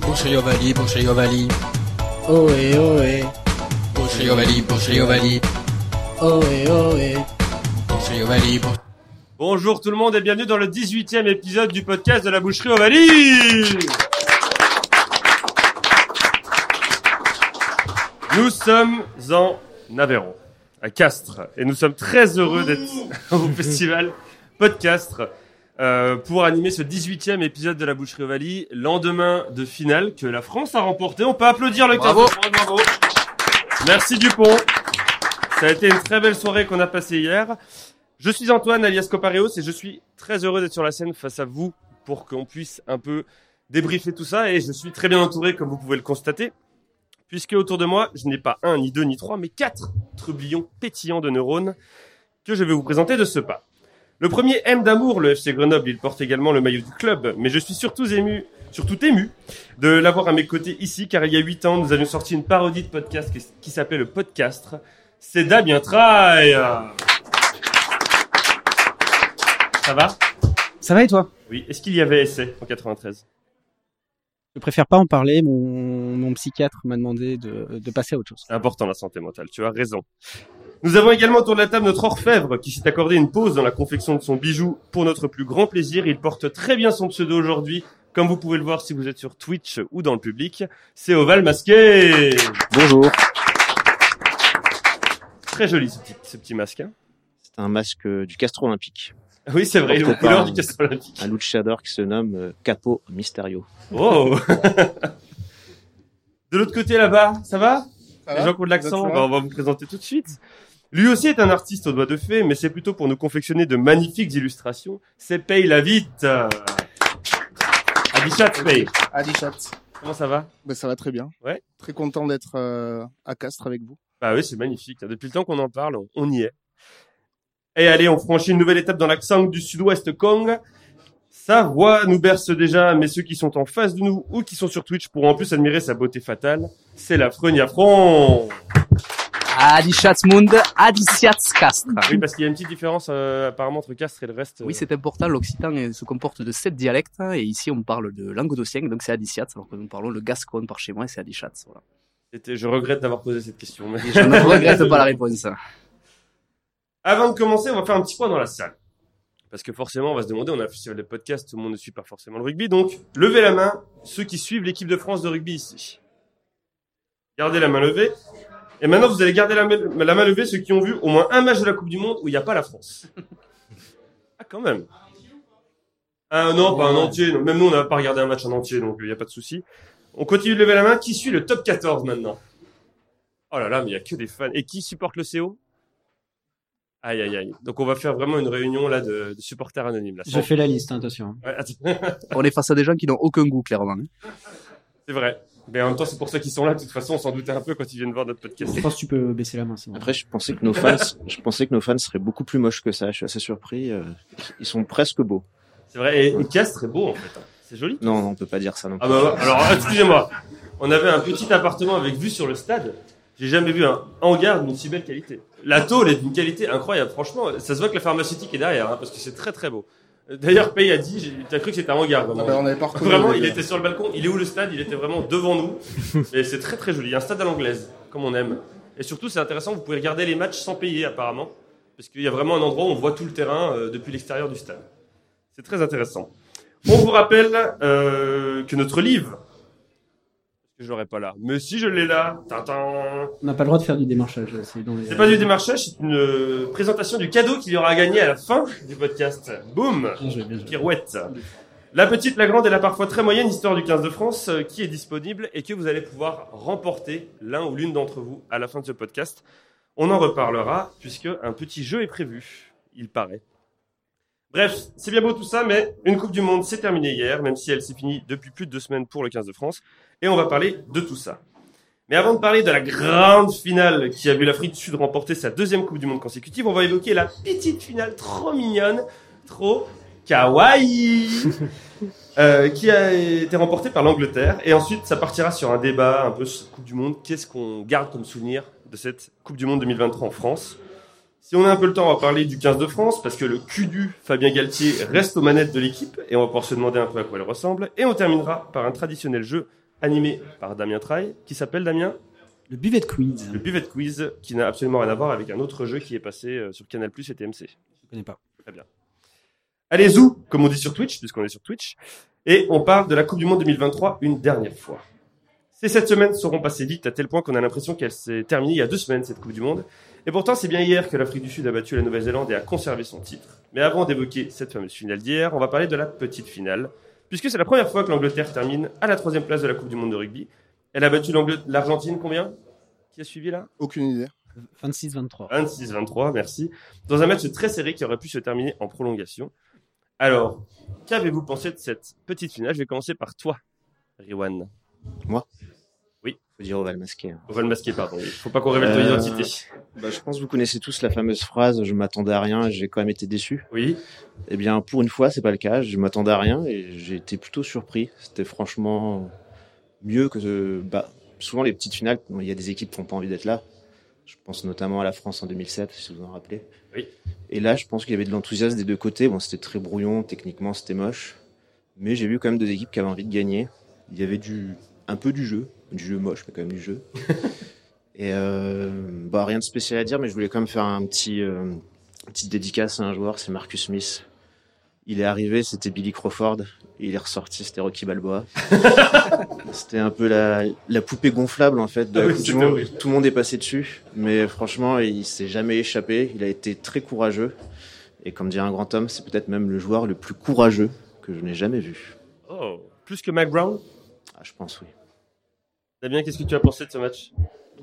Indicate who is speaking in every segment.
Speaker 1: Boucher Yovali, Boucher Yovali,
Speaker 2: Ohé, ohé,
Speaker 1: Boucher Yovali, Boucher Yovali,
Speaker 2: ohé, ohé.
Speaker 1: Boucher Yovali, Boucher-
Speaker 3: Bonjour tout le monde et bienvenue dans le 18e épisode du podcast de la boucherie Ovalie Nous sommes en Aveyron, à Castres, et nous sommes très heureux d'être au festival Podcastre euh, pour animer ce 18e épisode de la boucherie Ovalie, lendemain de finale que la France a remporté. On peut applaudir le
Speaker 1: Bravo.
Speaker 3: Castres. Bravo. Merci Dupont. Ça a été une très belle soirée qu'on a passée hier. Je suis Antoine alias Copareos et je suis très heureux d'être sur la scène face à vous pour qu'on puisse un peu débriefer tout ça et je suis très bien entouré comme vous pouvez le constater puisque autour de moi je n'ai pas un, ni deux, ni trois mais quatre trublions pétillants de neurones que je vais vous présenter de ce pas. Le premier aime d'amour le FC Grenoble, il porte également le maillot du club mais je suis surtout ému surtout ému de l'avoir à mes côtés ici car il y a huit ans nous avions sorti une parodie de podcast qui- qui s'appelait le Podcastre. C'est Damien Traille Ça va
Speaker 4: Ça va et toi
Speaker 3: Oui, est-ce qu'il y avait essai en 93
Speaker 4: Je préfère pas en parler, mon, mon psychiatre m'a demandé de, de passer à autre chose.
Speaker 3: C'est important la santé mentale, tu as raison. Nous avons également autour de la table notre orfèvre qui s'est accordé une pause dans la confection de son bijou pour notre plus grand plaisir. Il porte très bien son pseudo aujourd'hui, comme vous pouvez le voir si vous êtes sur Twitch ou dans le public. C'est Oval Masqué
Speaker 5: Bonjour.
Speaker 3: Très joli ce petit, ce petit masque. hein.
Speaker 5: C'est un masque euh, du Castro Olympique.
Speaker 3: Oui, c'est vrai, il est aux couleurs du Castre Olympique.
Speaker 5: Un luchador qui se nomme euh, Capo Mysterio.
Speaker 3: Oh De l'autre côté là-bas, ça va Les gens qui ont de l'accent,
Speaker 2: D'accord.
Speaker 3: bah, on va vous présenter tout de suite. Lui aussi est un artiste au doigt de fée, mais c'est plutôt pour nous confectionner de magnifiques illustrations. C'est Paye la vite Adichat Paye,
Speaker 2: Adi Chat.
Speaker 3: comment ça va
Speaker 2: Ben, ça va très bien.
Speaker 3: Ouais.
Speaker 2: Très content d'être euh, à Castres avec vous.
Speaker 3: Bah oui, c'est magnifique. là. Depuis le temps qu'on en parle, on- on y est. Et allez, on franchit une nouvelle étape dans l'accent du sud-ouest Kong. Sa voix nous berce déjà, mais ceux qui sont en face de nous ou qui sont sur Twitch pourront en plus admirer sa beauté fatale. C'est la Frenia Fron
Speaker 6: Adichatmund, Adiciatscastre.
Speaker 3: Ah Oui, parce qu'il y a une petite différence euh, apparemment entre Castres et le reste.
Speaker 6: Oui,
Speaker 3: euh,
Speaker 6: c'est important. L'occitan euh, se comporte de sept dialectes hein, et ici on parle de languedocienne, donc c'est Adiciats, alors que nous parlons le gascon par chez moi et c'est Adichats. Voilà.
Speaker 3: C'était- Je regrette d'avoir posé cette question. mais-
Speaker 6: Et je ne regrette pas la réponse.
Speaker 3: Avant de commencer, on va faire un petit point dans la salle. Parce que forcément, on va se demander, on a un festival de podcast, tout le monde ne suit pas forcément le rugby. Donc, levez la main, ceux qui suivent l'équipe de France de rugby ici. Gardez la main levée. Et maintenant, vous allez garder la, main- la main levée ceux qui ont vu au moins un match de la Coupe du Monde où il n'y a pas la France. Ah, quand même. Ah non, pas un entier. non. Même nous, on n'a pas regardé un match en entier, donc il n'y a pas de souci. On continue de lever la main. Qui suit le top 14 maintenant Oh là là, mais il n'y a que des fans. Et qui supporte le CO Aïe, aïe, aïe. Donc, on va faire vraiment une réunion là de, de supporters anonymes. Là.
Speaker 4: Je fais la liste, hein, attention.
Speaker 3: Ouais, attends.
Speaker 6: On est face à des gens qui n'ont aucun goût, clairement. hein.
Speaker 3: c'est vrai. Mais en même temps, c'est pour ça qu'ils sont là. De toute façon, on s'en doutait un peu quand ils viennent voir notre podcast.
Speaker 4: Je pense que tu peux baisser la main, c'est bon.
Speaker 5: Après, je pensais que nos fans, je pensais que nos fans seraient beaucoup plus moches que ça. Je suis assez surpris. euh, Ils sont presque beaux.
Speaker 3: C'est vrai. Et, et Castres est beau, en fait. hein. C'est joli.
Speaker 5: Non, non, on peut pas dire ça non
Speaker 3: Ah
Speaker 5: plus.
Speaker 3: bah, alors, excusez-moi. On avait un petit appartement avec vue sur le stade. J'ai jamais vu un hangar d'une si belle qualité. La tôle est d'une qualité incroyable. Franchement, ça se voit que la pharmaceutique est derrière, hein, parce que c'est très très beau. Euh, D'ailleurs, Pay a dit, j'ai- t'as cru que c'était un hangar. vraiment.
Speaker 2: Ah ben, on n'avait pas reconnu.
Speaker 3: Vraiment,
Speaker 2: les
Speaker 3: il
Speaker 2: gars.
Speaker 3: était sur le balcon. Il est où le stade Il était vraiment devant nous. Et c'est très très joli. Un stade à l'anglaise, comme on aime. Et surtout, c'est intéressant, vous pouvez regarder les matchs sans payer apparemment. Parce qu'il y a vraiment un endroit où on voit tout le terrain euh, depuis l'extérieur du stade. C'est très intéressant. On vous rappelle euh, que notre livre, que je l'aurais pas là, mais si je l'ai là, tintin.
Speaker 4: On n'a pas le droit de faire du démarchage. C'est dans les-
Speaker 3: c'est pas du démarchage, c'est une euh, présentation du cadeau qu'il y aura à gagner à la fin du podcast. Boum
Speaker 4: Bien joué, Ah, bien joué.
Speaker 3: pirouette. La petite, la grande et la parfois très moyenne histoire du 15 de France euh, qui est disponible et que vous allez pouvoir remporter l'un ou l'une d'entre vous à la fin de ce podcast. On en reparlera puisque un petit jeu est prévu, il paraît. Bref, c'est bien beau tout ça, mais une Coupe du Monde s'est terminée hier, même si elle s'est finie depuis plus de deux semaines pour le 15 de France, et on va parler de tout ça. Mais avant de parler de la grande finale qui a vu l'Afrique du Sud remporter sa deuxième Coupe du Monde consécutive, on va évoquer la petite finale trop mignonne, trop Kawaii euh, qui a été remporté par l'Angleterre et ensuite ça partira sur un débat un peu sur cette Coupe du Monde qu'est-ce qu'on garde comme souvenir de cette Coupe du Monde 2023 en France si on a un peu le temps on va parler du 15 de France parce que le cul du Fabien Galtier reste aux manettes de l'équipe et on va pouvoir se demander un peu à quoi elle ressemble et on terminera par un traditionnel jeu animé par Damien Traille, qui s'appelle Damien
Speaker 7: Le buvet de
Speaker 4: hein,
Speaker 7: quiz.
Speaker 3: le Buvet Quiz, qui n'a absolument rien à voir avec un autre jeu qui est passé euh, sur Canal Plus et TMC.
Speaker 7: Je connais pas.
Speaker 3: Allez zou, comme on dit sur Twitch, puisqu'on est sur Twitch, et on parle de la Coupe du Monde 2023 une dernière fois. Ces sept semaines seront passées vite à tel point qu'on a l'impression qu'elle s'est terminée il y a deux semaines cette Coupe du Monde, et pourtant c'est bien hier que l'Afrique du Sud a battu la Nouvelle-Zélande et a conservé son titre. Mais avant d'évoquer cette fameuse finale d'hier, on va parler de la petite finale, puisque c'est la première fois que l'Angleterre termine à la troisième place de la Coupe du Monde de rugby. Elle a battu l'Angle- l'Argentine combien Qui a suivi là
Speaker 2: Aucune idée.
Speaker 7: 26-23.
Speaker 3: 26-23, merci. Dans un match très serré qui aurait pu se terminer en prolongation. Alors, qu'avez-vous pensé de cette petite finale Je vais commencer par toi, Riwan.
Speaker 5: Faut dire Oval masqué. hein.
Speaker 3: On va le masquer, pardon. Il faut pas qu'on révèle ton
Speaker 5: Euh,
Speaker 3: identité.
Speaker 5: Bah, je pense que vous connaissez tous la fameuse phrase Je m'attendais à rien, et j'ai quand même été déçu.
Speaker 3: Oui.
Speaker 5: Eh bien, pour une fois, c'est pas le cas. Je m'attendais à rien et j'ai été plutôt surpris. C'était franchement mieux que. euh, Bah, souvent, les petites finales, il y a des équipes qui n'ont pas envie d'être là. Je pense notamment à la France en 2007, si vous en rappelez.
Speaker 3: Oui.
Speaker 5: Et là, je pense qu'il y avait de l'enthousiasme des deux côtés. Bon, c'était très brouillon, techniquement, c'était moche. Mais j'ai vu quand même deux équipes qui avaient envie de gagner. Il y avait du, un peu du jeu, du jeu moche, mais quand même du jeu. et euh, bah, rien de spécial à dire, mais je voulais quand même faire un petit, euh, une petite dédicace à un joueur, c'est Marcus Smith. Il est arrivé, c'était Billy Crawford. Il est ressorti, c'était Rocky Balboa. c'était un peu la, la poupée gonflable en fait. De
Speaker 3: Ah
Speaker 5: la
Speaker 3: oui,
Speaker 5: Coupe du
Speaker 3: c'était
Speaker 5: Monde.
Speaker 3: horrible.
Speaker 5: Tout le monde est passé dessus, mais franchement, il s'est jamais échappé. Il a été très courageux. Et comme dirait un grand homme, c'est peut-être même le joueur le plus courageux que je n'ai jamais vu.
Speaker 3: Oh. Plus que Mac Brown
Speaker 5: Ah, je pense oui.
Speaker 3: Damien, qu'est-ce que tu as pensé de ce match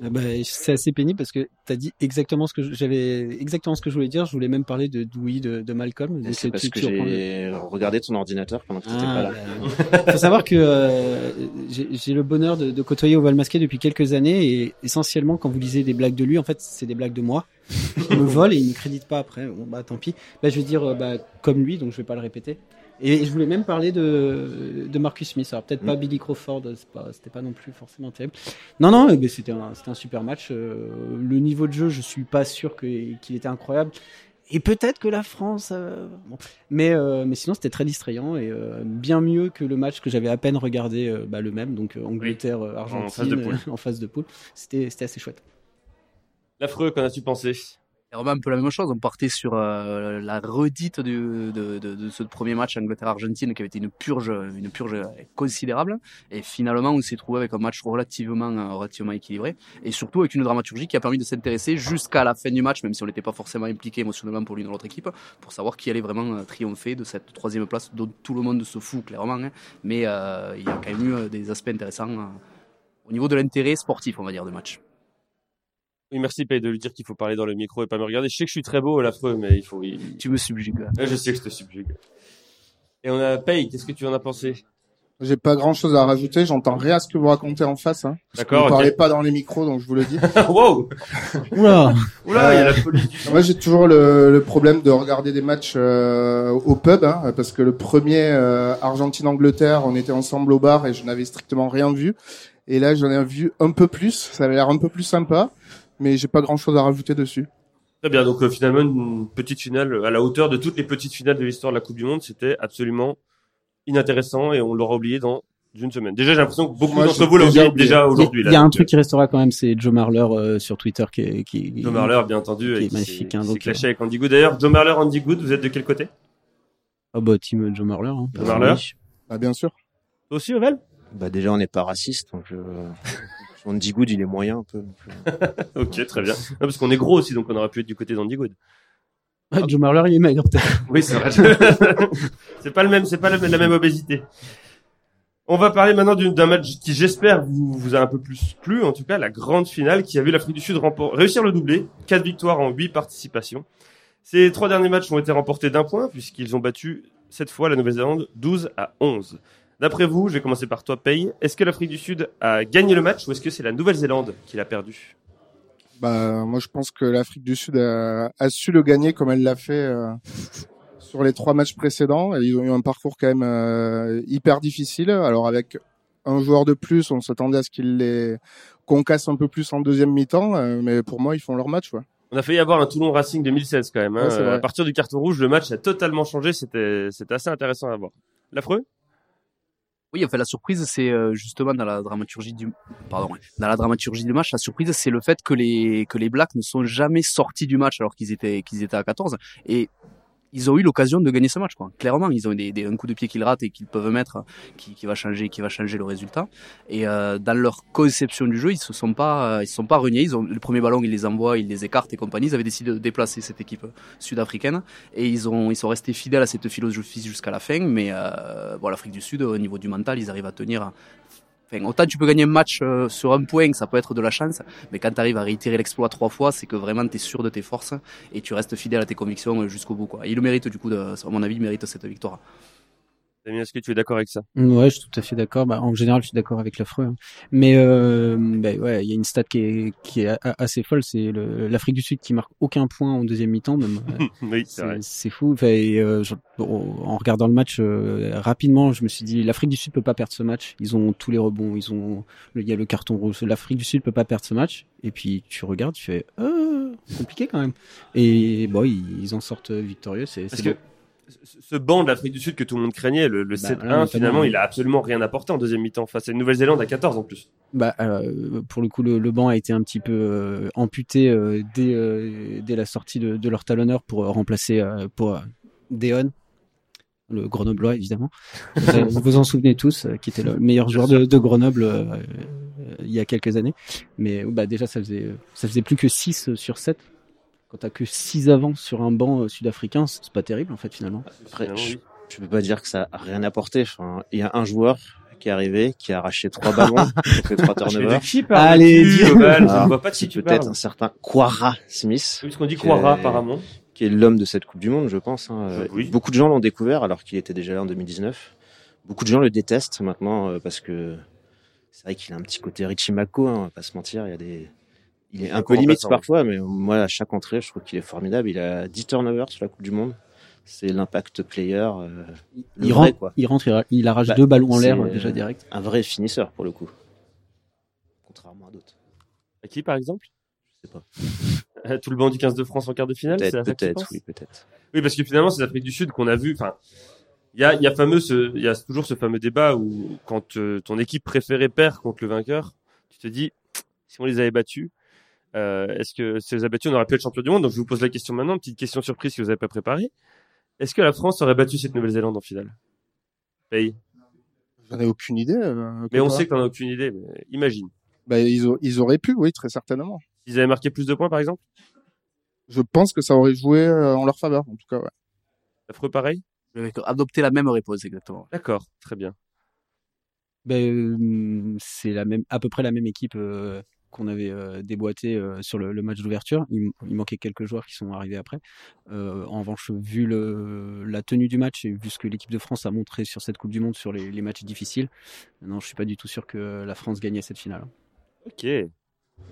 Speaker 7: Ah bah, c'est assez pénible parce que tu as dit exactement ce que je- j'avais exactement ce que je voulais dire. Je voulais même parler de Dewey, de, de Malcolm.
Speaker 5: Et C'est
Speaker 7: Tu-
Speaker 5: parce
Speaker 7: tu-
Speaker 5: que
Speaker 7: tu reprends le-
Speaker 5: j'ai regardé ton ordinateur pendant que tu
Speaker 7: Ah,
Speaker 5: n'étais pas là.
Speaker 7: bah, faut savoir que euh, j'ai j'ai le bonheur de, de côtoyer Oval Masqué depuis quelques années et essentiellement quand vous lisez des blagues de lui, en fait, c'est des blagues de moi. Il me vole et il ne crédite pas après. Bon, bah tant pis. Là, je vais dire euh, bah, comme lui, donc je vais pas le répéter. Et, je voulais même parler de, de Marcus Smith. Alors peut-être
Speaker 3: Mm.
Speaker 7: pas Billy Crawford, c'est pas- c'était pas non plus forcément terrible. Non, non, euh, mais c'était un, c'était un super match. Euh, le niveau de jeu, je suis pas sûr que- qu'il était incroyable. Et peut-être que la France. euh, bon. mais, euh, mais sinon, c'était très distrayant et euh, bien mieux que le match que j'avais à peine regardé, euh, bah, le même, donc euh, Angleterre, euh, Argentine,
Speaker 3: En phase de poule.
Speaker 7: euh, en phase de poule. C'était c'était assez chouette.
Speaker 3: L'affreux, qu'en as-tu pensé
Speaker 6: C'est vraiment un peu la même chose. On partait sur euh, la redite du- de, de- de ce premier match Angleterre-Argentine qui avait été une purge, une purge euh, considérable. Et finalement, on s'est trouvé avec un match relativement, euh, relativement équilibré. Et surtout avec une dramaturgie qui a permis de s'intéresser jusqu'à la fin du match, même si on n'était pas forcément impliqué émotionnellement pour l'une ou l'autre équipe, pour savoir qui allait vraiment euh, triompher de cette troisième place dont tout le monde se fout clairement. hein. Mais euh, il y a quand même eu euh, des aspects intéressants euh, au niveau de l'intérêt sportif, on va dire, du match.
Speaker 3: Oui, merci, Paye, de lui dire qu'il faut parler dans le micro et pas me regarder. Je sais que je suis très beau, l'affreux, mais il faut. il-
Speaker 6: Tu me subjugues. là.
Speaker 3: Ah, Je sais que je te subjugue. Et on a Paye, qu'est-ce que tu en as pensé
Speaker 2: J'ai pas grand chose à rajouter. J'entends rien à ce que vous racontez en face. Hein.
Speaker 3: D'accord,
Speaker 2: Vous
Speaker 3: ok.
Speaker 2: parlez pas dans les micros, donc je vous le dis.
Speaker 3: Wow
Speaker 7: Oula
Speaker 3: Oula, il y a la police du
Speaker 2: Moi, j'ai toujours le, le problème de regarder des matchs euh, au pub, hein, parce que le premier euh, Argentine-Angleterre, on était ensemble au bar et je n'avais strictement rien vu. Et là, j'en ai vu un peu plus. Ça avait l'air un peu plus sympa, mais j'ai pas grand-chose à rajouter dessus.
Speaker 3: Très bien, donc euh, finalement une petite finale euh, à la hauteur de toutes les petites finales de l'histoire de la Coupe du Monde, c'était absolument inintéressant et on l'aura oublié dans une semaine. Déjà j'ai l'impression que beaucoup
Speaker 2: Moi,
Speaker 3: d'entre
Speaker 2: j'ai
Speaker 3: vous l'ont
Speaker 2: déjà
Speaker 3: oublié
Speaker 2: oublié.
Speaker 3: déjà
Speaker 7: Il y a-
Speaker 3: aujourd'hui.
Speaker 7: il y a un truc qui restera quand même, c'est Joe Marler euh, sur Twitter qui, est- qui
Speaker 3: euh, Joe Marler bien entendu,
Speaker 7: qui
Speaker 3: et
Speaker 7: est
Speaker 3: qui
Speaker 7: magnifique,
Speaker 3: s'est-
Speaker 7: hein,
Speaker 3: qui s'est
Speaker 7: donc,
Speaker 3: clashé avec Andy Good. D'ailleurs Joe Marler, Andy Good, vous êtes de quel côté
Speaker 7: Ah bah team Joe Marler. hein.
Speaker 3: Joe Marler
Speaker 2: Ah, bien sûr.
Speaker 3: Toi aussi Oval
Speaker 5: Bah déjà, on n'est pas raciste, donc euh, on dit good, il est moyen un peu. donc, euh,
Speaker 3: Ok, très bien. Non, parce qu'on est gros aussi, donc on aurait pu être du côté d'Andy Good.
Speaker 7: Ah, Joe Marler il est maigre peut-être.
Speaker 3: Oui, c'est vrai. c'est pas le même, c'est pas le- la même obésité. On va parler maintenant d'une- d'un match qui, j'espère, vous, vous a un peu plus plu, en tout cas, la grande finale qui a vu l'Afrique du Sud rempo- réussir le doublé. Quatre victoires en huit participations. Ces trois derniers matchs ont été remportés d'un point, puisqu'ils ont battu, cette fois, la Nouvelle-Zélande 12 à 11. D'après vous, je vais commencer par toi, Paye. Est-ce que l'Afrique du Sud a gagné le match ou est-ce que c'est la Nouvelle-Zélande qui l'a perdu
Speaker 2: Bah, moi, je pense que l'Afrique du Sud a, a su le gagner comme elle l'a fait euh, sur les trois matchs précédents. Et ils ont eu un parcours quand même euh, hyper difficile. Alors, avec un joueur de plus, on s'attendait à ce qu'ils les concassent un peu plus en deuxième mi-temps. euh, mais pour moi, ils font leur match. Ouais.
Speaker 3: On a failli avoir un Toulon Racing 2016 quand même. hein.
Speaker 2: Ouais, c'est vrai.
Speaker 3: à partir du carton rouge, le match a totalement changé. C'était c'était assez intéressant à voir. L'affreux
Speaker 6: Oui, enfin la surprise, c'est euh, justement dans la dramaturgie du pardon, ouais. dans la dramaturgie du match, la surprise, c'est le fait que les que les Blacks ne sont jamais sortis du match alors qu'ils étaient qu'ils étaient à 14 et ils ont eu l'occasion de gagner ce match quoi. Clairement, ils ont des, des un coup de pied qu'ils ratent et qu'ils peuvent mettre qui, qui va changer qui va changer le résultat et euh, dans leur conception du jeu, ils se sont pas euh, ils se sont pas reniés, ils ont le premier ballon, ils les envoient, ils les écartent et compagnie, ils avaient décidé de déplacer cette équipe sud-africaine et ils ont ils sont restés fidèles à cette philosophie jusqu'à la fin mais euh, bon l'Afrique du Sud au niveau du mental ils arrivent à tenir enfin autant tu peux gagner un match euh, sur un point ça peut être de la chance mais quand tu arrives à réitérer l'exploit trois fois c'est que vraiment tu es sûr de tes forces et tu restes fidèle à tes convictions euh, jusqu'au bout quoi et ils le méritent du coup de, à mon avis ils méritent cette victoire
Speaker 3: Damien, est-ce que tu es d'accord avec ça
Speaker 7: Mm, Ouais, je suis tout à fait d'accord. Bah, en général, je suis d'accord avec l'affreux. hein. Mais euh, bah, ouais, il y a une stat qui est, qui est a- a- assez folle, c'est le- l'Afrique du Sud qui marque aucun point en deuxième mi-temps, même. euh,
Speaker 3: Oui, c'est vrai.
Speaker 7: C'est- C'est fou. Enfin, et, euh, je- bon, en regardant le match euh, rapidement, je me suis dit l'Afrique du Sud peut pas perdre ce match. Ils ont tous les rebonds. Ils ont le- il y a le carton rouge. L'Afrique du Sud peut pas perdre ce match. Et puis tu regardes, tu fais euh, compliqué quand même. Et bon, ils, ils en sortent victorieux. C'est
Speaker 3: Parce
Speaker 7: c'est
Speaker 3: que
Speaker 7: beau.
Speaker 3: ce- ce banc de l'Afrique du Sud que tout le monde craignait, le, le
Speaker 7: Bah,
Speaker 3: 7-1,
Speaker 7: voilà, notamment,
Speaker 3: finalement,
Speaker 7: ouais.
Speaker 3: il a absolument rien apporté en deuxième mi-temps face à une Nouvelle-Zélande à 14 en plus.
Speaker 7: Bah, euh, pour le coup, le, le banc a été un petit peu euh, amputé euh, dès, euh, dès la sortie de, de leur talonneur pour euh, remplacer euh, pour euh, Deon, le Grenoblois évidemment. vous, avez- vous vous en souvenez tous, euh, qui était le meilleur joueur de, de Grenoble euh, euh, il y a quelques années. Mais euh, bah, déjà, ça faisait ça faisait plus que 6 sur 7. Quand t'as que 6 avants sur un banc euh, sud-africain, c'est pas terrible en fait finalement.
Speaker 5: Après,
Speaker 3: Finalement,
Speaker 5: je,
Speaker 3: oui.
Speaker 5: je peux pas dire que ça a rien apporté. Enfin, il y a un joueur qui est arrivé, qui a arraché trois ballons, qui a fait trois
Speaker 3: Ah, Je vais
Speaker 5: turnovers.
Speaker 3: de qui
Speaker 7: Allez,
Speaker 3: parles-tu,
Speaker 7: dis-
Speaker 3: Oval Je
Speaker 5: Ah,
Speaker 3: ne vois pas de qui
Speaker 5: C'est
Speaker 3: tu
Speaker 5: peut-être
Speaker 3: parles.
Speaker 5: un certain Quara Smith.
Speaker 3: Oui, parce qu'on dit
Speaker 5: que-
Speaker 3: Kouara, apparemment.
Speaker 5: qui est l'homme de cette Coupe du Monde, je pense. hein.
Speaker 3: Euh,
Speaker 5: Euh,
Speaker 3: oui.
Speaker 5: Beaucoup de gens l'ont découvert alors qu'il était déjà là en 2019. Beaucoup de gens le détestent maintenant euh, parce que c'est vrai qu'il a un petit côté Richie Mako, hein, on va pas se mentir. Il, y a des... il est un peu limite
Speaker 3: remplaçant,
Speaker 5: parfois, mais moi, à chaque entrée, je trouve qu'il est formidable. Il a 10 turnovers sur la Coupe du Monde. C'est l'impact player, euh, le
Speaker 7: Il
Speaker 5: vrai,
Speaker 7: rentre,
Speaker 5: quoi.
Speaker 7: il rentre, il ra- il arrache
Speaker 5: Bah,
Speaker 7: deux ballons en
Speaker 5: c'est,
Speaker 7: l'air euh,
Speaker 5: euh,
Speaker 7: déjà direct.
Speaker 5: un vrai finisseur pour le coup. Contrairement à d'autres.
Speaker 3: À qui, par exemple
Speaker 5: Je sais pas.
Speaker 3: Euh, Tout le banc du 15 de France en quart de finale c'est à
Speaker 5: Peut-être,
Speaker 3: ça que tu
Speaker 5: peut-être,
Speaker 3: penses
Speaker 5: oui, peut-être.
Speaker 3: Oui, parce que finalement, ces Afriques du Sud qu'on a vu, enfin, il y a, il y a fameux, ce- il y a toujours ce fameux débat où quand euh, ton équipe préférée perd contre le vainqueur, tu te dis, si on les avait battus, euh, est-ce que si on les avait battus, on aurait pu être champion du monde Donc je vous pose la question maintenant, petite question surprise que vous n'avez pas préparée. Est-ce que la France aurait battu cette Nouvelle-Zélande en finale Pays.
Speaker 2: J'en ai aucune idée. euh,
Speaker 3: Mais on
Speaker 2: quoi.
Speaker 3: sait que t'en as aucune idée. mais imagine.
Speaker 2: Bah, ils, au- ils auraient pu, oui, très certainement.
Speaker 3: Ils avaient marqué plus de points, par exemple
Speaker 2: Je pense que ça aurait joué euh, en leur faveur, en tout cas. Ouais.
Speaker 3: Affreux pareil
Speaker 6: Avec- adopter la même réponse exactement
Speaker 3: D'accord, très bien.
Speaker 7: Ben, euh, c'est la même, à peu près la même équipe euh, qu'on avait euh, déboîté euh, sur le, le match d'ouverture. Il, m- il manquait quelques joueurs qui sont arrivés après. Euh, en revanche, vu le, la tenue du match et vu ce que l'équipe de France a montré sur cette Coupe du Monde sur les, les matchs difficiles, non, je suis pas du tout sûr que la France gagnait cette finale. hein.
Speaker 3: Ok.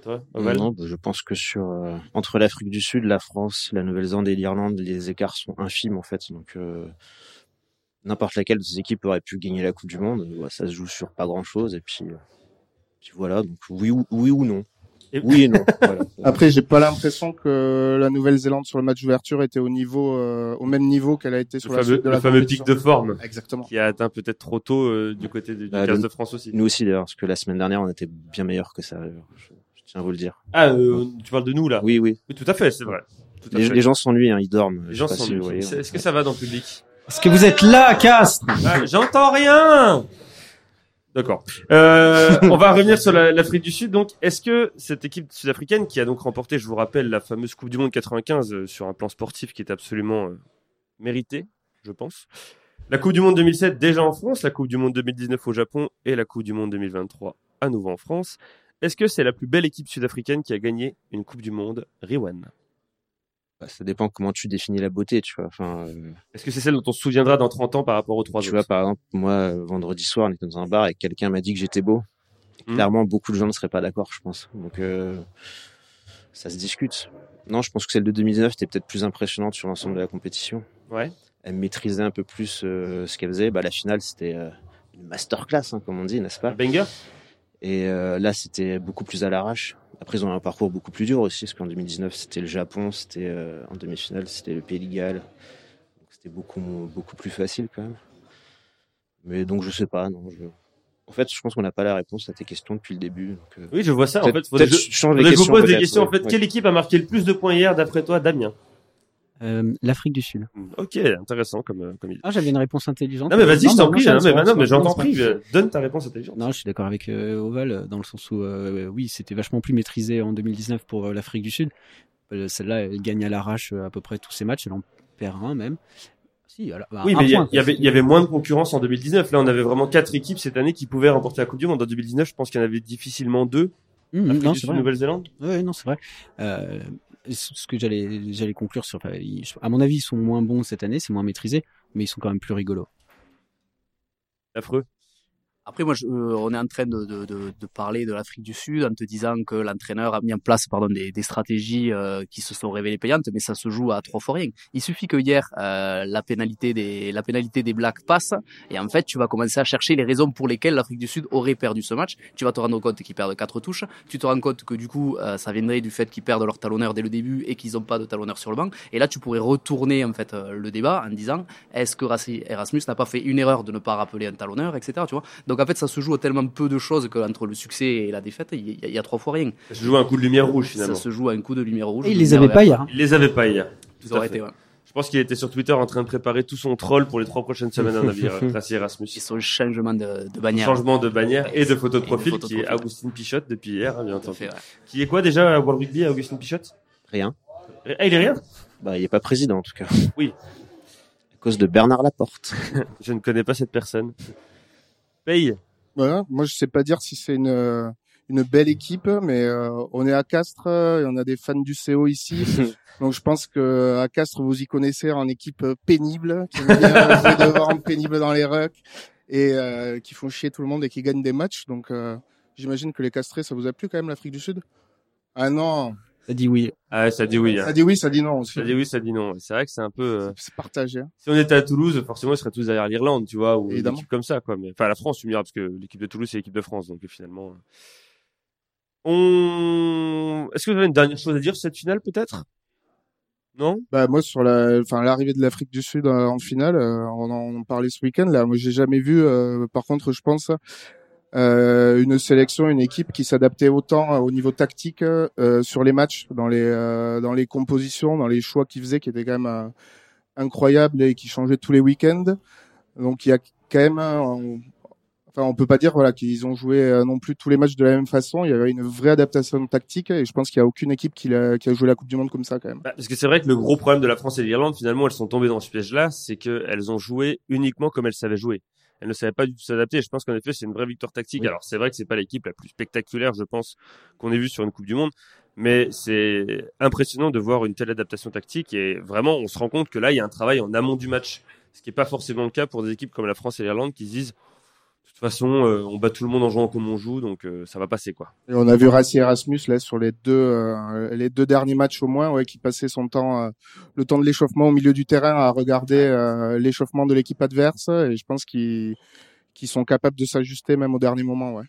Speaker 3: Toi, Oval
Speaker 5: Non, bah, je pense que sur euh, entre l'Afrique du Sud, la France, la Nouvelle-Zélande et l'Irlande, les écarts sont infimes en fait. Donc euh, n'importe laquelle de ces équipes aurait pu gagner la Coupe du Monde. Ouais, ça se joue sur pas grand-chose et puis, euh, puis voilà. Donc oui ou oui ou non.
Speaker 3: Et-
Speaker 5: Oui et non. voilà.
Speaker 2: Après, j'ai pas l'impression que la Nouvelle-Zélande sur le match d'ouverture était au niveau, euh, au même niveau qu'elle a été sur
Speaker 3: Le
Speaker 2: la
Speaker 3: fameux-
Speaker 2: suite de
Speaker 3: le
Speaker 2: la
Speaker 3: fameux
Speaker 2: compétition.
Speaker 3: pic de forme.
Speaker 2: Exactement.
Speaker 3: qui a atteint peut-être trop tôt euh, du côté du, du
Speaker 5: Bah,
Speaker 3: 15
Speaker 5: le-
Speaker 3: de France aussi.
Speaker 5: Nous aussi d'ailleurs, parce que la semaine dernière on était bien meilleurs que ça. Je, je tiens à vous le dire.
Speaker 3: Ah, euh, tu parles de nous là oui.
Speaker 5: Oui oui.
Speaker 3: tout à fait, c'est vrai. Tout à
Speaker 5: Les,
Speaker 3: fait.
Speaker 5: les gens s'ennuient, hein, ils dorment.
Speaker 3: Les
Speaker 5: Je
Speaker 3: gens
Speaker 5: sais pas
Speaker 3: sont.
Speaker 5: si vous voyez.
Speaker 3: Est-ce que ça va dans le public
Speaker 7: Est-ce que vous êtes là, Cast
Speaker 3: Ah, J'entends rien. D'accord. Euh, on va revenir sur la- l'Afrique du Sud. Donc, est-ce que cette équipe sud-africaine qui a donc remporté, je vous rappelle, la fameuse Coupe du Monde 95 euh, sur un plan sportif qui est absolument euh, mérité, je pense. La Coupe du Monde 2007 déjà en France, la Coupe du Monde 2019 au Japon et la Coupe du Monde 2023 à nouveau en France. Est-ce que c'est la plus belle équipe sud-africaine qui a gagné une Coupe du Monde, Riwan
Speaker 5: Bah, ça dépend comment tu définis la beauté, tu vois. Enfin. euh,
Speaker 3: Est-ce que c'est celle dont on se souviendra dans 30 ans par rapport aux trois
Speaker 5: Tu
Speaker 3: autres
Speaker 5: vois, par exemple, moi, euh, vendredi soir, on était dans un bar et quelqu'un m'a dit que j'étais beau. Et
Speaker 3: Mhm.
Speaker 5: Clairement, beaucoup de gens ne seraient pas d'accord, je pense. Donc, euh, ça se discute. Non, je pense que celle de 2019 était peut-être plus impressionnante sur l'ensemble de la compétition.
Speaker 3: Ouais.
Speaker 5: Elle maîtrisait un peu plus euh, ce qu'elle faisait. Bah, la finale, c'était euh, une masterclass, hein, comme on dit, n'est-ce
Speaker 3: Un
Speaker 5: pas
Speaker 3: banger
Speaker 5: Et euh, là, c'était beaucoup plus à l'arrache. Après, ils ont eu un parcours beaucoup plus dur aussi, parce qu'en 2019, c'était le Japon, c'était euh, en demi-finale, c'était le Pays de Galles. Donc, C'était beaucoup, beaucoup plus facile quand même. Mais donc, je sais pas. Non, je... En fait, je pense qu'on n'a pas la réponse à tes questions depuis le début. Donc, euh,
Speaker 3: Oui, je vois ça. En
Speaker 5: peut-être-
Speaker 3: fait, faudrait
Speaker 5: peut-être
Speaker 3: que je-
Speaker 5: je change les
Speaker 3: faudrait que je vous
Speaker 5: questions.
Speaker 3: pose des
Speaker 5: peut-être,
Speaker 3: questions. En
Speaker 5: ouais,
Speaker 3: fait,
Speaker 5: ouais.
Speaker 3: quelle équipe a marqué le plus de points hier, d'après toi, Damien
Speaker 4: Euh, L'Afrique du Sud.
Speaker 3: Ok, intéressant comme, euh, comme idée.
Speaker 4: Ah, j'avais une réponse intelligente.
Speaker 3: Non, mais vas-y, je t'en prie.
Speaker 4: non,
Speaker 3: Non, mais
Speaker 4: c'est
Speaker 3: non,
Speaker 4: bon,
Speaker 3: mais
Speaker 4: c'est
Speaker 3: j'ai
Speaker 4: bon,
Speaker 3: encore
Speaker 4: c'est bon.
Speaker 3: pris. euh, Donne ta réponse intelligente.
Speaker 4: Non, je suis d'accord avec euh, Oval euh, dans le sens où euh, oui, c'était vachement plus maîtrisé en 2019 pour euh, l'Afrique du Sud. Euh, Celle-là, elle gagne à l'arrache euh, à peu près tous ses matchs, elle en perd un même. Si, alors, bah,
Speaker 3: Oui,
Speaker 4: un
Speaker 3: mais il y,
Speaker 4: point,
Speaker 3: il y
Speaker 4: quoi.
Speaker 3: avait, il y avait moins de concurrence en 2019. Là, on avait vraiment quatre équipes cette année qui pouvaient remporter la Coupe du Monde. En 2019, je pense qu'il y en avait difficilement deux.
Speaker 7: Hmm,
Speaker 4: Hum, hum,
Speaker 3: Afrique
Speaker 4: non,
Speaker 3: du
Speaker 4: c'est
Speaker 3: Sud,
Speaker 4: vrai.
Speaker 3: Nouvelle-Zélande.
Speaker 4: Ouais, non, c'est vrai. Euh, ce ce que j'allais, j'allais conclure sur, enfin, ils- à mon avis, ils sont moins bons cette année, c'est moins maîtrisé, mais ils sont quand même plus rigolos.
Speaker 3: Affreux.
Speaker 6: Après, moi, je- euh, on est en train de, de, de, de parler de l'Afrique du Sud en te disant que l'entraîneur a mis en place pardon, des, des stratégies euh, qui se sont révélées payantes, mais ça se joue à trois fois rien. Il suffit que hier, euh, la, pénalité des, la pénalité des Blacks passe, et en fait, tu vas commencer à chercher les raisons pour lesquelles l'Afrique du Sud aurait perdu ce match. Tu vas te rendre compte qu'ils perdent quatre touches, tu te rends compte que du coup, euh, ça viendrait du fait qu'ils perdent leur talonneur dès le début et qu'ils n'ont pas de talonneur sur le banc. Et là, tu pourrais retourner en fait euh, le débat en disant, est-ce que Rassi- Erasmus n'a pas fait une erreur de ne pas rappeler un talonneur, etc. Tu vois donc en fait, ça se joue à tellement peu de choses qu'entre le succès et la défaite, il y, a- il y a trois fois rien.
Speaker 3: Ça se joue à un coup de lumière rouge, finalement.
Speaker 6: Ça se joue à un coup de lumière rouge.
Speaker 4: Et ils
Speaker 6: de
Speaker 4: les
Speaker 6: lumière
Speaker 4: avaient pas
Speaker 6: verte.
Speaker 4: hier. hein.
Speaker 3: Il les avait pas hier.
Speaker 6: Ils
Speaker 3: Tout à
Speaker 6: auraient
Speaker 3: fait.
Speaker 6: été, ouais.
Speaker 3: Je pense qu'il était sur Twitter en train de préparer tout son troll pour les trois prochaines semaines, à mon avis, euh, grâce à Erasmus.
Speaker 6: Ils sont changement de, de
Speaker 3: Un
Speaker 6: bannière.
Speaker 3: Changement de bannière et de photo de
Speaker 6: Et de
Speaker 3: profil,
Speaker 6: photo de
Speaker 3: qui est
Speaker 6: profil.
Speaker 3: Augustine Pichotte depuis hier, hein, bien
Speaker 6: Tout à
Speaker 3: entendu.
Speaker 6: fait, ouais.
Speaker 3: Qui est quoi déjà à World Rugby, Augustine Pichotte
Speaker 5: Rien.
Speaker 3: Ah, il est rien
Speaker 5: Bah, il n'est pas président, en tout cas.
Speaker 3: Oui.
Speaker 5: À cause de Bernard Laporte.
Speaker 3: Je ne connais pas cette personne. Paye.
Speaker 2: Voilà. Moi, je sais pas dire si c'est une euh, une belle équipe, mais euh, on est à Castres euh, et on a des fans du CO ici. Donc, je pense que à Castres, vous y connaissez en équipe euh, pénible, qui aime bien jouer devant, pénible dans les rucks et euh, qui font chier tout le monde et qui gagnent des matchs. Donc, euh, j'imagine que les Castrés, ça vous a plu quand même l'Afrique du Sud Ah non,
Speaker 4: T'as dit oui.
Speaker 3: Ah, ça dit oui. hein.
Speaker 2: ça dit oui, ça dit non aussi.
Speaker 3: Ça dit oui, ça dit non. C'est vrai que c'est un peu. euh,
Speaker 2: C'est partagé. hein.
Speaker 3: Si on était à Toulouse, forcément, ils seraient tous derrière l'Irlande, tu vois, ou une
Speaker 2: Évidemment.
Speaker 3: équipe comme ça, quoi. Mais, enfin, la France, tu me diras, parce que l'équipe de Toulouse, c'est l'équipe de France, donc euh, finalement. euh. On. Est-ce que vous avez une dernière chose à dire sur cette finale, peut-être Non
Speaker 2: Bah moi sur la, enfin l'arrivée de l'Afrique du Sud euh, en finale, euh, on en on parlait ce week-end là. Moi j'ai jamais vu. euh, par contre, je pense euh, une sélection, une équipe qui s'adaptait autant euh, au niveau tactique euh, sur les matchs, dans les euh, dans les compositions, dans les choix qu'ils faisaient, qui étaient quand même euh, incroyables et qui changeaient tous les week-ends. Donc il y a quand même, euh, on- enfin on peut pas dire voilà qu'ils ont joué euh, non plus tous les matchs de la même façon. Il y avait une vraie adaptation tactique et je pense qu'il y a aucune équipe qui, l'a- qui a joué la Coupe du Monde comme ça quand même.
Speaker 3: Bah, Parce que c'est vrai que le gros problème de la France et de l'Irlande, finalement, elles sont tombées dans ce piège-là, c'est qu'elles ont joué uniquement comme elles savaient jouer. Elles ne savaient pas du tout s'adapter. Et je pense qu'en effet, c'est une vraie victoire tactique. Alors, c'est vrai que c'est pas l'équipe la plus spectaculaire, je pense, qu'on ait vue sur une Coupe du Monde. Mais c'est impressionnant de voir une telle adaptation tactique. Et vraiment, on se rend compte que là, il y a un travail en amont du match. Ce qui n'est pas forcément le cas pour des équipes comme la France et l'Irlande qui se disent, de toute façon, euh, on bat tout le monde en jouant comme on joue, donc euh, ça va passer, quoi.
Speaker 2: Et on a vu Rassi Erasmus là sur les deux euh, les deux derniers matchs au moins, ouais, qui passait son temps euh, le temps de l'échauffement au milieu du terrain à regarder euh, l'échauffement de l'équipe adverse et je pense qu'ils qu'ils sont capables de s'ajuster même au dernier moment, ouais.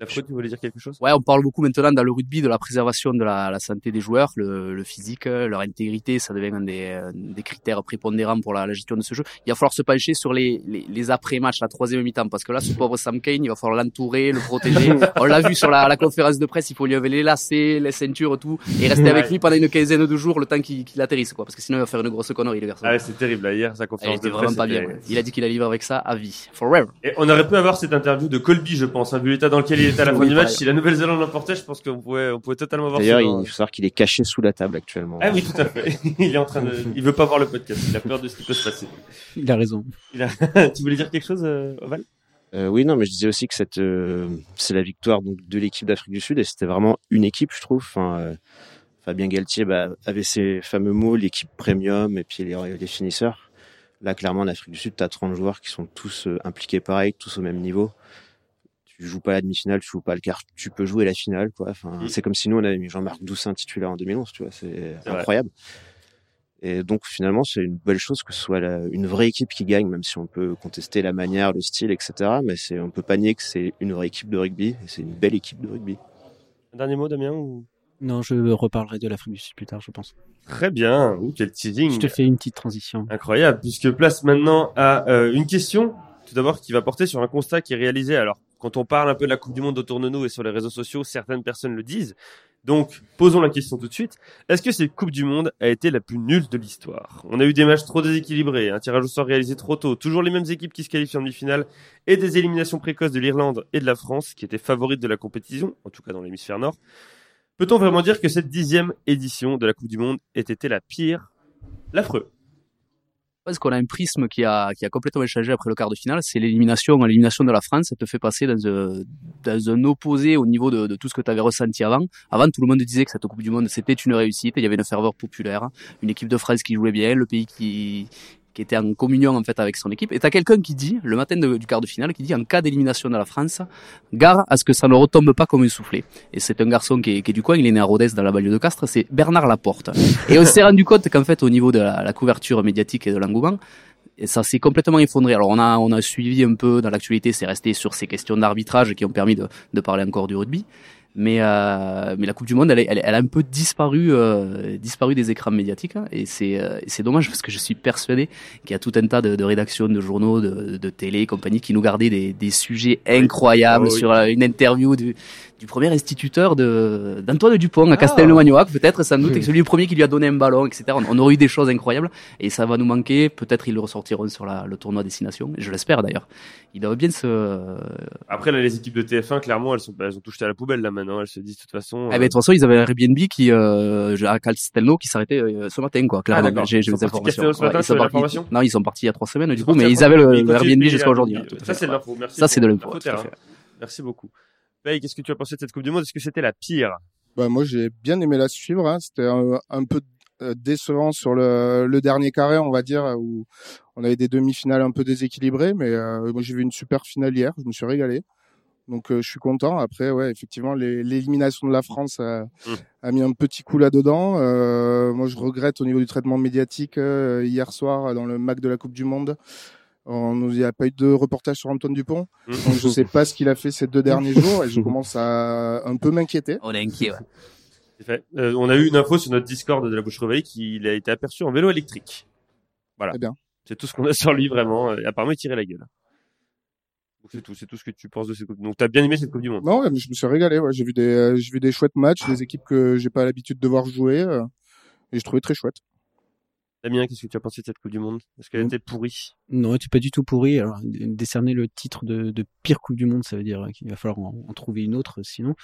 Speaker 3: La faute, tu voulais dire quelque chose?
Speaker 6: Ouais, on parle beaucoup maintenant dans le rugby de la préservation de la, la santé des joueurs, le, le physique, euh, leur intégrité, ça devient un des, euh, des critères prépondérants pour la, la gestion de ce jeu. Il va falloir se pencher sur les, les, les après-matchs, la troisième mi-temps, parce que là, ce pauvre Sam Kane, il va falloir l'entourer, le protéger. on l'a vu sur la, la conférence de presse, il faut lui enlever les lacets, les ceintures, tout, et rester avec
Speaker 3: Ouais.
Speaker 6: lui pendant une quinzaine de jours le temps qu'il qu'il atterrisse, quoi, parce que sinon il va faire une grosse connerie, le garçon.
Speaker 3: Ah, c'est terrible, là, hier, sa
Speaker 6: Il
Speaker 3: conférence
Speaker 6: était
Speaker 3: de presse.
Speaker 6: vraiment pas bien.
Speaker 3: était-
Speaker 6: ouais. Il a dit qu'il allait vivre avec ça à vie. Forever.
Speaker 3: Et on aurait pu avoir cette interview de Colby, je pense, hein, vu l'état dans lequel il était à la fin
Speaker 6: Oui,
Speaker 3: du match.
Speaker 6: pareil.
Speaker 3: Si la Nouvelle-Zélande l'emportait, je pense qu'on pouvait, on pouvait totalement voir
Speaker 5: D'ailleurs,
Speaker 3: ça
Speaker 5: il
Speaker 3: dans-
Speaker 5: faut savoir qu'il est caché sous la table actuellement.
Speaker 3: Ah oui, tout à fait. il est en train de, il veut pas voir le podcast. Il a peur de ce qui peut se passer.
Speaker 4: Il a raison.
Speaker 3: tu voulais dire quelque chose, euh, Oval?
Speaker 5: Euh, oui, non, mais je disais aussi que cette, euh, c'est la victoire donc, de l'équipe d'Afrique du Sud et c'était vraiment une équipe, je trouve. Enfin, euh, Fabien Galtier bah, avait ses fameux mots, l'équipe premium et puis les, les finisseurs. Là, clairement, en Afrique du Sud, tu as 30 joueurs qui sont tous euh, impliqués pareil, tous au même niveau. Tu joues pas la demi-finale, tu joues pas le quart, tu peux jouer la finale. quoi. Enfin,
Speaker 3: Mm.
Speaker 5: C'est comme si nous, on avait mis Jean-Marc Doussin titulaire en 2011, tu vois, c'est
Speaker 3: C'est vrai.
Speaker 5: incroyable. Et donc finalement, c'est une belle chose que ce soit la- une vraie équipe qui gagne, même si on peut contester la manière, le style, etc. Mais c'est, on peut pas nier que c'est une vraie équipe de rugby, et c'est une belle équipe de rugby.
Speaker 3: Un dernier mot, Damien, ou?
Speaker 4: Non, je reparlerai de l'Afrique du Sud plus tard, je pense.
Speaker 3: Très bien. Ouh, quel teasing.
Speaker 4: Je te fais une petite transition.
Speaker 3: Incroyable, puisque place maintenant à euh, une question Tout d'abord, qui va porter sur un constat qui est réalisé. Alors, quand on parle un peu de la Coupe du Monde autour de nous et sur les réseaux sociaux, certaines personnes le disent. Donc, posons la question tout de suite. Est-ce que cette Coupe du Monde a été la plus nulle de l'histoire On a eu des matchs trop déséquilibrés, un tirage au sort réalisé trop tôt, toujours les mêmes équipes qui se qualifient en demi-finale et des éliminations précoces de l'Irlande et de la France qui étaient favorites de la compétition, en tout cas dans l'hémisphère nord. Peut-on vraiment dire que cette dixième édition de la Coupe du Monde ait été la pire L'affreux.
Speaker 6: pense qu'on a un prisme qui a, qui a complètement changé après le quart de finale, c'est l'élimination. L'élimination de la France, ça te fait passer dans un, dans un opposé au niveau de, de tout ce que tu avais ressenti avant. Avant, tout le monde disait que cette Coupe du Monde, c'était une réussite, il y avait une ferveur populaire, une équipe de France qui jouait bien, le pays qui, qui était en communion en fait avec son équipe. Et t'as quelqu'un qui dit, le matin de- du quart de finale, qui dit en cas d'élimination de la France, gare à ce que ça ne retombe pas comme un soufflet. Et c'est un garçon qui est, qui est du coin, il est né à Rodez dans la banlieue de Castres, c'est Bernard Laporte. Et on s'est rendu compte qu'en fait au niveau de la, la couverture médiatique et de l'engouement, et ça s'est complètement effondré. Alors on a on a suivi un peu dans l'actualité, c'est resté sur ces questions d'arbitrage qui ont permis de, de parler encore du rugby. Mais euh, mais la Coupe du Monde, elle, est- elle, elle a un peu disparu euh, disparu des écrans médiatiques hein. et c'est euh, et c'est dommage parce que je suis persuadé qu'il y a tout un tas de, de rédactions, de journaux, de, de télé, et compagnie qui nous gardaient des, des sujets incroyables
Speaker 3: Ah oui.
Speaker 6: sur euh, une interview du, du premier instituteur de d'Antoine Dupont à Castelnau-Magnoac, peut-être sans doute,
Speaker 4: Oui.
Speaker 6: et celui le premier qui lui a donné un ballon, etc. On, on aurait eu des choses incroyables et ça va nous manquer. Peut-être ils le ressortiront sur la, le tournoi destination. Je l'espère d'ailleurs. Ils doivent bien se.
Speaker 3: Après, là, les équipes de TF1, clairement, elles, sont, bah, elles ont tout jeté à la poubelle là maintenant. Elles se disent de toute façon.
Speaker 6: Ah ben, de
Speaker 3: euh,
Speaker 6: toute façon, ils avaient un Airbnb qui euh, à Castelnau qui s'arrêtait euh, ce matin, quoi. Clairement,
Speaker 3: Ah, d'accord.
Speaker 6: j'ai
Speaker 3: Ils
Speaker 6: j'ai
Speaker 3: sont
Speaker 6: des
Speaker 3: partis
Speaker 6: informations.
Speaker 3: Castelnau ce matin,
Speaker 6: ils sont
Speaker 3: t'avais
Speaker 6: partis-
Speaker 3: l'information
Speaker 6: non, ils sont partis il y a trois semaines du
Speaker 3: c'est
Speaker 6: coup,
Speaker 3: parti
Speaker 6: mais euh,
Speaker 3: à
Speaker 6: ils
Speaker 3: fond.
Speaker 6: avaient le,
Speaker 3: Ils
Speaker 6: le
Speaker 3: continuent de
Speaker 6: Airbnb
Speaker 3: payer
Speaker 6: jusqu'à
Speaker 3: la-
Speaker 6: aujourd'hui. hein, tout à
Speaker 3: Ça,
Speaker 6: fait,
Speaker 3: c'est de
Speaker 6: ouais.
Speaker 3: l'info. Merci.
Speaker 6: Ça, c'est de
Speaker 3: beaucoup.
Speaker 6: l'info.
Speaker 3: Faute
Speaker 6: tout à
Speaker 3: erreur.
Speaker 6: fait.
Speaker 3: Merci beaucoup. Paye, qu'est-ce que tu as pensé de cette Coupe du Monde Est-ce que c'était la pire
Speaker 2: Bah, moi, j'ai bien aimé la suivre. hein. C'était un, un peu euh, décevant sur le, le dernier carré, on va dire, où on avait des demi-finales un peu déséquilibrées, mais euh, moi, j'ai vu une super finale hier. Je me suis régalé. Donc, euh, je suis content. Après, ouais, effectivement, les- l'élimination de la France a,
Speaker 3: Mm.
Speaker 2: a mis un petit coup là-dedans. Euh, moi, je regrette au niveau du traitement médiatique. euh, hier soir, dans le MAC de la Coupe du Monde, on nous il y a pas eu de reportage sur Antoine Dupont.
Speaker 6: Hum.
Speaker 3: Mm.
Speaker 2: Donc, je sais pas ce qu'il a fait ces deux derniers jours et je commence à un peu m'inquiéter.
Speaker 6: On est inquiet. ouais.
Speaker 3: C'est fait. Euh, On a eu une info sur notre Discord de la Bouche Réveillée qu'il a été aperçu en vélo électrique. Voilà.
Speaker 2: Eh bien.
Speaker 3: C'est tout ce qu'on a sur lui vraiment. Euh, apparemment, il tirait la gueule. Donc, C'est tout, c'est tout ce que tu penses de cette Coupe. Donc, t'as bien aimé cette Coupe du Monde.
Speaker 2: Non, ouais, mais je me suis régalé. Ouais. J'ai vu des, euh, j'ai vu des chouettes matchs, des équipes que j'ai pas l'habitude de voir jouer, euh, et je trouvais très chouette.
Speaker 3: Damien, qu'est-ce que tu as pensé de cette Coupe du Monde Est-ce
Speaker 2: Mmh.
Speaker 3: qu'elle
Speaker 4: Mm.
Speaker 3: était pourrie
Speaker 4: Non, tu pas du tout pourri. Alors, d- décerner le titre de, de pire Coupe du Monde, ça veut dire euh, qu'il va falloir en, en trouver une autre, sinon,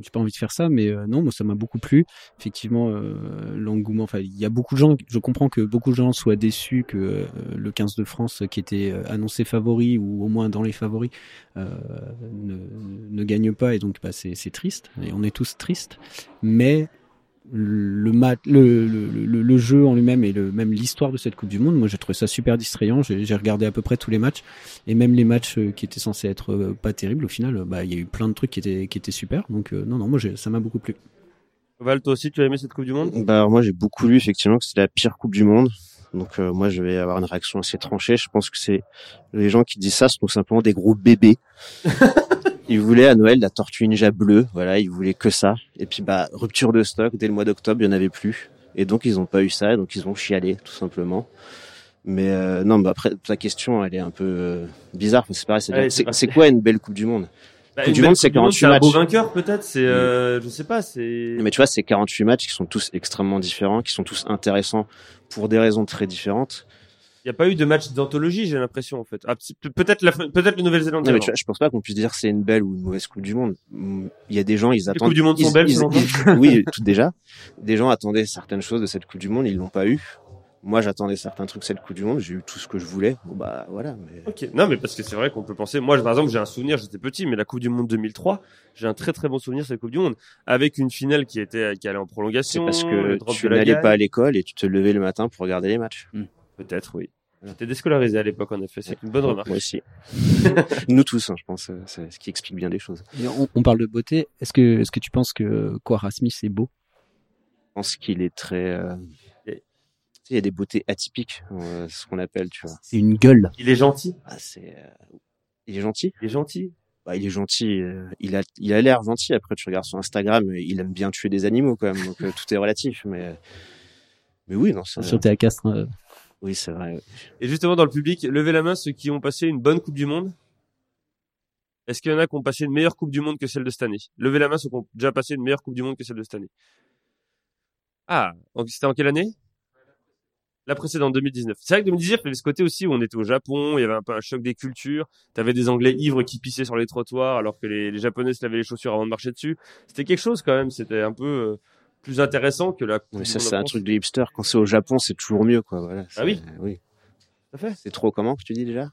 Speaker 4: j'ai pas envie de faire ça, mais euh, non, moi, ça m'a beaucoup plu. Effectivement, euh, l'engouement, enfin, il y a beaucoup de gens, je comprends que beaucoup de gens soient déçus que euh, le 15 de France, euh, qui était euh, annoncé favori, ou au moins dans les favoris, euh, ne, ne gagne pas, et donc, bah, c'est c'est triste, et on est tous tristes, mais le, mat, le, le, le, le jeu en lui-même et le, même l'histoire de cette Coupe du Monde, moi j'ai trouvé ça super distrayant. J'ai j'ai regardé à peu près tous les matchs et même les matchs euh, qui étaient censés être euh, pas terribles, au final, euh, bah, il y a eu plein de trucs qui étaient, qui étaient super. Donc euh, non, non, moi j'ai- ça m'a beaucoup plu.
Speaker 3: Val, toi aussi, tu as aimé cette Coupe du Monde
Speaker 5: Bah, alors, moi, j'ai beaucoup lu effectivement que c'est la pire Coupe du Monde. Donc, euh, moi, je vais avoir une réaction assez tranchée. Je pense que c'est les gens qui disent ça sont simplement des gros bébés. ils voulaient à Noël la tortue ninja bleue. Voilà, ils voulaient que ça. Et puis, bah, rupture de stock dès le mois d'octobre, il y en avait plus. Et donc, ils n'ont pas eu ça. Et donc, ils ont chialé, tout simplement. Mais euh, non, bah après ta question, elle est un peu euh, bizarre. C'est pareil. c'est-
Speaker 3: Allez, c'est
Speaker 5: C'est
Speaker 3: parti.
Speaker 5: c'est quoi une belle Coupe du Monde
Speaker 3: Bah,
Speaker 5: Coupe
Speaker 3: une
Speaker 5: du
Speaker 3: belle
Speaker 5: Monde, c'est
Speaker 3: Coupe du
Speaker 5: 48
Speaker 3: un beau
Speaker 5: matchs.
Speaker 3: vainqueur peut-être. C'est, euh, je sais pas. C'est.
Speaker 5: Mais tu vois, c'est 48 matchs qui sont tous extrêmement différents, qui sont tous intéressants pour des raisons très différentes.
Speaker 3: Il n'y a pas eu de match d'anthologie, j'ai l'impression en fait. Ah, petit- peut-être la, peut-être le Nouvelle-Zélande.
Speaker 5: Non, mais
Speaker 3: d'avant.
Speaker 5: tu vois, je pense pas qu'on puisse dire c'est une belle ou une mauvaise Coupe du Monde. Mm, Il y a des gens, ils attendent.
Speaker 3: Coupes du Monde sont
Speaker 5: ils-
Speaker 3: belles,
Speaker 5: ils-
Speaker 3: selon toi
Speaker 5: ils- Oui, tout déjà. Des gens attendaient certaines choses de cette Coupe du Monde, ils l'ont pas eu. Moi, j'attendais certains trucs de cette Coupe du Monde, j'ai eu tout ce que je voulais. Bon, bah voilà. Mais...
Speaker 3: Ok. Non, mais parce que c'est vrai qu'on peut penser. Moi, je- par exemple, j'ai un souvenir. J'étais petit, mais la Coupe du Monde 2003, j'ai un très très bon souvenir de cette Coupe du Monde avec une finale qui était qui allait en
Speaker 5: C'est
Speaker 3: prolongation.
Speaker 5: parce que
Speaker 3: le drop
Speaker 5: tu
Speaker 3: de la
Speaker 5: n'allais
Speaker 3: Gaille.
Speaker 5: pas à l'école et tu te levais le matin pour regarder les matchs.
Speaker 3: Peut-être, oui. J'étais déscolarisé à l'époque, en effet. C'est une bonne remarque.
Speaker 5: Moi aussi. Nous tous, hein, je pense. euh, C'est ce qui explique bien les choses.
Speaker 4: Et on, on parle de beauté. Est-ce que, est-ce que tu penses que Quara Smith est beau
Speaker 5: Je pense qu'il est très. euh, tu sais, Il y a des beautés atypiques, euh, ce qu'on appelle, tu vois.
Speaker 4: C'est une gueule.
Speaker 3: Il est gentil.
Speaker 5: Ah, c'est. euh, Il est gentil.
Speaker 3: Il est gentil.
Speaker 5: Bah, il est gentil. euh, Il a, il a l'air gentil. Après, tu regardes son Instagram, euh, il aime bien tuer des animaux quand même. Donc euh, tout est relatif, mais. Mais oui, non. c'est-
Speaker 4: Sur tes à Castres, euh,
Speaker 5: Oui, c'est vrai.
Speaker 3: Et justement, dans le public, levez la main ceux qui ont passé une bonne Coupe du Monde. Est-ce qu'il y en a qui ont passé une meilleure Coupe du Monde que celle de cette année Levez la main ceux qui ont déjà passé une meilleure Coupe du Monde que celle de cette année. Ah, donc c'était en quelle année La précédente, 2019. C'est vrai que 2019, il y avait ce côté aussi où on était au Japon, il y avait un peu un choc des cultures. T'avais des Anglais ivres qui pissaient sur les trottoirs alors que les, les Japonais se lavaient les chaussures avant de marcher dessus. C'était quelque chose quand même, c'était un peu euh, plus intéressant que la Coupe
Speaker 5: Mais
Speaker 3: du
Speaker 5: ça,
Speaker 3: Monde en
Speaker 5: c'est un
Speaker 3: France.
Speaker 5: truc de hipster. Quand c'est au Japon, c'est toujours mieux, quoi. Voilà, c'est-
Speaker 3: oui.
Speaker 5: Oui.
Speaker 3: Tout à fait.
Speaker 5: C'est trop comment que tu dis déjà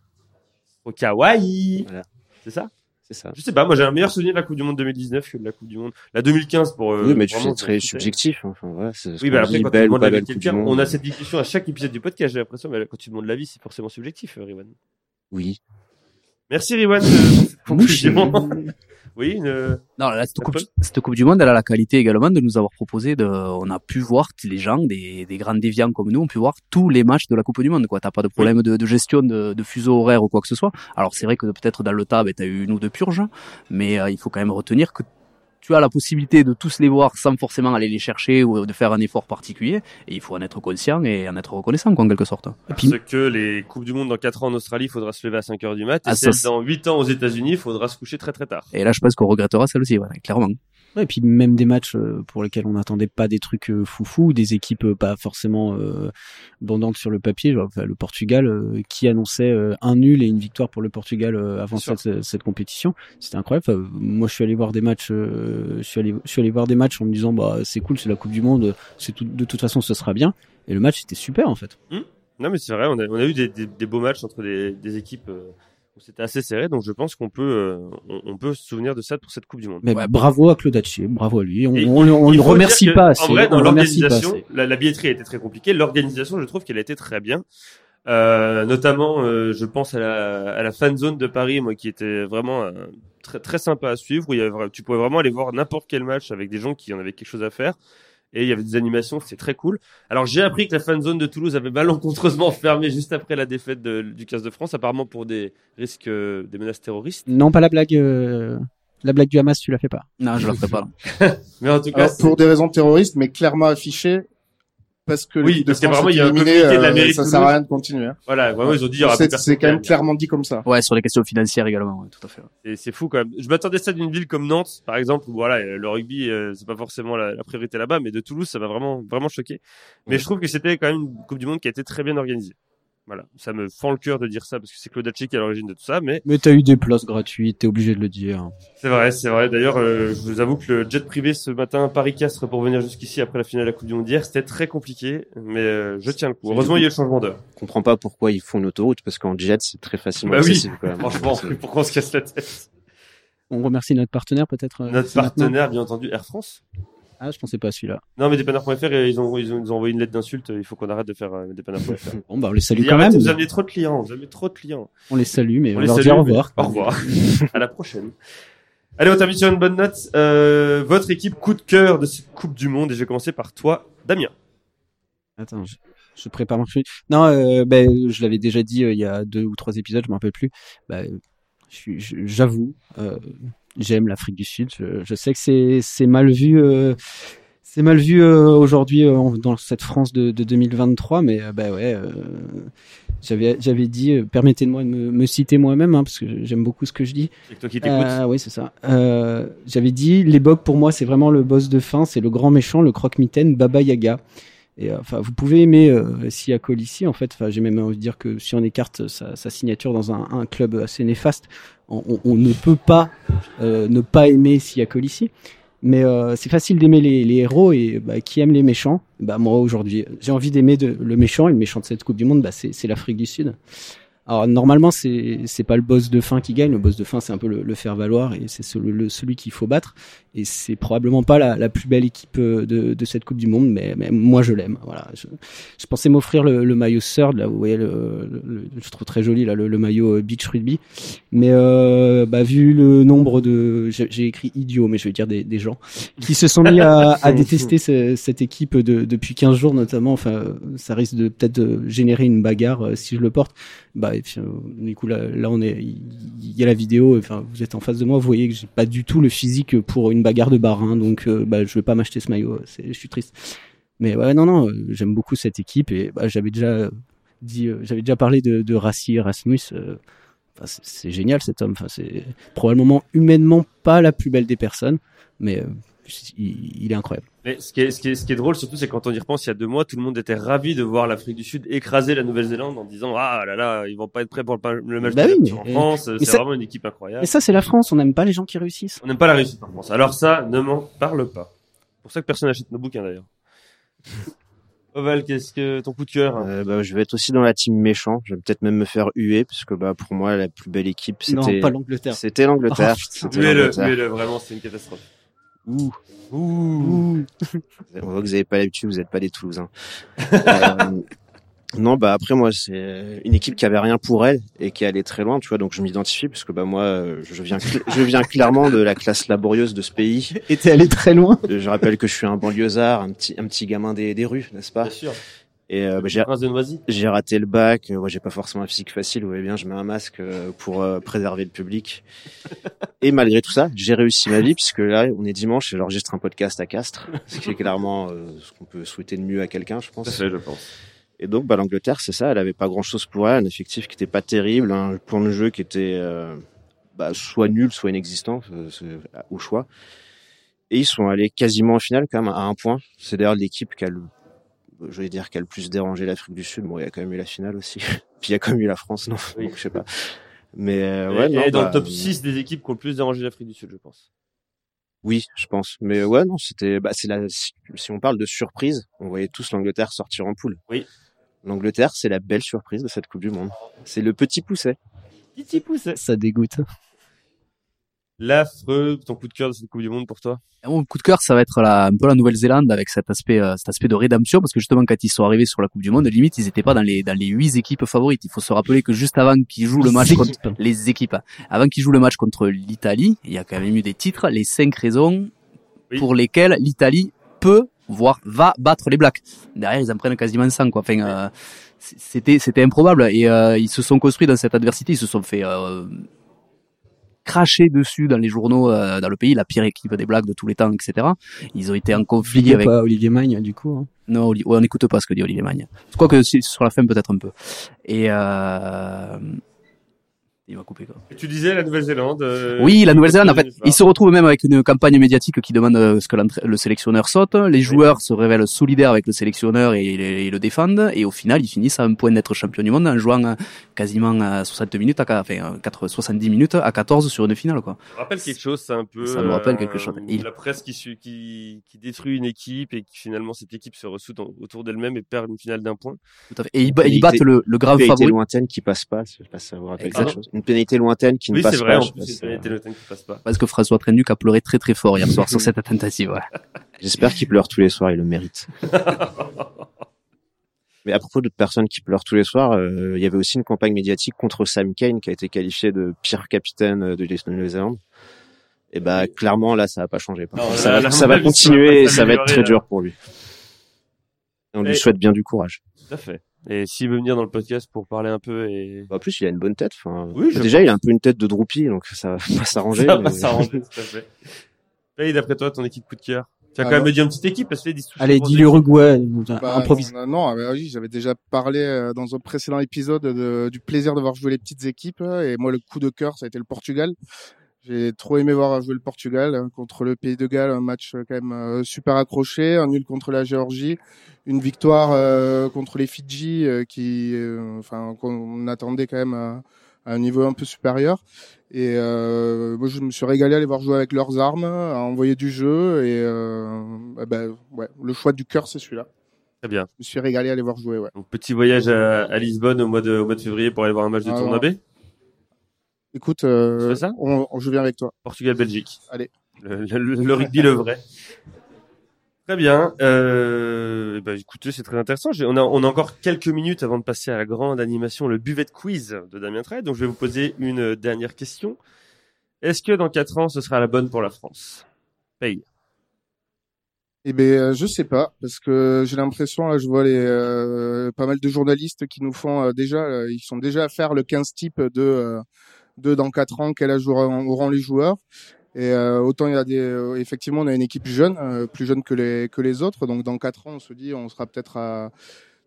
Speaker 3: Au kawaii
Speaker 5: Voilà.
Speaker 3: C'est ça
Speaker 5: C'est ça.
Speaker 3: Je sais pas, moi j'ai un meilleur souvenir de la Coupe du Monde 2019 que de la Coupe du Monde. La 2015 pour. euh,
Speaker 5: oui, mais tu
Speaker 3: vraiment,
Speaker 5: c'est très
Speaker 3: c'était-
Speaker 5: subjectif. Enfin, voilà, c'est ce
Speaker 3: Oui,
Speaker 5: qu'on
Speaker 3: bah après,
Speaker 5: dit,
Speaker 3: quand tu
Speaker 5: belle ou
Speaker 3: demandes
Speaker 5: pas
Speaker 3: l'avis de
Speaker 5: belle Coupe du
Speaker 3: quelqu'un,
Speaker 5: Monde.
Speaker 3: on a cette discussion à chaque épisode du podcast, j'ai l'impression, mais quand tu demandes l'avis, c'est forcément subjectif, euh, Riwan.
Speaker 5: Oui.
Speaker 3: Merci, Riwan, euh, de cette conclusion.
Speaker 7: Boucher.
Speaker 3: Oui, euh, une-
Speaker 6: Non, là, cette, coupe,
Speaker 3: Après-
Speaker 6: cette Coupe du Monde, elle a la qualité également de nous avoir proposé de, on a pu voir t- les gens, des, des grands déviants comme nous, ont pu voir tous les matchs de la Coupe du Monde, quoi. T'as pas de problème de, de gestion de, de fuseau horaire ou quoi que ce soit. Alors, c'est vrai que peut-être dans le tas, ben, t'as eu une ou deux purges, mais euh, il faut quand même retenir que tu as la possibilité de tous les voir sans forcément aller les chercher ou de faire un effort particulier. Et il faut en être conscient et en être reconnaissant, quoi, en quelque sorte.
Speaker 7: puis-
Speaker 3: parce que les Coupes du Monde dans 4 ans en Australie, il faudra se lever à 5 heures du mat. Et
Speaker 6: Ah, ça,
Speaker 3: celle dans 8 ans aux États-Unis, il faudra se coucher très très tard.
Speaker 6: Et là, je pense qu'on regrettera celle-ci, ouais, clairement.
Speaker 7: Ouais, et puis même des matchs euh, pour lesquels on n'attendait pas des trucs euh, foufou, des équipes euh, pas forcément euh, bandantes sur le papier, genre enfin, le Portugal euh, qui annonçait euh, un nul et une victoire pour le Portugal euh, avant
Speaker 3: Bien
Speaker 7: cette, cette compétition, c'était incroyable. Enfin, moi, je suis allé voir des matchs, euh, je suis allé, je suis allé voir des matchs en me disant bah c'est cool, c'est la Coupe du Monde, c'est tout, de toute façon ce sera bien. Et le match était super en fait.
Speaker 3: Non, mais c'est vrai, on a, on a eu des, des- des beaux matchs entre des, des équipes euh, où c'était assez serré, donc je pense qu'on peut, euh, on, on peut se souvenir de ça pour cette Coupe du Monde.
Speaker 7: Mais
Speaker 6: Ouais.
Speaker 7: bravo à Claude Haché, bravo à lui. On,
Speaker 3: Et
Speaker 7: on, on
Speaker 3: Il
Speaker 7: le
Speaker 3: faut
Speaker 7: remercie
Speaker 3: dire que,
Speaker 7: pas assez.
Speaker 3: En vrai,
Speaker 7: on
Speaker 3: dans
Speaker 7: le remercie pas
Speaker 3: l'organisation,
Speaker 7: assez.
Speaker 3: la, la billetterie a été très compliquée. L'organisation, je trouve qu'elle a été très bien. Euh, notamment, euh, je pense à la, à la fan zone de Paris, moi, qui était vraiment euh, très, très sympa à suivre. Où il y avait, vra- tu pouvais vraiment aller voir n'importe quel match avec des gens qui en avaient quelque chose à faire. Et il y avait des animations, c'était très cool. Alors j'ai appris que la fan zone de Toulouse avait malencontreusement fermé juste après la défaite de- du 15 de France, apparemment pour des risques, euh, des menaces terroristes.
Speaker 7: Non, pas la blague, euh, la blague du Hamas, tu la fais pas.
Speaker 6: Non, je la ferai pas, là.
Speaker 3: Mais en tout cas,
Speaker 2: Alors, pour des raisons terroristes, mais clairement affichées, parce que
Speaker 3: Oui,
Speaker 2: l'équipe de
Speaker 3: parce que
Speaker 2: France
Speaker 3: vraiment,
Speaker 2: est
Speaker 3: il y a un
Speaker 2: éliminée,
Speaker 3: communiqué de la
Speaker 2: euh,
Speaker 3: mairie de
Speaker 2: ça sert à
Speaker 3: Toulouse.
Speaker 2: rien de continuer. hein.
Speaker 3: voilà, vraiment ils ont dit il y aura plus
Speaker 2: C'est
Speaker 3: personne
Speaker 2: c'est
Speaker 3: qui
Speaker 2: quand même
Speaker 3: gagne.
Speaker 2: clairement dit comme ça.
Speaker 6: Ouais, sur les questions financières également, ouais, tout à fait.
Speaker 3: Et c'est fou quand même. Je m'attendais à ça d'une ville comme Nantes, par exemple, où voilà, euh, le rugby, euh, c'est pas forcément la, la priorité là-bas, mais de Toulouse, ça m'a vraiment, vraiment choqué. Mais je trouve que c'était quand même une Coupe du Monde qui a été très bien organisée. Voilà, ça me fend le cœur de dire ça parce que c'est Claude Haché qui est à l'origine de tout ça, mais
Speaker 7: Mais t'as eu des places gratuites, t'es obligé de le dire.
Speaker 3: c'est vrai, c'est vrai. D'ailleurs, euh, je vous avoue que le jet privé ce matin Paris-Castres pour venir jusqu'ici après la finale de la Coupe du Monde d'hier, c'était très compliqué, mais euh, je tiens le coup. Heureusement, il y a eu le changement d'heure.
Speaker 5: Je comprends pas pourquoi ils font une autoroute, parce qu'en jet, c'est très facilement
Speaker 3: Bah oui,
Speaker 5: accessible, quand même.
Speaker 3: Franchement,
Speaker 5: C'est-
Speaker 3: pourquoi on se casse la tête
Speaker 7: On remercie notre partenaire peut-être. euh,
Speaker 3: Notre
Speaker 7: maintenant
Speaker 3: partenaire, bien entendu, Air France.
Speaker 7: Ah, je pensais pas à celui-là.
Speaker 3: Non, mais dépanneur.fr, euh, ils ont, ils ont, ils ont envoyé une lettre d'insulte. Il faut qu'on arrête de faire euh, dépanneur.fr.
Speaker 7: Bon, bah on les salue
Speaker 3: Ils
Speaker 7: quand
Speaker 3: arrêtent,
Speaker 7: même.
Speaker 3: Vous amenez trop de clients. Vous amenez trop de clients.
Speaker 7: On les salue, mais on,
Speaker 3: les
Speaker 7: leur dit
Speaker 3: salue,
Speaker 7: au
Speaker 3: mais-
Speaker 7: revoir.
Speaker 3: Au revoir. à la prochaine. Allez, on termine sur une bonne note. Euh, votre équipe coup de cœur de cette Coupe du Monde. Et je vais commencer par toi, Damien.
Speaker 7: Attends, je, je prépare mon truc. Non, euh, ben, je l'avais déjà dit euh, il y a deux ou trois épisodes, je me rappelle plus. Ben, je suis- je- j'avoue, euh, j'aime l'Afrique du Sud. Je, je sais que c'est c'est mal vu. euh, c'est mal vu euh, aujourd'hui euh, en- dans cette France de, de 2023, mais euh, bah ouais, euh, j'avais j'avais dit, euh, permettez-moi de me, me citer moi-même hein, parce que j'aime beaucoup ce que je dis.
Speaker 3: C'est toi qui t'écoutes.
Speaker 7: Euh, oui, c'est ça. Euh, J'avais dit, les bocs pour moi, c'est vraiment le boss de fin, c'est le grand méchant, le croque-mitaine, Baba Yaga. Et euh, enfin, vous pouvez aimer euh, Sia Colissi, en fait. Enfin, j'ai même envie de dire que si on écarte sa, sa signature dans un, un club assez néfaste, on, on- on ne peut pas euh, ne pas aimer Sia Colissi. Mais euh, c'est facile d'aimer les, les héros et bah, qui aime les méchants. Bah moi aujourd'hui, j'ai envie d'aimer de- le méchant et le méchant de cette Coupe du Monde, bah, c'est c'est l'Afrique du Sud. Alors normalement, c'est c'est pas le boss de fin qui gagne. Le boss de fin, c'est un peu le, le faire valoir et c'est celui, le- celui qu'il faut battre. Et c'est probablement pas la, la plus belle équipe euh, de, de cette Coupe du Monde, mais, mais moi je l'aime. Voilà. Je, je pensais m'offrir le, le maillot Surd, là, vous voyez, le, le- le- je trouve très joli là, le, le maillot euh, Beach Rugby. Mais euh, bah, vu le nombre de, j'ai j'ai écrit idiot, mais je vais dire des, des gens qui se sont mis à, à détester ce- cette équipe de, depuis 15 jours notamment. Enfin, euh, ça risque de peut-être euh, générer une bagarre euh, si je le porte bah et puis, euh, du coup là, là on est il y a la vidéo enfin vous êtes en face de moi vous voyez que j'ai pas du tout le physique pour une bagarre de barin donc euh, bah je vais pas m'acheter ce maillot c'est je suis triste mais ouais non non euh, j'aime beaucoup cette équipe et bah, j'avais déjà euh,
Speaker 8: dit, euh, j'avais déjà parlé de, de Rassi Erasmus. euh, enfin, c'est- c'est génial cet homme. Enfin, c'est probablement humainement pas la plus belle des personnes, mais euh, il, il est incroyable.
Speaker 3: Mais ce qui est, ce qui est, ce qui est drôle surtout, c'est quand on y repense, il y a deux mois, tout le monde était ravi de voir l'Afrique du Sud écraser la Nouvelle-Zélande en disant ah là là, ils vont pas être prêts pour le, pa- le match
Speaker 8: Bah
Speaker 3: de
Speaker 8: oui,
Speaker 3: en
Speaker 8: mais-
Speaker 3: France. C'est
Speaker 8: ça-
Speaker 3: vraiment une équipe incroyable.
Speaker 8: Et ça, c'est la France. On n'aime pas les gens qui réussissent.
Speaker 3: On n'aime pas la réussite en France. Alors ça, ne m'en parle pas. C'est pour ça que personne n'achète nos bouquins d'ailleurs. Oval, qu'est-ce que ton coup de cœur
Speaker 5: Euh, bah, je vais être aussi dans la team méchant. Je vais peut-être même me faire huer, parce que bah, pour moi, la plus belle équipe,
Speaker 8: Non,
Speaker 5: c'était
Speaker 8: pas l'Angleterre.
Speaker 5: c'était l'Angleterre.
Speaker 8: Oh, putain.
Speaker 5: C'était
Speaker 3: Huez-le,
Speaker 5: l'Angleterre.
Speaker 3: huez-le, vraiment, c'est une catastrophe.
Speaker 5: Ouh.
Speaker 3: Ouh.
Speaker 5: On voit que vous n'avez pas l'habitude, vous n'êtes pas des Toulousains. Euh, non, bah après moi c'est euh, une équipe qui avait rien pour elle et qui allait très loin, tu vois. Donc je m'identifie parce que bah moi euh, je viens cl- je viens clairement de la classe laborieuse de ce pays.
Speaker 8: Et t'es allé très loin.
Speaker 5: Euh, Je rappelle que je suis un banlieusard, un petit un petit gamin des, des rues, n'est-ce pas
Speaker 3: Bien sûr.
Speaker 5: Et euh, bah, j'ai
Speaker 3: Prince de Noisy.
Speaker 5: j'ai raté le bac, euh, ouais, j'ai pas forcément un physique facile, vous voyez bien, je mets un masque euh, pour euh, préserver le public. Et malgré tout ça, j'ai réussi ma vie, puisque là, on est dimanche et j'enregistre un podcast à Castres, ce qui est clairement euh, ce qu'on peut souhaiter de mieux à quelqu'un, je pense.
Speaker 3: je pense.
Speaker 5: Et donc, bah, l'Angleterre, c'est ça, elle avait pas grand-chose pour elle, un effectif qui était pas terrible, un plan de jeu qui était euh, bah, soit nul, soit inexistant, euh, c'est- au choix. Et ils sont allés quasiment en finale quand même à un point. C'est d'ailleurs l'équipe qui a le, je vais dire, qui a le plus dérangé l'Afrique du Sud. Bon, il y a quand même eu la finale aussi. Puis il y a quand même eu la France, non
Speaker 3: Oui.
Speaker 5: Donc, Je sais pas. Mais euh, ouais,
Speaker 3: Elle
Speaker 5: non,
Speaker 3: est dans
Speaker 5: bah,
Speaker 3: le top 6 des équipes qui ont le plus dérangé l'Afrique du Sud, je pense.
Speaker 5: Oui, je pense. Mais euh, ouais, non, c'était, bah, c'est la, si si on parle de surprise, on voyait tous l'Angleterre sortir en poule.
Speaker 3: Oui.
Speaker 5: L'Angleterre, c'est la belle surprise de cette Coupe du Monde. C'est le petit pousset.
Speaker 8: Ça dégoûte.
Speaker 3: L'affreux, ton coup de cœur de cette Coupe du Monde pour toi
Speaker 6: Et Mon coup de cœur, ça va être la, un peu la Nouvelle-Zélande avec cet aspect, euh, cet aspect de rédemption, parce que justement, quand ils sont arrivés sur la Coupe du Monde, limite, ils n'étaient pas dans les, dans les huit équipes favorites. Il faut se rappeler que juste avant qu'ils jouent le match
Speaker 8: Les
Speaker 6: contre
Speaker 8: équipes.
Speaker 6: les équipes, hein, avant qu'ils jouent le match contre l'Italie, il y a quand même eu des titres, les cinq raisons
Speaker 3: Oui.
Speaker 6: pour lesquelles l'Italie peut, voire va battre les Blacks. Derrière, ils en prennent quasiment 100, quoi. Enfin, euh, c- c'était, c'était improbable et euh, ils se sont construits dans cette adversité, ils se sont fait, euh, craché dessus dans les journaux euh, dans le pays, la pire équipe des blagues de tous les temps, etc. Ils ont été en conflit
Speaker 8: Oubliez
Speaker 6: avec...
Speaker 8: pas Olivier Magne, du coup. hein.
Speaker 6: Non, Oli- ouais, on n'écoute pas ce que dit Olivier Magne. Quoique si- sur la fin peut-être un peu. Et... Euh... Il va couper quoi.
Speaker 3: Et Tu disais la Nouvelle-Zélande. euh,
Speaker 6: Oui, la Nouvelle-Zélande, en fait,
Speaker 3: Nouvelle-Zélande.
Speaker 6: ils se retrouvent même avec une campagne médiatique qui demande euh, ce que l'entra- le sélectionneur saute. Les joueurs se révèlent solidaires avec le sélectionneur et, les- et le défendent. Et au final, ils finissent à un point d'être champion du monde en jouant euh, quasiment euh, 60 minutes, à, qua- enfin euh, 4 70 minutes à 14 sur une finale. quoi.
Speaker 3: Ça me rappelle quelque chose, c'est un peu.
Speaker 6: Ça me rappelle
Speaker 3: euh,
Speaker 6: quelque chose. Il-
Speaker 3: La presse qui, su- qui, qui détruit une équipe et qui finalement cette équipe se ressout dans- autour d'elle-même et perd une finale d'un point.
Speaker 6: Tout à fait. Et ils, ba-
Speaker 5: Pénalité-
Speaker 6: ils battent le, le
Speaker 5: Une
Speaker 6: grave
Speaker 5: pénalité
Speaker 6: favori.
Speaker 5: lointaine qui passe pas, je sais pas si ça vous rappelle
Speaker 6: Exact.
Speaker 5: quelque chose. Une pénalité lointaine qui ne
Speaker 3: oui,
Speaker 5: passe
Speaker 3: c'est vrai,
Speaker 5: pas.
Speaker 3: en
Speaker 5: je euh. sais
Speaker 3: plus,
Speaker 5: pas si
Speaker 3: c'est
Speaker 5: ça-
Speaker 3: une pénalité lointaine qui passe pas.
Speaker 6: Parce que François Trenduc a pleuré très très fort hier soir sur cette tentative. Ouais.
Speaker 5: J'espère qu'il pleure tous les soirs, il le mérite. Mais à propos de personnes qui pleurent tous les soirs, euh, il y avait aussi une campagne médiatique contre Sam Kane qui a été qualifié de pire capitaine euh, de l'Est de Nouvelle-Zélande. Et bah clairement là, ça va pas changer. par
Speaker 3: Non,
Speaker 5: contre.
Speaker 3: là,
Speaker 5: ça va,
Speaker 3: là,
Speaker 5: ça
Speaker 3: on
Speaker 5: va
Speaker 3: va
Speaker 5: continuer
Speaker 3: juste
Speaker 5: et ça va être
Speaker 3: s'améliorer,
Speaker 5: très
Speaker 3: là.
Speaker 5: dur pour lui. Et on
Speaker 3: Et-
Speaker 5: lui souhaite bien du courage.
Speaker 3: Tout à fait. Et s'il veut venir dans le podcast pour parler un peu et.
Speaker 5: Bah, En plus, il a une bonne tête. Enfin,
Speaker 3: Oui, je
Speaker 5: déjà, il a un peu une tête de droupie, donc ça va pas s'arranger.
Speaker 3: Ça
Speaker 5: mais-
Speaker 3: va s'arranger, tout à fait. Et d'après toi, ton équipe coup de cœur Tu as quand
Speaker 2: Alors
Speaker 3: même me dit une petite équipe parce que les 10 touches
Speaker 8: Allez,
Speaker 3: sont
Speaker 8: dis
Speaker 3: rendues.
Speaker 8: l'Uruguay.
Speaker 2: Bah,
Speaker 8: Improvise.
Speaker 2: non, non, ah bah oui, j'avais déjà parlé euh, dans un précédent épisode de- du plaisir de voir jouer les petites équipes. euh, Et moi, le coup de cœur, ça a été le Portugal. J'ai trop aimé voir jouer le Portugal euh, contre le Pays de Galles, un match euh, quand même euh, super accroché, un nul contre la Géorgie, une victoire euh, contre les Fidji, euh, qui, euh, enfin, qu'on attendait quand même à, à un niveau un peu supérieur. Et euh, moi, je me suis régalé à les voir jouer avec leurs armes, à envoyer du jeu. Et euh, eh ben, ouais, le choix du cœur, c'est celui-là.
Speaker 3: Très bien.
Speaker 2: Je me suis régalé à les voir jouer, ouais.
Speaker 3: Donc, petit voyage à, à Lisbonne au mois, de, au mois de février pour aller voir un match de
Speaker 2: Ah,
Speaker 3: tournoi
Speaker 2: ouais.
Speaker 3: B.
Speaker 2: Écoute, euh,
Speaker 3: Tu fais ça
Speaker 2: on, on- je viens avec toi.
Speaker 3: Portugal-Belgique.
Speaker 2: Allez.
Speaker 3: Le, le- le- le rugby, le vrai. Très bien. Euh, eh ben, écoutez, c'est très intéressant. J'ai- On a, on a encore quelques minutes avant de passer à la grande animation, le buvet de quiz de Damien Trey. Donc, je vais vous poser une dernière question. Est-ce que dans 4 ans, ce sera la bonne pour la France
Speaker 2: Eh ben, euh, je sais pas, parce que j'ai l'impression, là, je vois les, euh, pas mal de journalistes qui nous font euh, déjà, euh, ils sont déjà à faire le 15 type de, euh, de dans 4 ans, quel âge auront, auront les joueurs. Et euh, autant il y a des, euh, effectivement, on a une équipe jeune, euh, plus jeune que les, que les autres. Donc dans 4 ans, on se dit, on sera peut-être à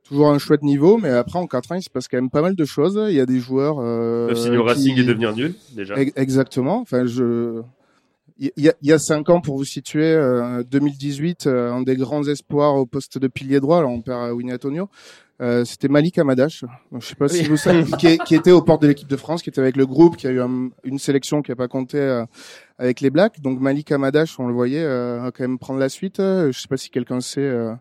Speaker 2: toujours un chouette niveau, mais après en 4 ans, il se passe quand même pas mal de choses. Il y a des joueurs. Euh,
Speaker 3: Sauf si le Racing
Speaker 2: qui-
Speaker 3: est devenir nul, déjà.
Speaker 2: Ex- Exactement. Enfin, je. Il y, a- il y a cinq ans pour vous situer, euh, 2018, euh, un des grands espoirs au poste de pilier droit, alors on perd euh, Winnie Antonio, euh, c'était Malik Amadash. Donc, je sais pas si
Speaker 6: Oui.
Speaker 2: vous savez, qui, est- qui était aux portes de l'équipe de France, qui était avec le groupe, qui a eu un- une sélection qui a pas compté euh, avec les Blacks. Donc Malik Amadash, on le voyait euh, quand même prendre la suite. Euh, Je sais pas si quelqu'un sait euh,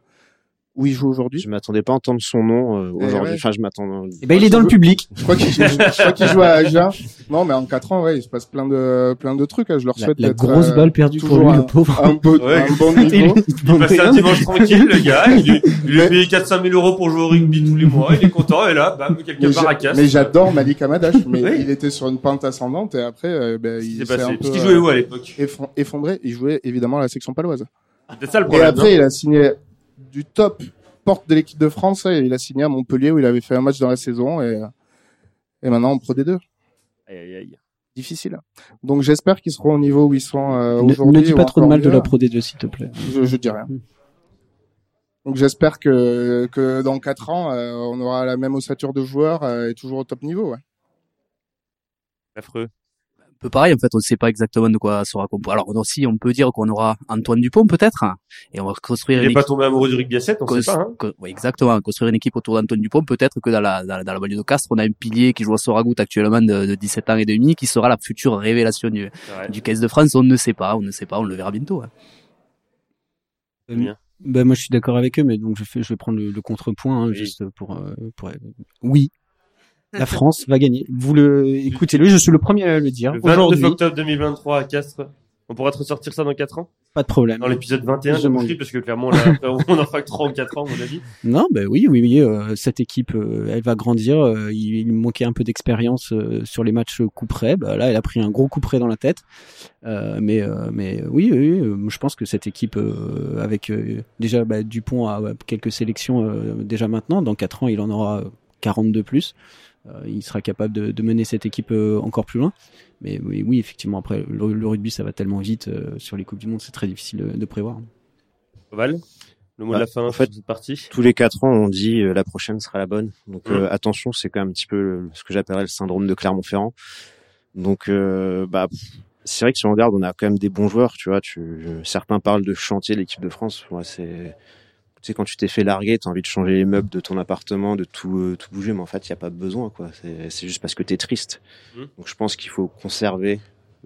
Speaker 2: où il joue aujourd'hui.
Speaker 5: Je m'attendais pas à entendre son nom euh,
Speaker 2: Eh
Speaker 5: aujourd'hui.
Speaker 2: ouais.
Speaker 5: Enfin, je m'attends. euh,
Speaker 8: Eh
Speaker 4: Et ben il est dans le public.
Speaker 2: Je crois qu'il joue, je crois qu'il joue à Agen. Non, mais en quatre ans, ouais, il se passe plein de plein de trucs. hein. Je leur
Speaker 8: La,
Speaker 2: souhaite
Speaker 8: la
Speaker 2: d'être,
Speaker 8: grosse
Speaker 2: euh,
Speaker 8: balle perdue pour
Speaker 2: toujours
Speaker 8: lui,
Speaker 2: un-
Speaker 8: le pauvre.
Speaker 2: un, beau,
Speaker 3: Ouais.
Speaker 2: un bon niveau.
Speaker 3: Il passe un dimanche tranquille, le gars. Il lui, il lui
Speaker 2: Mais-
Speaker 3: paye 400 000 euros pour jouer au rugby tous les mois. Il est content. Et là, bam, quelqu'un
Speaker 2: Mais
Speaker 3: part
Speaker 2: j'a-
Speaker 3: à casse.
Speaker 2: mais j'adore Malik Amadash, mais
Speaker 3: Oui.
Speaker 2: il était sur une pente ascendante et après, euh, ben,
Speaker 3: Qu'est-ce qui
Speaker 2: il
Speaker 3: s'est
Speaker 2: s'est un
Speaker 3: passé
Speaker 2: peu
Speaker 3: Parce qu'il
Speaker 2: euh,
Speaker 3: jouait où à l'époque
Speaker 2: effon- effondré. Il jouait évidemment à la section paloise.
Speaker 3: C'était ça le
Speaker 2: Et
Speaker 3: problème.
Speaker 2: après, il a signé du top porte de l'équipe de France et il a signé à Montpellier où il avait fait un match dans la saison et, euh, et maintenant en Pro D2.
Speaker 3: non Aïe, aïe, aïe.
Speaker 2: Difficile. Donc j'espère qu'ils seront au niveau où ils sont euh,
Speaker 8: Ne,
Speaker 2: aujourd'hui.
Speaker 8: ne dis
Speaker 2: ou
Speaker 8: pas trop de
Speaker 2: encore
Speaker 8: mal de Hmm.
Speaker 2: mieux.
Speaker 8: la Pro D2, s'il te plaît.
Speaker 2: Je, je dis rien. Donc j'espère que, que dans 4 ans, euh, on aura la même ossature de joueurs euh, et toujours au top niveau. Ouais.
Speaker 3: Affreux.
Speaker 6: Un peu pareil, en fait, on ne sait pas exactement de quoi sera composé. Alors, non, si on peut dire qu'on aura Antoine Dupont, peut-être, hein, et on va construire
Speaker 3: Il
Speaker 6: une
Speaker 3: n'est pas
Speaker 6: équipe.
Speaker 3: tombé amoureux du rugby à 7, on
Speaker 6: cons-
Speaker 3: sait pas. Hein.
Speaker 6: co- ouais, exactement, construire une équipe autour d'Antoine Dupont, peut-être que dans la, dans, la- dans la banlieue de Castres, on a un pilier qui joue à Soragout actuellement de, de 17 ans et demi, qui sera la future révélation du,
Speaker 3: C'est vrai.
Speaker 6: du 15 de France. On ne sait pas, on ne sait pas, on le verra bientôt. hein.
Speaker 8: Ben, moi, je suis d'accord avec eux, mais donc je, fais, je vais prendre le, le contrepoint, hein,
Speaker 3: Oui.
Speaker 8: juste pour, euh, pour. Oui, la France va gagner. Vous le écoutez-le, je suis le premier à le dire.
Speaker 3: Le 29
Speaker 8: Aujourd'hui,
Speaker 3: octobre 2023 à Castres. On pourra te ressortir ça dans 4 ans
Speaker 8: pas de problème.
Speaker 3: Dans l'épisode 21
Speaker 8: Je
Speaker 3: de
Speaker 8: m'en
Speaker 3: Boucherie, parce que clairement, là, après, on en fera que 3 ou 4 ans, à mon avis.
Speaker 8: Non, ben oui, oui, oui. euh, cette équipe, euh, elle va grandir. euh, il, il manquait un peu d'expérience euh, sur les matchs coup près. Bah, là, elle a pris un gros coup près dans la tête. Euh, mais, euh, mais oui, oui, oui, euh, je pense que cette équipe, euh, avec euh, déjà bah, Dupont a ouais, quelques sélections euh, déjà maintenant. Dans 4 ans, il en aura euh, 42 plus. Euh, il sera capable de, de mener cette équipe euh, encore plus loin. Mais oui, oui, effectivement, après le, le rugby, ça va tellement vite euh, sur les coupes du monde, c'est très difficile euh, de prévoir.
Speaker 3: Val, le mot
Speaker 5: Bah,
Speaker 3: de la fin,
Speaker 5: en fait,
Speaker 3: sur cette partie.
Speaker 5: Tous les quatre ans, on dit euh, la prochaine sera la bonne. Donc euh, attention, c'est quand même un petit peu le- ce que j'appellerais le syndrome de Clermont-Ferrand. Donc euh, bah pff, c'est vrai que si on regarde, on a quand même des bons joueurs, tu vois. Tu, certains parlent de chantier de l'équipe de France. Moi, c'est tu sais quand tu t'es fait larguer, t'as envie de changer les meubles de ton appartement, de tout euh, tout bouger, mais en fait, il y a pas besoin quoi. C'est c'est juste parce que t'es triste.
Speaker 3: Mhm.
Speaker 5: Donc je pense qu'il faut conserver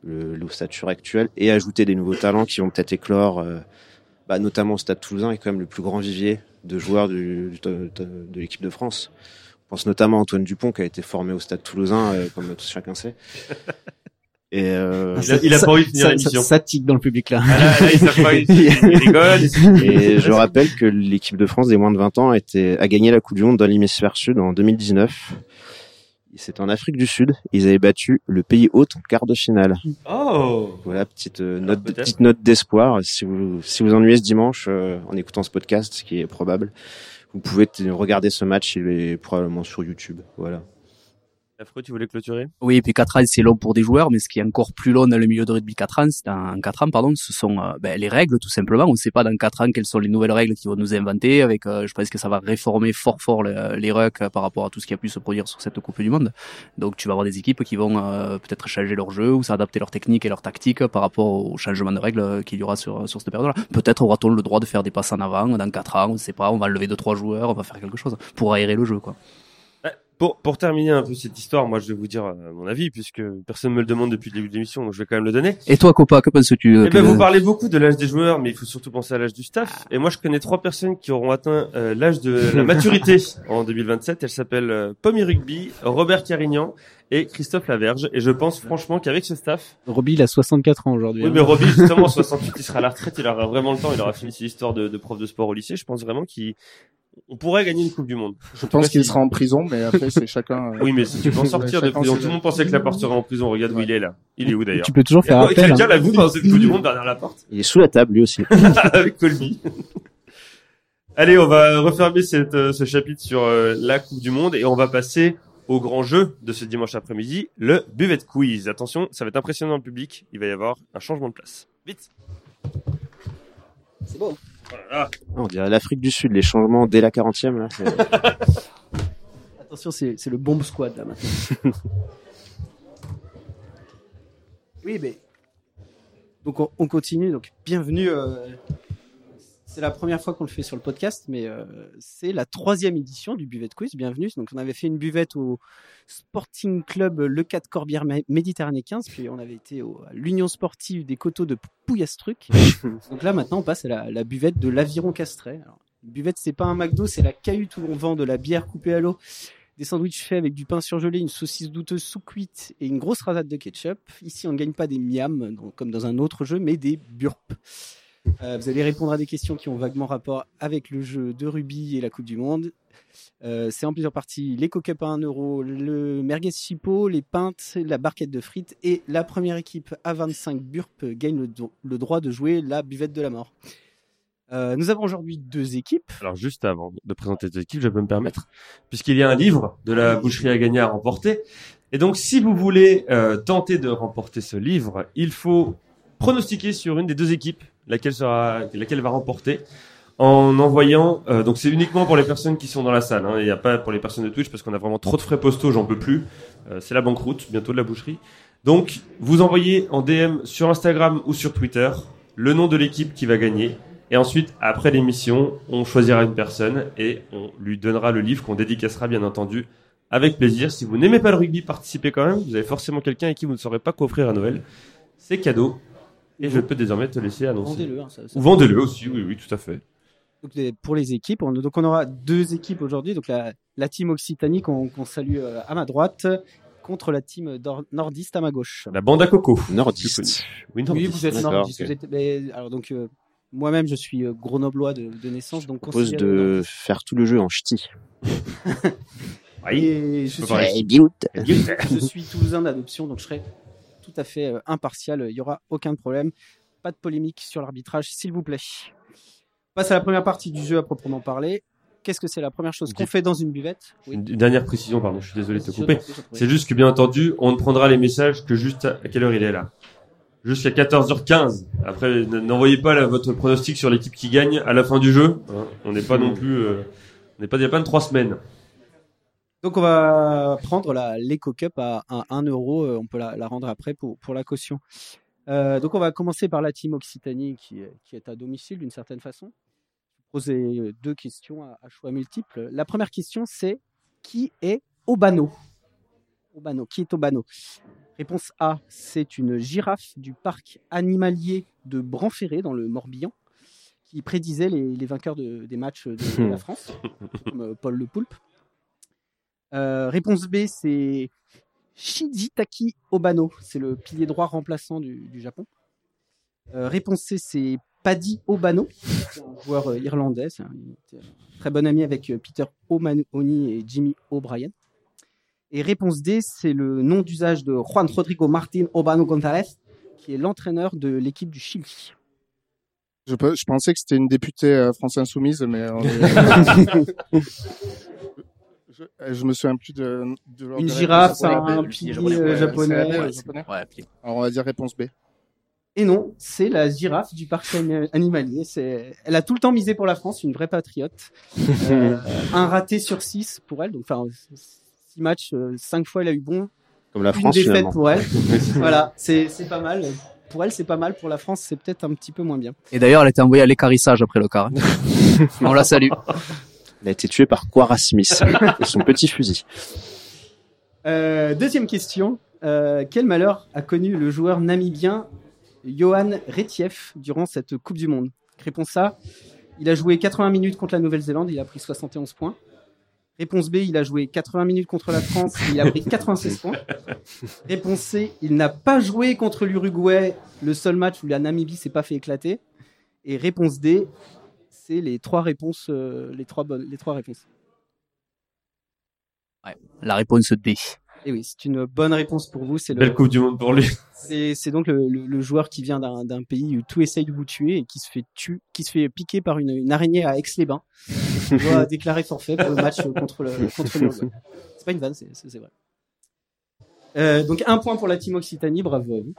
Speaker 5: le- l'ossature actuelle et ajouter des nouveaux talents qui vont peut-être éclore. euh, bah, notamment au Stade Toulousain est quand même le plus grand vivier de joueurs du- du- de, de- de l'équipe de France. On pense notamment à Antoine Dupont qui a été formé au Stade Toulousain, euh, comme tout chacun sait. Et euh,
Speaker 8: Ah,
Speaker 3: Il a, il a
Speaker 8: ça-
Speaker 3: pas envie de finir
Speaker 8: Ça, ça,
Speaker 3: l'émission.
Speaker 8: ça tique dans le public là.
Speaker 3: Ah là, là, ils savent pas, ils, ils rigolent.
Speaker 5: Et je rappelle que l'équipe de France des moins de 20 ans a, été, a gagné la Coupe du Monde dans l'hémisphère sud en 2019. C'était en Afrique du Sud. Ils avaient battu le pays hôte en quart de finale.
Speaker 3: Oh
Speaker 5: Voilà, petite euh,
Speaker 3: Alors,
Speaker 5: note,
Speaker 3: peut-être.
Speaker 5: petite note d'espoir. Si vous si vous ennuyez ce dimanche euh, en écoutant ce podcast, ce qui est probable, vous pouvez t- regarder ce match. Il est probablement sur YouTube. Voilà.
Speaker 3: Affreux, tu voulais clôturer
Speaker 6: Oui, et puis 4 ans, c'est long pour des joueurs, mais ce qui est encore plus long dans le milieu de rugby 4 ans, c'est- en 4 ans, pardon, ce sont euh, ben, les règles, tout simplement. On ne sait pas dans 4 ans quelles sont les nouvelles règles qu'ils vont nous inventer. Avec, euh, je pense que ça va réformer fort fort le- les rucks euh, par rapport à tout ce qui a pu se produire sur cette Coupe du Monde. Donc tu vas avoir des équipes qui vont euh, peut-être changer leur jeu ou s'adapter leur technique et leur tactique par rapport au changement de règles euh, qu'il y aura sur, sur cette période-là. Peut-être aura-t-on le droit de faire des passes en avant dans 4 ans, on ne sait pas, on va lever 2-3 joueurs, on va faire quelque chose pour aérer le jeu. quoi.
Speaker 3: Pour, pour terminer un peu cette histoire, moi je vais vous dire euh, mon avis, puisque personne ne me le demande depuis le début de l'émission, donc je vais quand même le donner.
Speaker 6: Et toi, Copa, que penses-tu euh,
Speaker 3: Eh ben,
Speaker 6: que-
Speaker 3: vous parlez beaucoup de l'âge des joueurs, mais il faut surtout penser à l'âge du
Speaker 8: Ah.
Speaker 3: staff. Et moi, je connais trois personnes qui auront atteint euh, l'âge de la maturité en 2027. Elles s'appellent euh, Pommy Rugby, Robert Carignan et Christophe Laverge. Et je pense franchement qu'avec ce staff,
Speaker 8: Roby, il a 64 ans aujourd'hui.
Speaker 3: oui,
Speaker 8: hein.
Speaker 3: mais Roby, justement, 68, il sera à la retraite, il aura vraiment le temps, il aura fini ses histoires de, de prof de sport au lycée. Je pense vraiment qu'il on pourrait gagner une Coupe du Monde.
Speaker 2: Je pense
Speaker 3: Merci.
Speaker 2: qu'il sera en prison, mais après, c'est chacun. euh,
Speaker 3: Oui, mais si tu peux en sortir de
Speaker 2: Chacun
Speaker 3: prison,
Speaker 2: ses-
Speaker 3: tout le monde pensait que Laporte serait en prison. Regarde où
Speaker 2: Ouais.
Speaker 3: il est là. Il est où d'ailleurs
Speaker 8: Tu peux toujours faire appel. hein.
Speaker 3: Quelqu'un l'a vu dans cette Coupe du Monde, Bernard Laporte
Speaker 5: Il est sous la table lui aussi. Ah,
Speaker 3: avec Colby. Allez, on va refermer cette, euh, ce chapitre sur euh, la Coupe du Monde et on va passer au grand jeu de ce dimanche après-midi, le buvet quiz. Attention, ça va être impressionnant le public, il va y avoir un changement de place. Vite Oh là là.
Speaker 5: Ah, on dirait l'Afrique du Sud, les changements dès la 40e. Là, c'est-
Speaker 7: Attention, c'est c'est le bomb squad là maintenant. oui, mais. Donc on, on continue. Donc bienvenue. euh, C'est la première fois qu'on le fait sur le podcast, mais euh, c'est la troisième édition du Buvette Quiz. Bienvenue. Donc on avait fait une buvette au Sporting Club Le 4 Corbière Mé- Méditerranée 15, puis on avait été au- à l'Union Sportive des Coteaux de Pouillastruc. Donc là maintenant on passe à la, la buvette de l'Aviron Castrais. Alors, buvette c'est pas un McDo, c'est la cahute où on vend de la bière coupée à l'eau des sandwichs faits avec du pain surgelé, une saucisse douteuse sous cuite et une grosse rasade de ketchup. Ici, on ne gagne pas des miams, donc, comme dans un autre jeu, mais des burps. Euh, vous allez répondre à des questions qui ont vaguement rapport avec le jeu de rugby et la Coupe du Monde. Euh, c'est en plusieurs parties les coca à 1 euro, le merguez chipot, les pintes, la barquette de frites et la première équipe à 25 burps gagne le, do- le droit de jouer la buvette de la mort. Euh, nous avons aujourd'hui deux équipes.
Speaker 3: Alors juste avant de présenter tes équipes, je peux me permettre, puisqu'il y a un livre de la boucherie à gagner à remporter. Et donc si vous voulez euh, tenter de remporter ce livre, il faut pronostiquer sur une des deux équipes laquelle sera laquelle va remporter en envoyant euh, donc c'est uniquement pour les personnes qui sont dans la salle hein, il n'y a pas pour les personnes de Twitch parce qu'on a vraiment trop de frais postaux j'en peux plus Euh, c'est la banqueroute bientôt de la boucherie donc vous envoyez en DM sur Instagram ou sur Twitter le nom de l'équipe qui va gagner et ensuite, après l'émission, on choisira une personne et on lui donnera le livre qu'on dédicacera, bien entendu, avec plaisir. Si vous n'aimez pas le rugby, participez quand même. Vous avez forcément quelqu'un à qui vous ne saurez pas quoi offrir à Noël. C'est cadeau. Et je peux désormais te laisser annoncer.
Speaker 7: Vendez-le, hein, ça- ça-
Speaker 3: Ou vendez-le aussi, oui, oui, tout à fait.
Speaker 7: Donc, les- pour les équipes. On, donc on aura deux équipes aujourd'hui. Donc la, la team Occitanie qu'on qu'on salue euh, à ma droite contre la team dor- nordiste à ma gauche.
Speaker 3: La bande à coco.
Speaker 5: Nordiste.
Speaker 3: Oui, non,
Speaker 7: Oui, vous êtes
Speaker 5: d'accord,
Speaker 7: nordiste.
Speaker 5: ok.
Speaker 7: vous êtes- mais, alors donc euh, moi-même je suis euh, grenoblois de, de naissance, donc
Speaker 5: Je propose
Speaker 7: considéré
Speaker 5: de faire tout le jeu en ch'ti.
Speaker 3: Oui.
Speaker 7: Et je
Speaker 3: Faut
Speaker 7: suis,
Speaker 3: parler.
Speaker 7: je suis toulousain d'adoption, donc je serai tout à fait euh, impartial. Il y aura aucun problème. Pas de polémique sur l'arbitrage, s'il vous plaît. On passe à la première partie du jeu à proprement parler. Qu'est-ce que c'est la première chose qu'on
Speaker 3: Dis-
Speaker 7: fait dans une buvette Oui.
Speaker 3: Une une dernière précision, pardon, je suis désolé de te
Speaker 7: Je-
Speaker 3: couper.
Speaker 7: je- je-
Speaker 3: C'est juste que, bien entendu, on ne prendra les messages que juste à, à quelle heure il est là. Jusqu'à 14h15. Après, n- n'envoyez pas la- votre pronostic sur l'équipe qui gagne à la fin du jeu. hein. On n'est pas non plus, euh, on n'est pas, il y a pas de trois semaines.
Speaker 7: Donc on va prendre la l'Eco Cup à 1, euro, euh, on peut la, la rendre après pour, pour la caution. Euh, donc on va commencer par la team Occitanie qui, est- qui est à domicile d'une certaine façon. Je vais poser euh, deux questions à, à choix multiples. La première question c'est qui est Obano Obano, qui est Obano Réponse A, c'est une girafe du parc animalier de Branferré dans le Morbihan qui prédisait les, les vainqueurs de- des matchs de, de la France, comme euh, Paul Le Poulpe. Euh, réponse B, c'est Shijitaki Obano. C'est le pilier droit remplaçant du, du Japon. Euh, réponse C, c'est Paddy Obano, c'est un joueur euh, irlandais. C'est un, il était très bon ami avec euh, Peter O'Mahony et Jimmy O'Brien. Et réponse D, c'est le nom d'usage de Juan Rodrigo Martin Obano González, qui est l'entraîneur de l'équipe du Chili.
Speaker 2: Je, pe- je pensais que c'était une députée euh, France Insoumise, mais on est- euh, je, euh, je me souviens plus de. de l'ordre
Speaker 7: Une
Speaker 2: de la
Speaker 7: girafe,
Speaker 2: réponse.
Speaker 7: c'est
Speaker 2: Ouais,
Speaker 7: un
Speaker 6: le pilier
Speaker 7: pilier
Speaker 6: japonais,
Speaker 7: euh,
Speaker 2: ouais,
Speaker 7: japonais.
Speaker 2: c'est-
Speaker 7: euh,
Speaker 6: Ouais, puis-
Speaker 2: Alors on va dire réponse B.
Speaker 7: Et non, c'est la girafe du parc ani- animalier. C'est, elle a tout le temps misé pour la France, une vraie patriote. Euh, un raté sur six pour elle. Donc, enfin, six matchs, euh, cinq fois elle a eu bon,
Speaker 5: Comme la
Speaker 7: une
Speaker 5: France,
Speaker 7: défaite
Speaker 5: finalement.
Speaker 7: pour elle. voilà, c'est, c'est pas mal. Pour elle, c'est pas mal. Pour la France, c'est peut-être un petit peu moins bien.
Speaker 6: Et d'ailleurs, elle a été envoyée à l'écarissage après le car. hein. On la salue.
Speaker 5: Elle a été tuée par Quara Smith, avec son petit fusil.
Speaker 7: Euh, deuxième question. Euh, quel malheur a connu le joueur namibien Johan Retief durant cette Coupe du Monde Réponse A, il a joué 80 minutes contre la Nouvelle-Zélande, il a pris 71 points. Réponse B, il a joué 80 minutes contre la France, il a pris 96 points. Réponse C, il n'a pas joué contre l'Uruguay, le seul match où la Namibie s'est pas fait éclater. Et réponse D, c'est les trois réponses, euh, les trois bonnes, les trois réponses.
Speaker 6: La réponse D.
Speaker 7: Et Eh oui, c'est une bonne réponse pour vous. C'est le,
Speaker 3: Belle Coupe du Monde pour lui.
Speaker 7: C'est c'est donc le, le- le joueur qui vient d'un d'un pays où tout essaye de vous tuer et qui se fait, tu, qui se fait piquer par une, une araignée à Aix-les-Bains. Il doit déclarer forfait pour le match euh, contre le contre l'Uruguay. C'est pas une vanne, c'est c'est- c'est vrai. Euh, donc un point pour la team Occitanie, bravo à vous.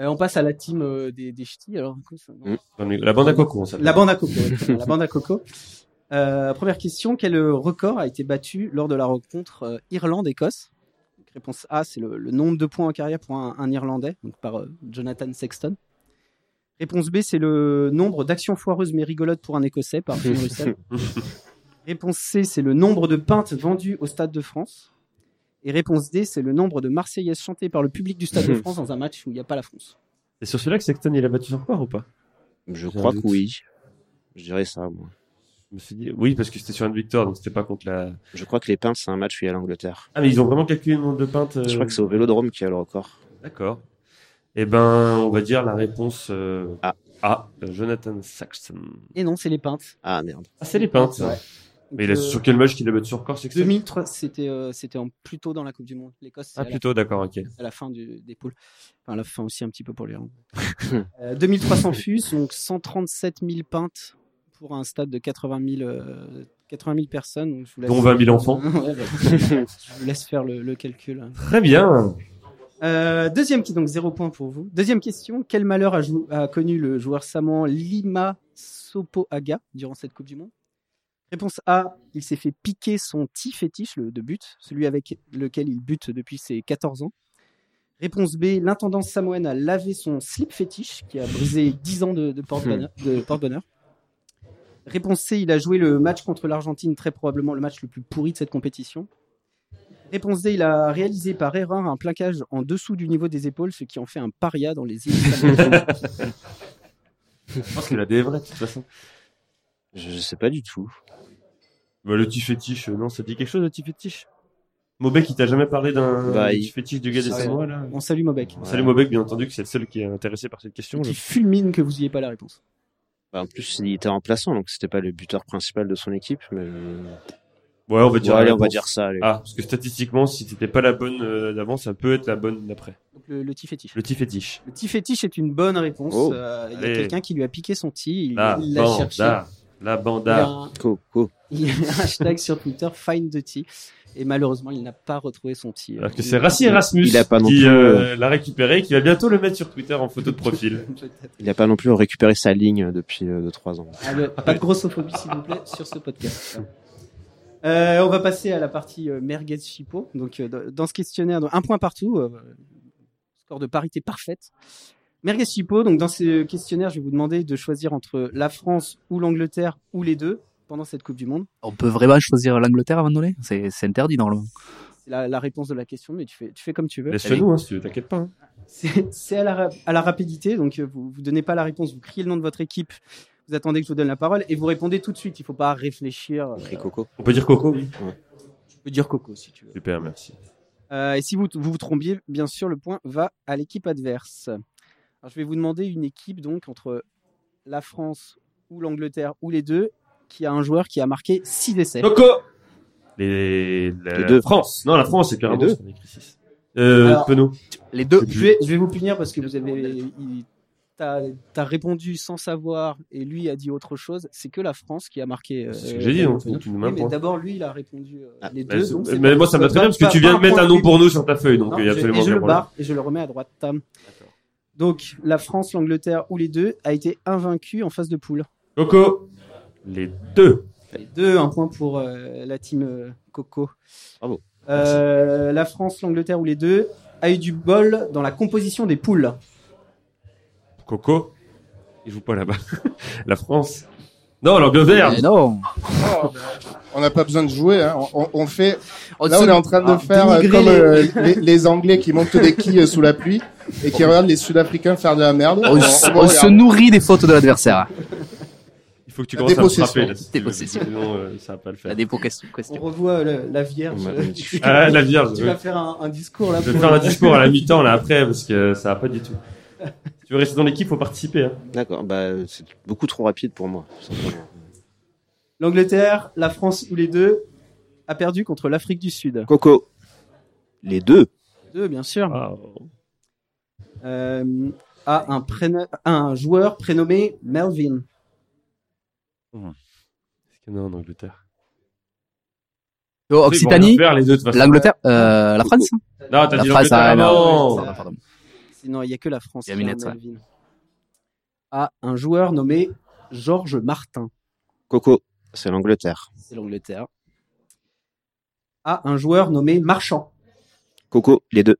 Speaker 7: Euh, on passe à la team euh, des, des ch'tis. Alors, du coup, ça- non.
Speaker 5: Mm.
Speaker 3: La bande à coco, ça.
Speaker 7: La bande à coco. ouais, la bande à coco. Euh, première question quel euh, record a été battu lors de la rencontre euh, Irlande-Écosse Donc, Réponse A, c'est le, le nombre de points en carrière pour un, un Irlandais, donc par euh, Jonathan Sexton. Réponse B, c'est le nombre d'actions foireuses mais rigolotes pour un Écossais par Finn Russell. réponse C, c'est le nombre de pintes vendues au Stade de France. Et réponse D, c'est le nombre de Marseillaises chantées par le public du Stade de France dans un match où il n'y a pas la France.
Speaker 3: C'est sur celui-là que Sexton il a battu son record ou pas
Speaker 5: Je
Speaker 3: J'ai un
Speaker 5: crois que
Speaker 3: doute.
Speaker 5: oui. Je dirais ça, moi.
Speaker 3: Je me suis dit, oui, parce que c'était sur une victoire, donc c'était pas contre la.
Speaker 5: Je crois que les pintes, c'est un match où il y a l'Angleterre.
Speaker 3: Ah, mais ils ont vraiment calculé le nombre de pintes. euh,
Speaker 5: Je crois que c'est au Vélodrome qu'il y a le record.
Speaker 3: D'accord. Eh ben, on va dire la réponse euh,
Speaker 5: Ah.
Speaker 3: A, euh, Jonathan Saxton.
Speaker 7: Et non, c'est les pintes.
Speaker 5: Ah merde.
Speaker 3: Ah, c'est les pintes.
Speaker 7: Ouais.
Speaker 3: Mais il a,
Speaker 7: Donc, euh,
Speaker 3: sur quel match qu'il a battu son record, Sexton
Speaker 7: 2003, c'était euh, c'était en- plus tôt dans la Coupe du Monde. L'Écosse, c'est
Speaker 3: Ah,
Speaker 7: à, la-
Speaker 3: plutôt, d'accord, ok.
Speaker 7: à la fin du- des poules. Enfin, à la fin aussi un petit peu pour les Euh, rangs. 2300 fus, donc 137 000 pintes pour un stade de 80 000, euh, 80 000 personnes. Donc, je vous laisse-
Speaker 3: Dont 20 000 enfants.
Speaker 7: Ouais, bah, je vous laisse faire le, le calcul. hein.
Speaker 3: Très bien.
Speaker 7: Euh, deuxième qui donc zéro point pour vous. Deuxième question quel malheur a, jou- a connu le joueur saman Lima Sopoaga durant cette Coupe du Monde Réponse A il s'est fait piquer son petit fétiche le, de but, celui avec lequel il bute depuis ses 14 ans. Réponse B l'intendant samoan a lavé son slip fétiche qui a brisé 10 ans de, de porte-bonheur. de porte-bonheur. Réponse C il a joué le match contre l'Argentine, très probablement le match le plus pourri de cette compétition. Réponse D, il a réalisé par erreur un plaquage en dessous du niveau des épaules, ce qui en fait un paria dans les îles. Salomon.
Speaker 3: Je pense qu'il a des vrais, de toute façon.
Speaker 5: Je, je sais pas du tout.
Speaker 3: Bah, le petit fétiche, euh, non, ça te dit quelque chose, le petit fétiche Mobek, il t'a jamais parlé d'un
Speaker 5: Bah,
Speaker 3: du
Speaker 5: il-
Speaker 3: petit fétiche du gars des
Speaker 5: Ouais.
Speaker 3: Samoa, là
Speaker 7: On salue Mobek.
Speaker 3: Salut Mobek, bien entendu, que c'est le seul qui est intéressé par cette question. je-
Speaker 7: Qui fulmine que vous n'ayez pas la réponse.
Speaker 5: Bah, en plus, il était remplaçant, donc c'était pas le buteur principal de son équipe. Mais... euh,
Speaker 3: Ouais, on va
Speaker 5: Ouais,
Speaker 3: dire.
Speaker 5: allez,
Speaker 3: la
Speaker 5: on va
Speaker 3: réponse.
Speaker 5: dire ça. allez.
Speaker 3: Ah, parce que statistiquement, si t'étais pas la bonne euh, d'avant, ça peut être la bonne d'après.
Speaker 7: Donc, le, le petit fétiche.
Speaker 3: Le petit fétiche.
Speaker 7: Le petit fétiche est une bonne réponse.
Speaker 5: Oh.
Speaker 7: Euh, il y a
Speaker 3: Allez.
Speaker 7: quelqu'un qui lui a piqué son ti, il
Speaker 3: La
Speaker 7: il l'a cherché.
Speaker 3: banda. La
Speaker 7: Il y a
Speaker 3: banda.
Speaker 7: un-
Speaker 5: Co, co.
Speaker 7: il y a un hashtag sur Twitter, find the tea. Et malheureusement, il n'a pas retrouvé son ti.
Speaker 3: Alors que c'est Rassi Erasmus
Speaker 5: Il a pas non
Speaker 3: qui
Speaker 5: plus,
Speaker 3: euh, l'a récupéré et qui va bientôt le mettre sur Twitter en photo de profil.
Speaker 5: Il n'a pas non plus récupéré sa ligne depuis 2-3 ans.
Speaker 7: Ah, le- pas de grossophobie, s'il vous plaît, sur ce podcast. Euh, on va passer à la partie euh, merguez chipot. Donc, euh, dans- dans ce questionnaire, donc, un point partout, euh, score de parité parfaite. Merguez chipot. Donc, dans ce questionnaire, je vais vous demander de choisir entre la France ou l'Angleterre ou les deux pendant cette Coupe du Monde.
Speaker 6: On peut vraiment choisir l'Angleterre avant de donner C'est c'est interdit normalement.
Speaker 7: C'est la, la réponse de la question, mais tu fais, tu fais comme tu veux.
Speaker 3: Laisse-nous, hein, si tu veux, t'inquiète pas. hein.
Speaker 7: C'est c'est à, la ra- à la rapidité, donc euh, vous ne donnez pas la réponse, vous criez le nom de votre équipe, vous attendez que je vous donne la parole et vous répondez tout de suite. Il ne faut pas réfléchir. euh,
Speaker 5: Coco.
Speaker 3: On peut dire Coco, oui.
Speaker 7: tu peux dire Coco si tu veux.
Speaker 3: Super, merci.
Speaker 7: Euh, et si vous vous, vous trompiez, bien sûr, le point va à l'équipe adverse. Alors, je vais vous demander une équipe donc entre la France ou l'Angleterre ou les deux qui a un joueur qui a marqué 6 essais.
Speaker 3: Coco Les, la-
Speaker 5: Les deux.
Speaker 3: France. Non, la France, c'est
Speaker 5: Les
Speaker 3: carrément.
Speaker 5: deux.
Speaker 3: c'est écrit six. Euh,
Speaker 7: Alors-
Speaker 3: Penaud.
Speaker 6: Les deux.
Speaker 7: Je vais, je vais vous punir parce que vous avez. il- T'as as répondu sans savoir et lui a dit autre chose. C'est que la France qui a marqué.
Speaker 3: C'est ce
Speaker 7: euh,
Speaker 3: que j'ai dit, donc
Speaker 7: Penaud.
Speaker 3: tu nous mets
Speaker 7: Oui,
Speaker 3: un
Speaker 7: mais
Speaker 3: point.
Speaker 7: d'abord lui il a répondu euh, les
Speaker 3: Bah,
Speaker 7: deux.
Speaker 3: c'est-
Speaker 7: donc c'est
Speaker 3: mais
Speaker 7: pas-
Speaker 3: moi, ça me va très bien parce que
Speaker 7: pas-
Speaker 3: tu
Speaker 7: pas
Speaker 3: viens de mettre
Speaker 7: point
Speaker 3: un nom
Speaker 7: lui.
Speaker 3: pour nous sur ta feuille, donc
Speaker 7: Non,
Speaker 3: il y a
Speaker 7: je-
Speaker 3: absolument
Speaker 7: et je
Speaker 3: aucun
Speaker 7: le
Speaker 3: problème.
Speaker 7: barre et je le remets à droite. Tam. Donc la France, l'Angleterre ou les deux a été invaincue en phase de poule.
Speaker 3: Coco Les deux.
Speaker 7: Les deux, un point pour euh, la team euh, Coco.
Speaker 5: Bravo.
Speaker 7: Euh, la France, l'Angleterre ou les deux a eu du bol dans la composition des poules.
Speaker 3: Coco Il joue pas là-bas. la France. Non, l'Angleterre
Speaker 6: Mais non.
Speaker 2: On n'a pas besoin de jouer. Hein. On, on- on fait.
Speaker 6: On
Speaker 2: Là,
Speaker 6: se-
Speaker 2: on est en train de
Speaker 6: Ah,
Speaker 2: faire euh,
Speaker 6: dénigrer
Speaker 2: comme
Speaker 6: les-
Speaker 2: euh, les, les Anglais qui montent des quilles euh, sous la pluie et qui regardent les Sud-Africains faire de la merde.
Speaker 7: Oh,
Speaker 6: On, se-
Speaker 2: on
Speaker 6: on se
Speaker 2: regarde.
Speaker 6: nourrit des fautes de l'adversaire.
Speaker 3: Il faut que tu
Speaker 2: La
Speaker 3: commences à me
Speaker 2: dépossession.
Speaker 3: frapper. Là, si tu veux, parce que
Speaker 6: Dépossession.
Speaker 3: Sinon, euh, ça va pas le
Speaker 6: La
Speaker 3: faire.
Speaker 6: dépôt question.
Speaker 7: On revoit euh, la, Vierge.
Speaker 5: On m'a- on m'a dit-
Speaker 7: tu
Speaker 3: Ah, la Vierge. oui.
Speaker 7: vas faire un, un discours là.
Speaker 3: Je vais
Speaker 7: pour-
Speaker 3: faire un discours à la mi-temps là après parce que ça va pas du tout. Si tu veux rester dans l'équipe, faut participer. Hein.
Speaker 5: D'accord, bah, c'est beaucoup trop rapide pour moi. tout simplement.
Speaker 7: L'Angleterre, la France ou les deux a perdu contre l'Afrique du Sud.
Speaker 5: Coco. Les deux.
Speaker 7: Deux, bien sûr.
Speaker 3: Ah, oh.
Speaker 7: Euh, a un, préno- un joueur prénommé Melvin.
Speaker 3: Est-ce qu'il y en a en Angleterre
Speaker 6: Occitanie,
Speaker 3: Ils vont rien faire, les deux de toute façon.
Speaker 6: l'Angleterre, euh, la France.
Speaker 3: Non, t'as
Speaker 6: La
Speaker 3: dit
Speaker 6: France.
Speaker 3: l'Angleterre
Speaker 6: ah, merde.
Speaker 3: avant.
Speaker 6: Pardon, pardon.
Speaker 7: Non, il n'y a que la France.
Speaker 6: Il y a
Speaker 7: qui
Speaker 6: Minette,
Speaker 7: en Melvin. À un joueur nommé Georges Martin.
Speaker 5: Coco, c'est l'Angleterre.
Speaker 7: C'est l'Angleterre. À un joueur nommé Marchand.
Speaker 5: Coco, les deux.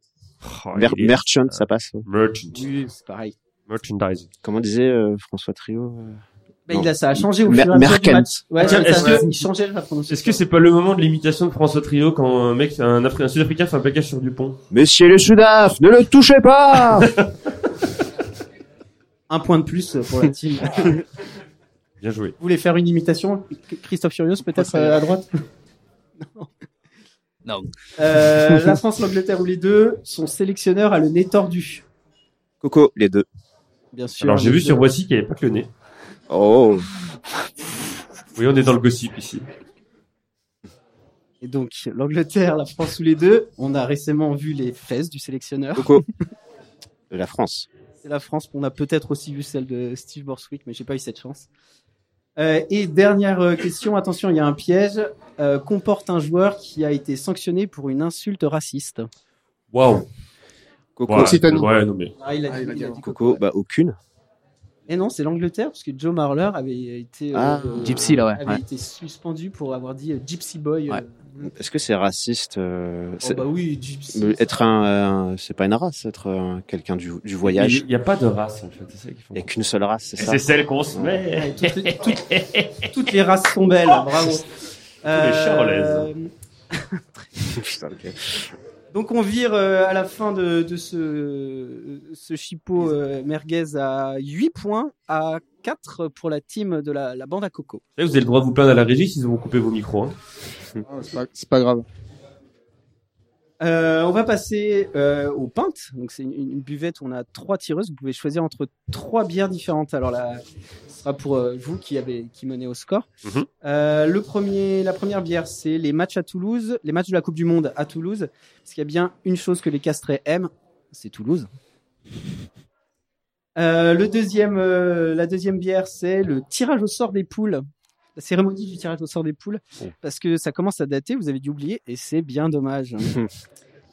Speaker 3: Oh,
Speaker 5: Mer-
Speaker 3: il est-
Speaker 5: Merchant, ça passe. ouais.
Speaker 3: Merchant.
Speaker 7: Oui, c'est pareil.
Speaker 3: Merchandise.
Speaker 5: Comment disait euh, François Trio euh,
Speaker 7: Bah,
Speaker 5: Non.
Speaker 7: il a, ça a changé au
Speaker 5: Mer-
Speaker 7: fur et à mesure du
Speaker 5: Merkant.
Speaker 7: match. Ouais,
Speaker 3: Tiens,
Speaker 7: ça-
Speaker 3: est-ce
Speaker 7: ça-
Speaker 3: que-
Speaker 7: il changeait la prononciation.
Speaker 3: Est-ce que c'est pas le moment de l'imitation de François Trio quand un mec, un, Afri- un Sud-Africain fait un plaquage sur Dupont
Speaker 5: Messieurs le Sudaf, ne le touchez pas
Speaker 7: un point de plus pour la team
Speaker 3: Bien joué.
Speaker 7: Vous voulez faire une imitation Christophe Furios, peut-être euh, à droite
Speaker 6: Non.
Speaker 7: Euh, La France, l'Angleterre ou les deux, son sélectionneur a le nez tordu.
Speaker 5: Coco, les deux.
Speaker 7: Bien sûr.
Speaker 3: Alors j'ai vu
Speaker 7: les
Speaker 3: sur
Speaker 7: deux.
Speaker 3: Voici qu'il n'y avait pas que le nez.
Speaker 5: Oh
Speaker 3: Oui, on est dans le gossip ici.
Speaker 7: Et donc, l'Angleterre, la France ou les deux, on a récemment vu les fesses du sélectionneur.
Speaker 5: Coco. De la France.
Speaker 7: C'est la France, on a peut-être aussi vu celle de Steve Borswick, mais j'ai pas eu cette chance. Euh, et dernière euh, question, attention, il y a un piège. Euh, comporte un joueur qui a été sanctionné pour une insulte raciste.
Speaker 3: Waouh.
Speaker 5: Coco,
Speaker 3: Voilà.
Speaker 2: Occitanie.
Speaker 3: Ouais, non mais.
Speaker 7: Ah, il a
Speaker 2: Ah,
Speaker 7: dit-
Speaker 2: il a
Speaker 7: il a
Speaker 2: dit
Speaker 7: dit
Speaker 5: Coco, bah aucune.
Speaker 7: Et non, c'est l'Angleterre, parce que Joe Marler avait été, euh,
Speaker 5: Ah,
Speaker 7: euh,
Speaker 6: Gypsy, là, ouais,
Speaker 7: avait
Speaker 6: ouais.
Speaker 7: été suspendu pour avoir dit euh, Gypsy Boy. euh,
Speaker 6: Ouais.
Speaker 5: Est-ce que c'est raciste euh,
Speaker 7: oh
Speaker 5: c'est-
Speaker 7: bah oui, Gypsy.
Speaker 5: Mais Être un, euh, c'est pas une race, être euh, quelqu'un du, du voyage.
Speaker 3: Il n'y a pas de race en fait, c'est ça qu'il faut.
Speaker 5: Il n'y a qu'une seule race, c'est ça.
Speaker 3: C'est celle qu'on se met.
Speaker 7: Ouais, toutes, les- toutes- toutes les races sont belles, bravo. Euh,
Speaker 3: charolaises.
Speaker 5: Putain, ok.
Speaker 7: donc on vire euh, à la fin de, de ce, ce chipot euh, merguez à 8 points, à 4 pour la team de la, la bande à Coco.
Speaker 3: Vous savez, vous avez le droit de vous plaindre à la régie s'ils ont coupé vos micros. hein.
Speaker 2: Ah, c'est pas, c'est pas grave.
Speaker 7: Euh, on va passer euh, aux pintes. Donc c'est une, une buvette où on a trois tireuses. Vous pouvez choisir entre trois bières différentes. Alors là, ce sera pour euh, vous qui avez qui menez au score.
Speaker 3: Mhm.
Speaker 7: Euh, le premier, la première bière, c'est les matchs à Toulouse, les matchs de la Coupe du Monde à Toulouse. Parce qu'il y a bien une chose que les castrés aiment, c'est Toulouse. Euh, le deuxième, euh, la deuxième bière, c'est le tirage au sort des poules. La cérémonie du tirage au sort des poules, parce que ça commence à dater, vous avez dû oublier, et c'est bien dommage.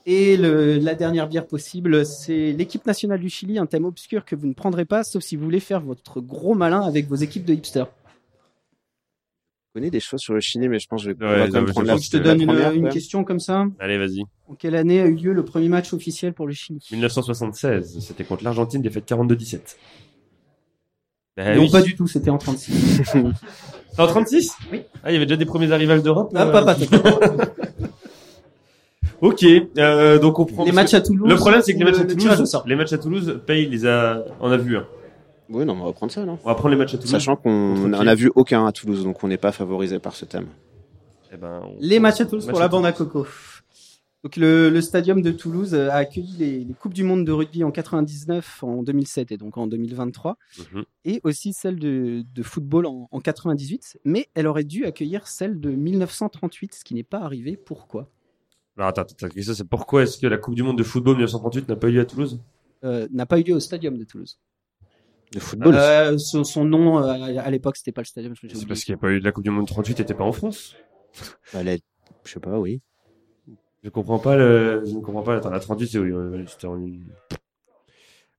Speaker 7: Et le- la dernière bière possible, c'est l'équipe nationale du Chili, un thème obscur que vous ne prendrez pas, sauf si vous voulez faire votre gros malin avec vos équipes de hipsters.
Speaker 5: Je connais des choses sur le Chili, mais je pense que je vais, on
Speaker 3: Ouais,
Speaker 5: va quand
Speaker 3: non,
Speaker 5: même
Speaker 3: mais
Speaker 5: prendre
Speaker 3: je
Speaker 5: la,
Speaker 3: pense que
Speaker 7: Je te
Speaker 5: la
Speaker 7: donne une,
Speaker 5: première.
Speaker 7: une
Speaker 5: quand même.
Speaker 7: question comme ça.
Speaker 3: Allez, vas-y.
Speaker 7: En quelle année a eu lieu le premier match officiel pour le Chili
Speaker 3: 1976, c'était contre l'Argentine, défaite 42-17. Ben
Speaker 7: Non,
Speaker 3: oui.
Speaker 7: pas du tout, c'était en 36.
Speaker 3: C'était en 36
Speaker 7: Oui.
Speaker 3: Ah, il y avait déjà des premiers arrivages d'Europe
Speaker 7: Ah,
Speaker 3: euh,
Speaker 7: pas, pas, pas.
Speaker 3: Ok, euh, donc on prend...
Speaker 7: les
Speaker 3: parce
Speaker 7: matchs à Toulouse.
Speaker 3: que Le problème, c'est que les
Speaker 7: ou
Speaker 3: matchs à
Speaker 7: le- le tirage au
Speaker 3: Toulouse,
Speaker 7: sort.
Speaker 3: les matchs à Toulouse, Paye les a, on a vu un.
Speaker 5: Oui, non, mais on va prendre ça, non
Speaker 3: On va prendre les matchs à Toulouse.
Speaker 5: Sachant qu'on
Speaker 3: Contre qui
Speaker 5: n'en a vu aucun à Toulouse, donc on n'est pas favorisé par ce thème.
Speaker 3: Eh ben, on-
Speaker 7: Les matchs à Toulouse
Speaker 3: Match
Speaker 7: pour la bande à Coco. Donc le, le stadium de Toulouse a accueilli les, les Coupes du Monde de rugby en 99, en 2007 et donc en 2023.
Speaker 3: Mhm.
Speaker 7: et aussi celle de, de football en, en 98, mais elle aurait dû accueillir celle de 1938, ce qui n'est pas arrivé. Pourquoi
Speaker 3: Alors, attends, attends, attends, ça, c'est pourquoi est-ce que la Coupe du Monde de football 1938 n'a pas eu lieu à Toulouse
Speaker 7: Euh, N'a pas eu lieu au stadium de Toulouse.
Speaker 5: De football
Speaker 7: Euh, son, son nom euh, à à l'époque, c'était pas le stadium. je- j'ai
Speaker 3: C'est
Speaker 7: oublié.
Speaker 3: parce qu'il n'y a pas eu de la Coupe du Monde 38, n'était pas en France.
Speaker 5: Bah, la- Je sais pas, oui.
Speaker 3: Je comprends pas le, je ne comprends pas. Attends, la 38, c'est oui, euh, c'était en une.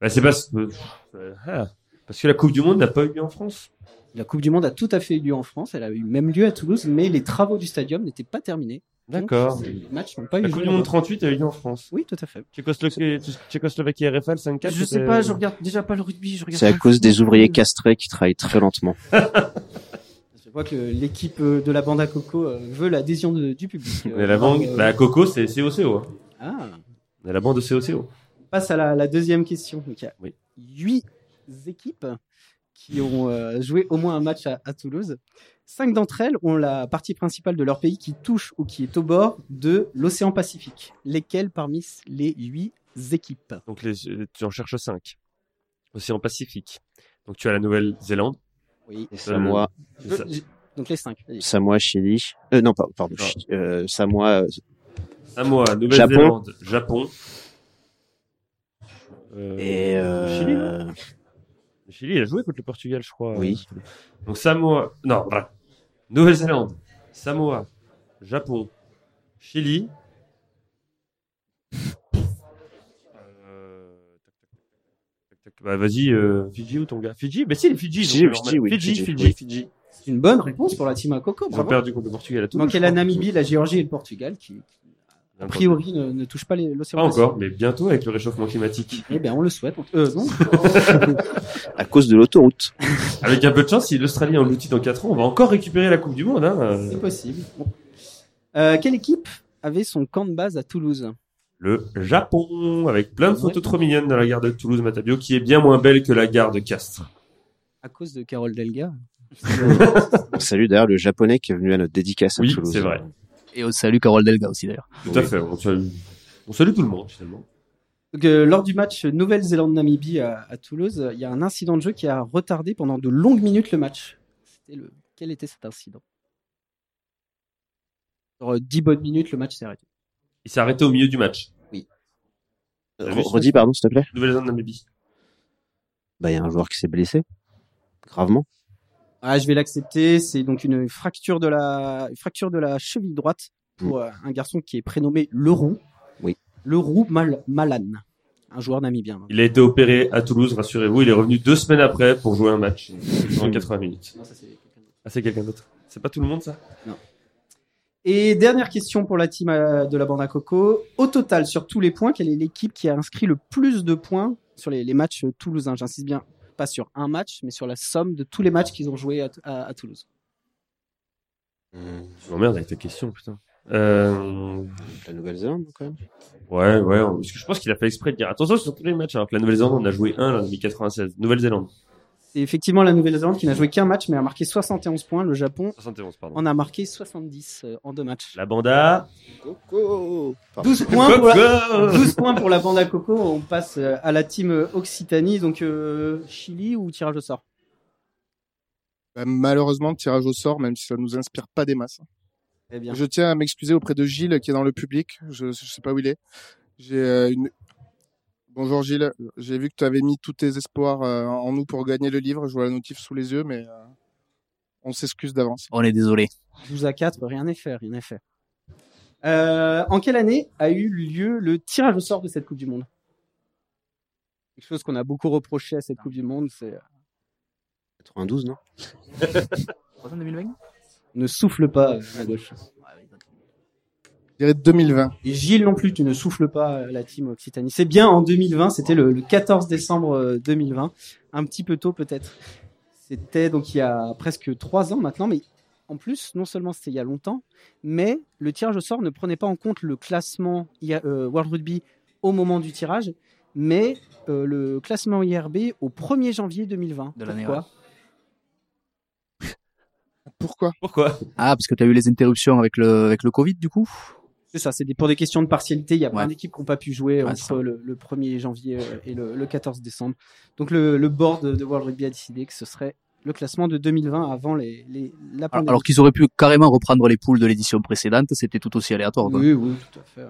Speaker 3: Bah, c'est parce que, euh, ah, parce que la Coupe du Monde n'a pas eu lieu en France.
Speaker 7: La Coupe du Monde a tout à fait eu lieu en France. Elle a eu même lieu à Toulouse, mais les travaux du stadium n'étaient pas terminés. Donc,
Speaker 3: D'accord.
Speaker 7: Les matchs n'ont pas
Speaker 3: La
Speaker 7: eu
Speaker 3: Coupe
Speaker 7: lieu.
Speaker 3: du Monde
Speaker 7: là-bas.
Speaker 3: 38 a eu lieu en France.
Speaker 7: Oui, tout à fait.
Speaker 3: Tchécoslovaquie, Tchécoslovaquie RFL 5-4.
Speaker 7: je sais
Speaker 3: c'était-
Speaker 7: pas, je regarde déjà pas le rugby. Je regarde.
Speaker 5: C'est à
Speaker 7: pas le
Speaker 5: cause des
Speaker 7: football.
Speaker 5: ouvriers castrés qui travaillent très lentement.
Speaker 7: Je vois que l'équipe euh, de la bande à Coco euh, veut l'adhésion de- du public. Euh,
Speaker 3: Mais la bande,
Speaker 7: euh,
Speaker 3: la Coco, c'est COCO. hein.
Speaker 7: Ah.
Speaker 3: Mais La bande de COCO.
Speaker 7: passe à la, la deuxième question. Donc, il y a
Speaker 3: Oui.
Speaker 7: huit équipes qui ont euh, joué au moins un match à, à Toulouse. Cinq d'entre elles ont la partie principale de leur pays qui touche ou qui est au bord de l'océan Pacifique. Lesquelles parmi les huit équipes
Speaker 3: Donc, les, tu en cherches 5. Océan Pacifique. Donc, tu as la Nouvelle-Zélande.
Speaker 7: Oui.
Speaker 5: Et Samoa,
Speaker 3: c'est ça.
Speaker 7: Donc les cinq. vas-y.
Speaker 5: Samoa, Chili. Euh, non, pas- pardon.
Speaker 3: Ah.
Speaker 5: Chi- euh, Samoa, euh,
Speaker 3: Samoa, Nouvelle-Zélande, Japon. Euh,
Speaker 5: et. euh,
Speaker 3: Chili, non Le Chili, il a joué contre le Portugal, je crois. euh,
Speaker 5: Oui.
Speaker 3: Donc Samoa, non, voilà. Nouvelle-Zélande, Samoa, Japon, Chili. Euh, tac, tac, tac, Bah, vas-y, euh, Fidji ou ton gars Fidji Mais si, les Fidji. ils ont
Speaker 5: Fidji,
Speaker 3: fait leur
Speaker 5: Fidji,
Speaker 3: match.
Speaker 5: oui,
Speaker 3: Fidji,
Speaker 5: Fidji,
Speaker 3: Fidji,
Speaker 5: oui.
Speaker 3: Fidji.
Speaker 7: C'est une bonne réponse pour la team à Coco.
Speaker 3: Ils ont
Speaker 7: bravo.
Speaker 3: perdu contre le Portugal à tout.
Speaker 7: Donc il y a la Namibie, la Géorgie et le Portugal qui, a priori, ne, ne touchent pas les- l'océan.
Speaker 3: Pas
Speaker 7: Indien.
Speaker 3: encore, mais bientôt avec le réchauffement climatique.
Speaker 7: Eh bien, on le souhaite. Euh, non.
Speaker 5: à cause de l'autoroute.
Speaker 3: Avec un peu de chance, si l'Australie engloutit dans 4 ans, on va encore récupérer la Coupe du Monde. Hein. euh,
Speaker 7: C'est possible. Bon. Euh, quelle équipe avait son camp de base à Toulouse
Speaker 3: Le Japon, avec plein de
Speaker 7: Ouais.
Speaker 3: photos trop mignonnes dans la gare de Toulouse-Matabio, qui est bien moins belle que la gare de Castres.
Speaker 7: À cause de Carole Delga.
Speaker 5: Salut d'ailleurs le japonais qui est venu à notre dédicace à
Speaker 3: Oui,
Speaker 5: Toulouse.
Speaker 3: c'est vrai.
Speaker 6: Et on salue Carole Delga aussi d'ailleurs.
Speaker 3: Tout à fait. On salue, on salue tout le monde, finalement.
Speaker 7: Donc, euh, lors du match Nouvelle-Zélande-Namibie à, à Toulouse, euh, il y a un incident de jeu qui a retardé pendant de longues minutes le match. C'était le- Quel était cet incident Sur euh, 10 bonnes minutes, le match s'est arrêté.
Speaker 3: Il s'est arrêté au milieu du match.
Speaker 5: Re- Redis, pardon, s'il te plaît.
Speaker 3: Nouvelle-Zélande, Namibie.
Speaker 5: Bah, il y a un joueur qui s'est blessé. Gravement.
Speaker 7: Ah, je vais l'accepter. C'est donc une fracture de la une fracture de la cheville droite pour euh, un garçon qui est prénommé Leroux.
Speaker 5: Oui.
Speaker 7: Leroux Mal Malan, un joueur namibien.
Speaker 3: Il a été opéré à Toulouse, rassurez-vous. Il est revenu deux semaines après pour jouer un match en 80 minutes.
Speaker 7: Non, ça, c'est quelqu'un d'autre.
Speaker 3: Ah, c'est quelqu'un d'autre. C'est pas tout le monde, ça
Speaker 7: Et dernière question pour la team euh, de la bande à Coco. Au total, sur tous les points, quelle est l'équipe qui a inscrit le plus de points sur les, les matchs toulousains J'insiste bien, pas sur un match, mais sur la somme de tous les matchs qu'ils ont joués à, à- à Toulouse.
Speaker 3: Je m'emmerde avec ta question, putain. Euh,
Speaker 5: La Nouvelle-Zélande, quand même.
Speaker 3: ouais, ouais. on- Parce que je pense qu'il a fait exprès de dire attention sur tous les matchs. Alors que la Nouvelle-Zélande, on a joué un, là, en 96. Nouvelle-Zélande.
Speaker 7: C'est effectivement la Nouvelle-Zélande qui n'a joué qu'un match, mais a marqué 71 points. Le Japon
Speaker 3: 71, pardon.
Speaker 7: en a marqué 70 euh, en deux matchs.
Speaker 3: La banda.
Speaker 7: 12 points pour la,
Speaker 3: Go, go
Speaker 7: 12 points pour la bande à Coco. On passe euh, à la team euh, Occitanie, donc euh, Chili ou tirage au sort
Speaker 2: Bah, malheureusement, le tirage au sort, même si ça nous inspire pas des masses.
Speaker 7: Très bien.
Speaker 2: Je tiens à m'excuser auprès de Gilles qui est dans le public. Je, je sais pas où il est. J'ai euh, une. Bonjour Gilles. J'ai vu que tu avais mis tous tes espoirs euh, en nous pour gagner le livre. Je vois la notif sous les yeux, mais euh, on s'excuse d'avance.
Speaker 6: On est désolé.
Speaker 7: 12 à 4, rien n'est fait, rien n'est fait. Euh, en quelle année a eu lieu le tirage au sort de cette Coupe du Monde Quelque chose qu'on a beaucoup reproché à cette Coupe du Monde, c'est euh,
Speaker 5: 92, non
Speaker 7: ne souffle pas euh, à gauche.
Speaker 2: Je dirais 2020.
Speaker 7: Et Gilles non plus, tu ne souffles pas euh, la team Occitanie. C'est bien en 2020, c'était le, le 14 décembre euh, 2020, un petit peu tôt peut-être. C'était donc il y a presque trois ans maintenant, mais en plus, non seulement c'était il y a longtemps, mais le tirage au sort ne prenait pas en compte le classement IA euh, World Rugby au moment du tirage, mais euh, le classement IRB au 1er janvier 2020.
Speaker 6: De l'année,
Speaker 7: Pourquoi
Speaker 2: Pourquoi
Speaker 3: Pourquoi
Speaker 6: Ah, parce que t'as eu les interruptions avec le, avec le Covid du coup
Speaker 7: C'est ça, c'est des- pour des questions de partialité. Il y a plein
Speaker 6: Ouais.
Speaker 7: d'équipes qui n'ont pas pu jouer
Speaker 6: Ouais, c'est
Speaker 7: entre le, le 1er janvier euh, et le, le 14 décembre. Donc le, le board de World Rugby a décidé que ce serait le classement de 2020 avant les, les, la
Speaker 2: Ah.
Speaker 6: Alors,
Speaker 7: pandémie.
Speaker 6: Ah, alors qu'ils auraient pu carrément reprendre les poules de l'édition précédente, c'était tout aussi aléatoire. quoi.
Speaker 7: Oui, oui, tout à fait.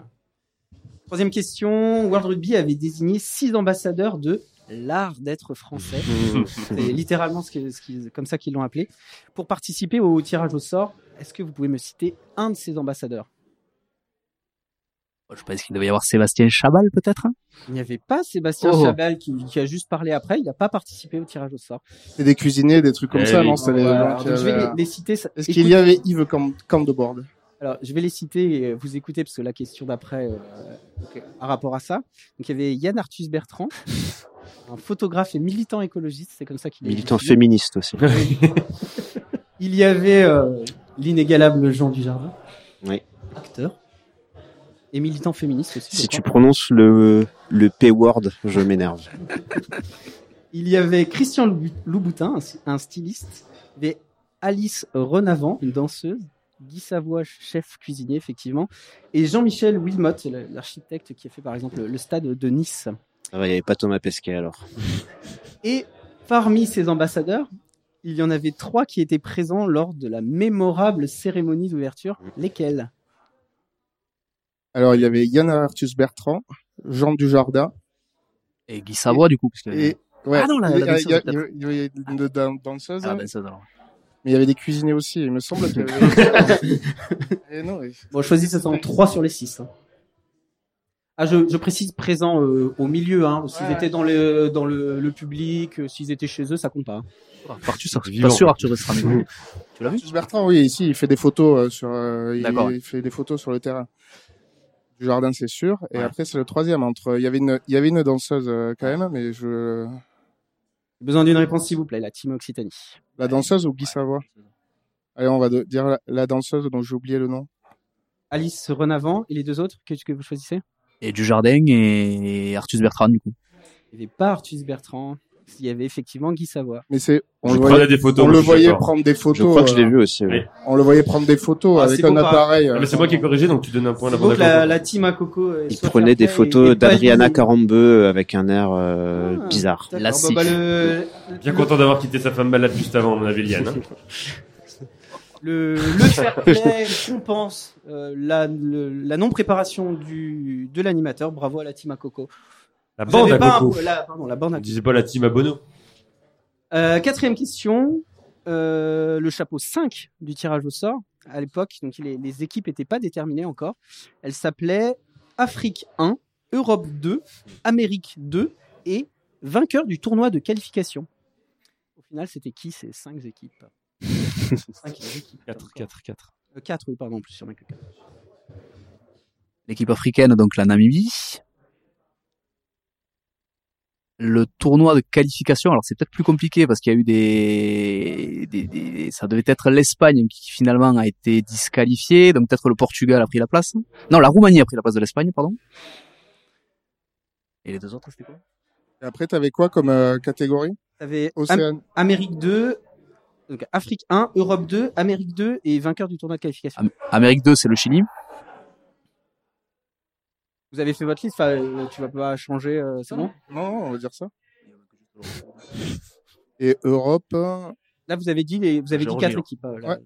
Speaker 7: Troisième question. World Rugby avait désigné six ambassadeurs de l'art d'être français. C'est littéralement ce que- ce qu'ils- comme ça qu'ils l'ont appelé. Pour participer au tirage au sort, est-ce que vous pouvez me citer un de ces ambassadeurs
Speaker 6: Je pense qu'il devait y avoir Sébastien Chabal peut-être. hein
Speaker 7: Il n'y avait pas Sébastien
Speaker 6: Oh.
Speaker 7: Chabal qui, qui a juste parlé après. Il n'a pas participé au tirage au sort.
Speaker 2: C'est des cuisiniers, des trucs comme
Speaker 3: Eh
Speaker 2: ça,
Speaker 3: oui.
Speaker 2: non C'est les
Speaker 7: Voilà,
Speaker 2: gens
Speaker 7: alors,
Speaker 2: qui
Speaker 7: Ah, donc, je vais
Speaker 2: avaient- euh,
Speaker 7: les, les citer. ça-
Speaker 2: Est-ce qu'il y
Speaker 7: écoute-
Speaker 2: avait Yves Cam- Camdeboard
Speaker 7: Alors, je vais les citer et vous écouter parce que la question d'après euh, donc, a rapport à ça. Donc, il y avait Yann Arthus Bertrand, un photographe et militant écologiste. C'est comme ça qu'il est
Speaker 5: Militant
Speaker 7: désigné.
Speaker 5: féministe aussi.
Speaker 7: Il y avait euh, l'inégalable Jean Dujardin,
Speaker 5: Oui.
Speaker 7: acteur et militant féministe aussi. je
Speaker 5: Si
Speaker 7: crois.
Speaker 5: tu prononces le, le P-word, je m'énerve.
Speaker 7: Il y avait Christian Loubou- Louboutin, un sy- un styliste. Il y avait Alice Renavant, une danseuse. Guy Savoie, chef cuisinier, effectivement. Et Jean-Michel Wilmot, le- l'architecte qui a fait, par exemple, le- le stade de Nice.
Speaker 5: Ah ouais, il n'y avait pas Thomas Pesquet alors.
Speaker 7: Et parmi ces ambassadeurs, il y en avait trois qui étaient présents lors de la mémorable cérémonie d'ouverture. Lesquels
Speaker 2: Alors, il y avait Yann Arthus Bertrand, Jean Dujardin,
Speaker 6: Et Guy Savoie du coup.
Speaker 3: Hmm.
Speaker 6: Parce que...
Speaker 2: et... Ouais,
Speaker 6: Ah non, la-
Speaker 2: il y a-
Speaker 6: la
Speaker 2: il y a-
Speaker 6: danseuse,
Speaker 2: il y a- il y a une de- dan- danseuse,
Speaker 6: Ah,
Speaker 2: hein,
Speaker 6: ben, ça, alors.
Speaker 2: mais il y avait des cuisiniers aussi, il me semble. qu'il y avait- Et non, et-
Speaker 7: Bon, choisissez en trois sur les six. hein. Ah, je, je précise présent euh, au milieu. Hein, s'ils
Speaker 2: Ouais.
Speaker 7: étaient dans le dans le, le public, euh, s'ils étaient chez eux, ça compte pas.
Speaker 6: Arthur, ça, je suis
Speaker 9: Vivant.
Speaker 6: pas sûr, Arthur restera avec nous. Tu l'as vu
Speaker 2: Arthus Bertrand, oui, ici, il fait des photos euh, sur, euh, il,
Speaker 6: D'accord.
Speaker 2: il fait des photos sur le terrain du jardin, c'est sûr. Et après, c'est le troisième entre. Il y avait une, il y avait une danseuse euh, quand même, mais je
Speaker 7: Besoin d'une réponse, s'il vous plaît, la team Occitanie.
Speaker 2: la danseuse ou Guy Savoie. Allez, on va de- dire la, la danseuse dont j'ai oublié le nom.
Speaker 7: Alice Renavant et les deux autres, qu'est-ce que vous choisissez
Speaker 6: Et Dujardin et Arthur Bertrand, du coup.
Speaker 7: Il n'y avait pas Artus Bertrand. Il y avait effectivement Guy Savoie.
Speaker 2: Mais c'est, on
Speaker 3: Je
Speaker 2: le
Speaker 3: prenais
Speaker 2: voyait,
Speaker 3: des
Speaker 2: on
Speaker 3: photos. moi,
Speaker 2: le
Speaker 3: je suis
Speaker 2: voyait
Speaker 3: d'accord.
Speaker 2: prendre des
Speaker 5: Je crois que
Speaker 2: photos.
Speaker 5: je l'ai
Speaker 2: euh,
Speaker 5: vu aussi. oui.
Speaker 3: Ouais.
Speaker 2: On le voyait prendre des photos
Speaker 7: Ah,
Speaker 2: avec
Speaker 7: c'est
Speaker 2: un
Speaker 7: beau, pas-
Speaker 2: appareil.
Speaker 3: Ah,
Speaker 2: euh,
Speaker 3: mais c'est moi qui ai corrigé, donc tu donnes un point à la
Speaker 7: Donc
Speaker 3: bonne
Speaker 7: la,
Speaker 3: réponse.
Speaker 7: la team à Coco. euh,
Speaker 5: Il
Speaker 7: soit
Speaker 5: prenait des
Speaker 7: parfait et- et
Speaker 5: photos
Speaker 7: pas
Speaker 5: d'Adriana
Speaker 7: Guy.
Speaker 5: Carambeu avec un air euh,
Speaker 7: Ah.
Speaker 5: bizarre.
Speaker 7: D'accord,
Speaker 6: Lassique.
Speaker 7: bon, bah, le,
Speaker 3: Bien
Speaker 7: le-
Speaker 3: content d'avoir quitté sa femme malade juste avant, mon avis, Liane. hein.
Speaker 7: Le, le fair play compense euh, la, le- la non-préparation du- de l'animateur. Bravo à la team à Coco.
Speaker 3: La
Speaker 7: Vous
Speaker 3: bande
Speaker 7: avez
Speaker 3: à
Speaker 7: pas euh, un-
Speaker 3: coco.
Speaker 7: la, pardon, la bande à
Speaker 3: On disait pas la team à Bono.
Speaker 7: Euh, quatrième question. euh, le chapeau 5 du tirage au sort, à l'époque, donc les, les équipes n'étaient pas déterminées encore. Elle s'appelait Afrique 1, Europe 2, Amérique 2 et vainqueur du tournoi de qualification. Au final, c'était qui ces 5 équipes 5 équipes.
Speaker 9: 4, 4, 4.
Speaker 7: 4, oui, pardon, en plus sur mes quatre.
Speaker 6: L'équipe africaine, donc la Namibie. Le tournoi de qualification, alors c'est peut-être plus compliqué parce qu'il y a eu des, des- des- ça devait être l'Espagne qui finalement a été disqualifiée, donc peut-être le Portugal a pris la place. Non, la Roumanie a pris la place de l'Espagne, pardon. Et les deux autres, c'était quoi
Speaker 2: Et après, t'avais quoi comme euh, catégorie
Speaker 7: T'avais Am-
Speaker 2: Océane.
Speaker 7: Amérique 2, donc Afrique 1, Europe 2, Amérique 2 et vainqueur du tournoi de qualification.
Speaker 6: Am- Amérique 2, c'est le Chili.
Speaker 7: Vous avez fait votre liste, enfin, euh, tu vas pas changer, euh, c'est bon
Speaker 2: Non, on va dire ça. Et Europe. euh,
Speaker 7: Là, vous avez dit, les, vous avez dit
Speaker 6: Géorgie,
Speaker 7: quatre
Speaker 6: hein.
Speaker 7: équipes. euh, là.
Speaker 2: Ouais.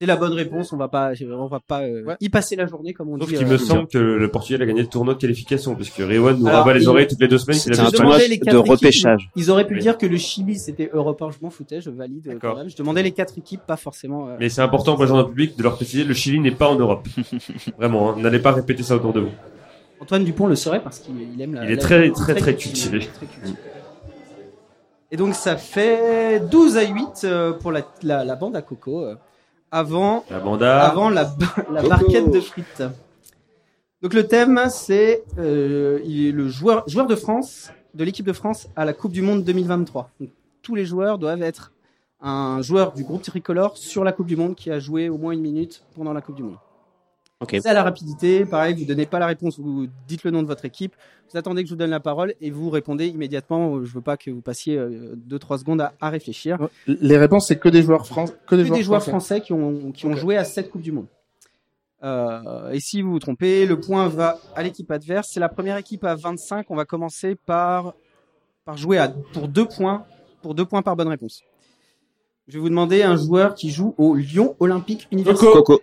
Speaker 7: C'est la bonne réponse. On va pas, on va pas euh,
Speaker 2: Ouais.
Speaker 7: y passer la journée comme on
Speaker 3: Sauf
Speaker 7: dit.
Speaker 3: qu'il
Speaker 7: euh,
Speaker 3: me semble que le Portugal a gagné le tournoi de qualification, parce que Rewan nous
Speaker 7: Alors,
Speaker 3: rabat les
Speaker 7: il-
Speaker 3: oreilles toutes les deux semaines. qu'il
Speaker 5: C'était
Speaker 3: avait
Speaker 5: un
Speaker 7: je
Speaker 3: pas-
Speaker 7: demandais
Speaker 5: tournoi
Speaker 7: les
Speaker 5: de
Speaker 7: quatre équipes.
Speaker 5: repêchage.
Speaker 7: Ils auraient pu
Speaker 3: Oui.
Speaker 7: dire que le Chili c'était Europe 1, je m'en foutais, je valide. euh,
Speaker 3: D'accord.
Speaker 7: quand même. Je demandais les quatre équipes, pas forcément. euh,
Speaker 3: Mais c'est important pour les gens dans le public de leur préciser le Chili n'est pas en Europe. Vraiment, hein, n'allez pas répéter ça autour de vous.
Speaker 7: Antoine Dupont le saurait parce qu'il il aime la.
Speaker 3: Il est
Speaker 7: la-
Speaker 3: très, très, très cultivé.
Speaker 7: très cultivé. Et donc ça fait 12 à 8 euh, pour la, la, la bande à Coco. euh, avant
Speaker 3: La banda.
Speaker 7: avant la, ba- la barquette de frites. Donc le thème, c'est euh, il est le joueur, joueur de France, de l'équipe de France à la Coupe du Monde 2023. Donc, tous les joueurs doivent être un joueur du groupe tricolore sur la Coupe du Monde qui a joué au moins une minute pendant la Coupe du Monde.
Speaker 5: Ok.
Speaker 7: C'est à la rapidité, pareil, vous donnez pas la réponse, vous dites le nom de votre équipe, vous attendez que je vous donne la parole et vous répondez immédiatement. Je veux pas que vous passiez 2-3 secondes à, à réfléchir
Speaker 2: Les réponses, c'est que des joueurs français. Que des
Speaker 7: que
Speaker 2: joueurs,
Speaker 7: des joueurs
Speaker 2: français.
Speaker 7: français qui ont, qui ont joué à cette Coupe du Monde. Euh, et si vous vous trompez, le point va à l'équipe adverse. C'est la première équipe à 25. On va commencer par, par jouer à, pour, deux points, pour deux points par bonne réponse. Je vais vous demander un joueur qui joue au Lyon Olympique Université.
Speaker 5: Coco,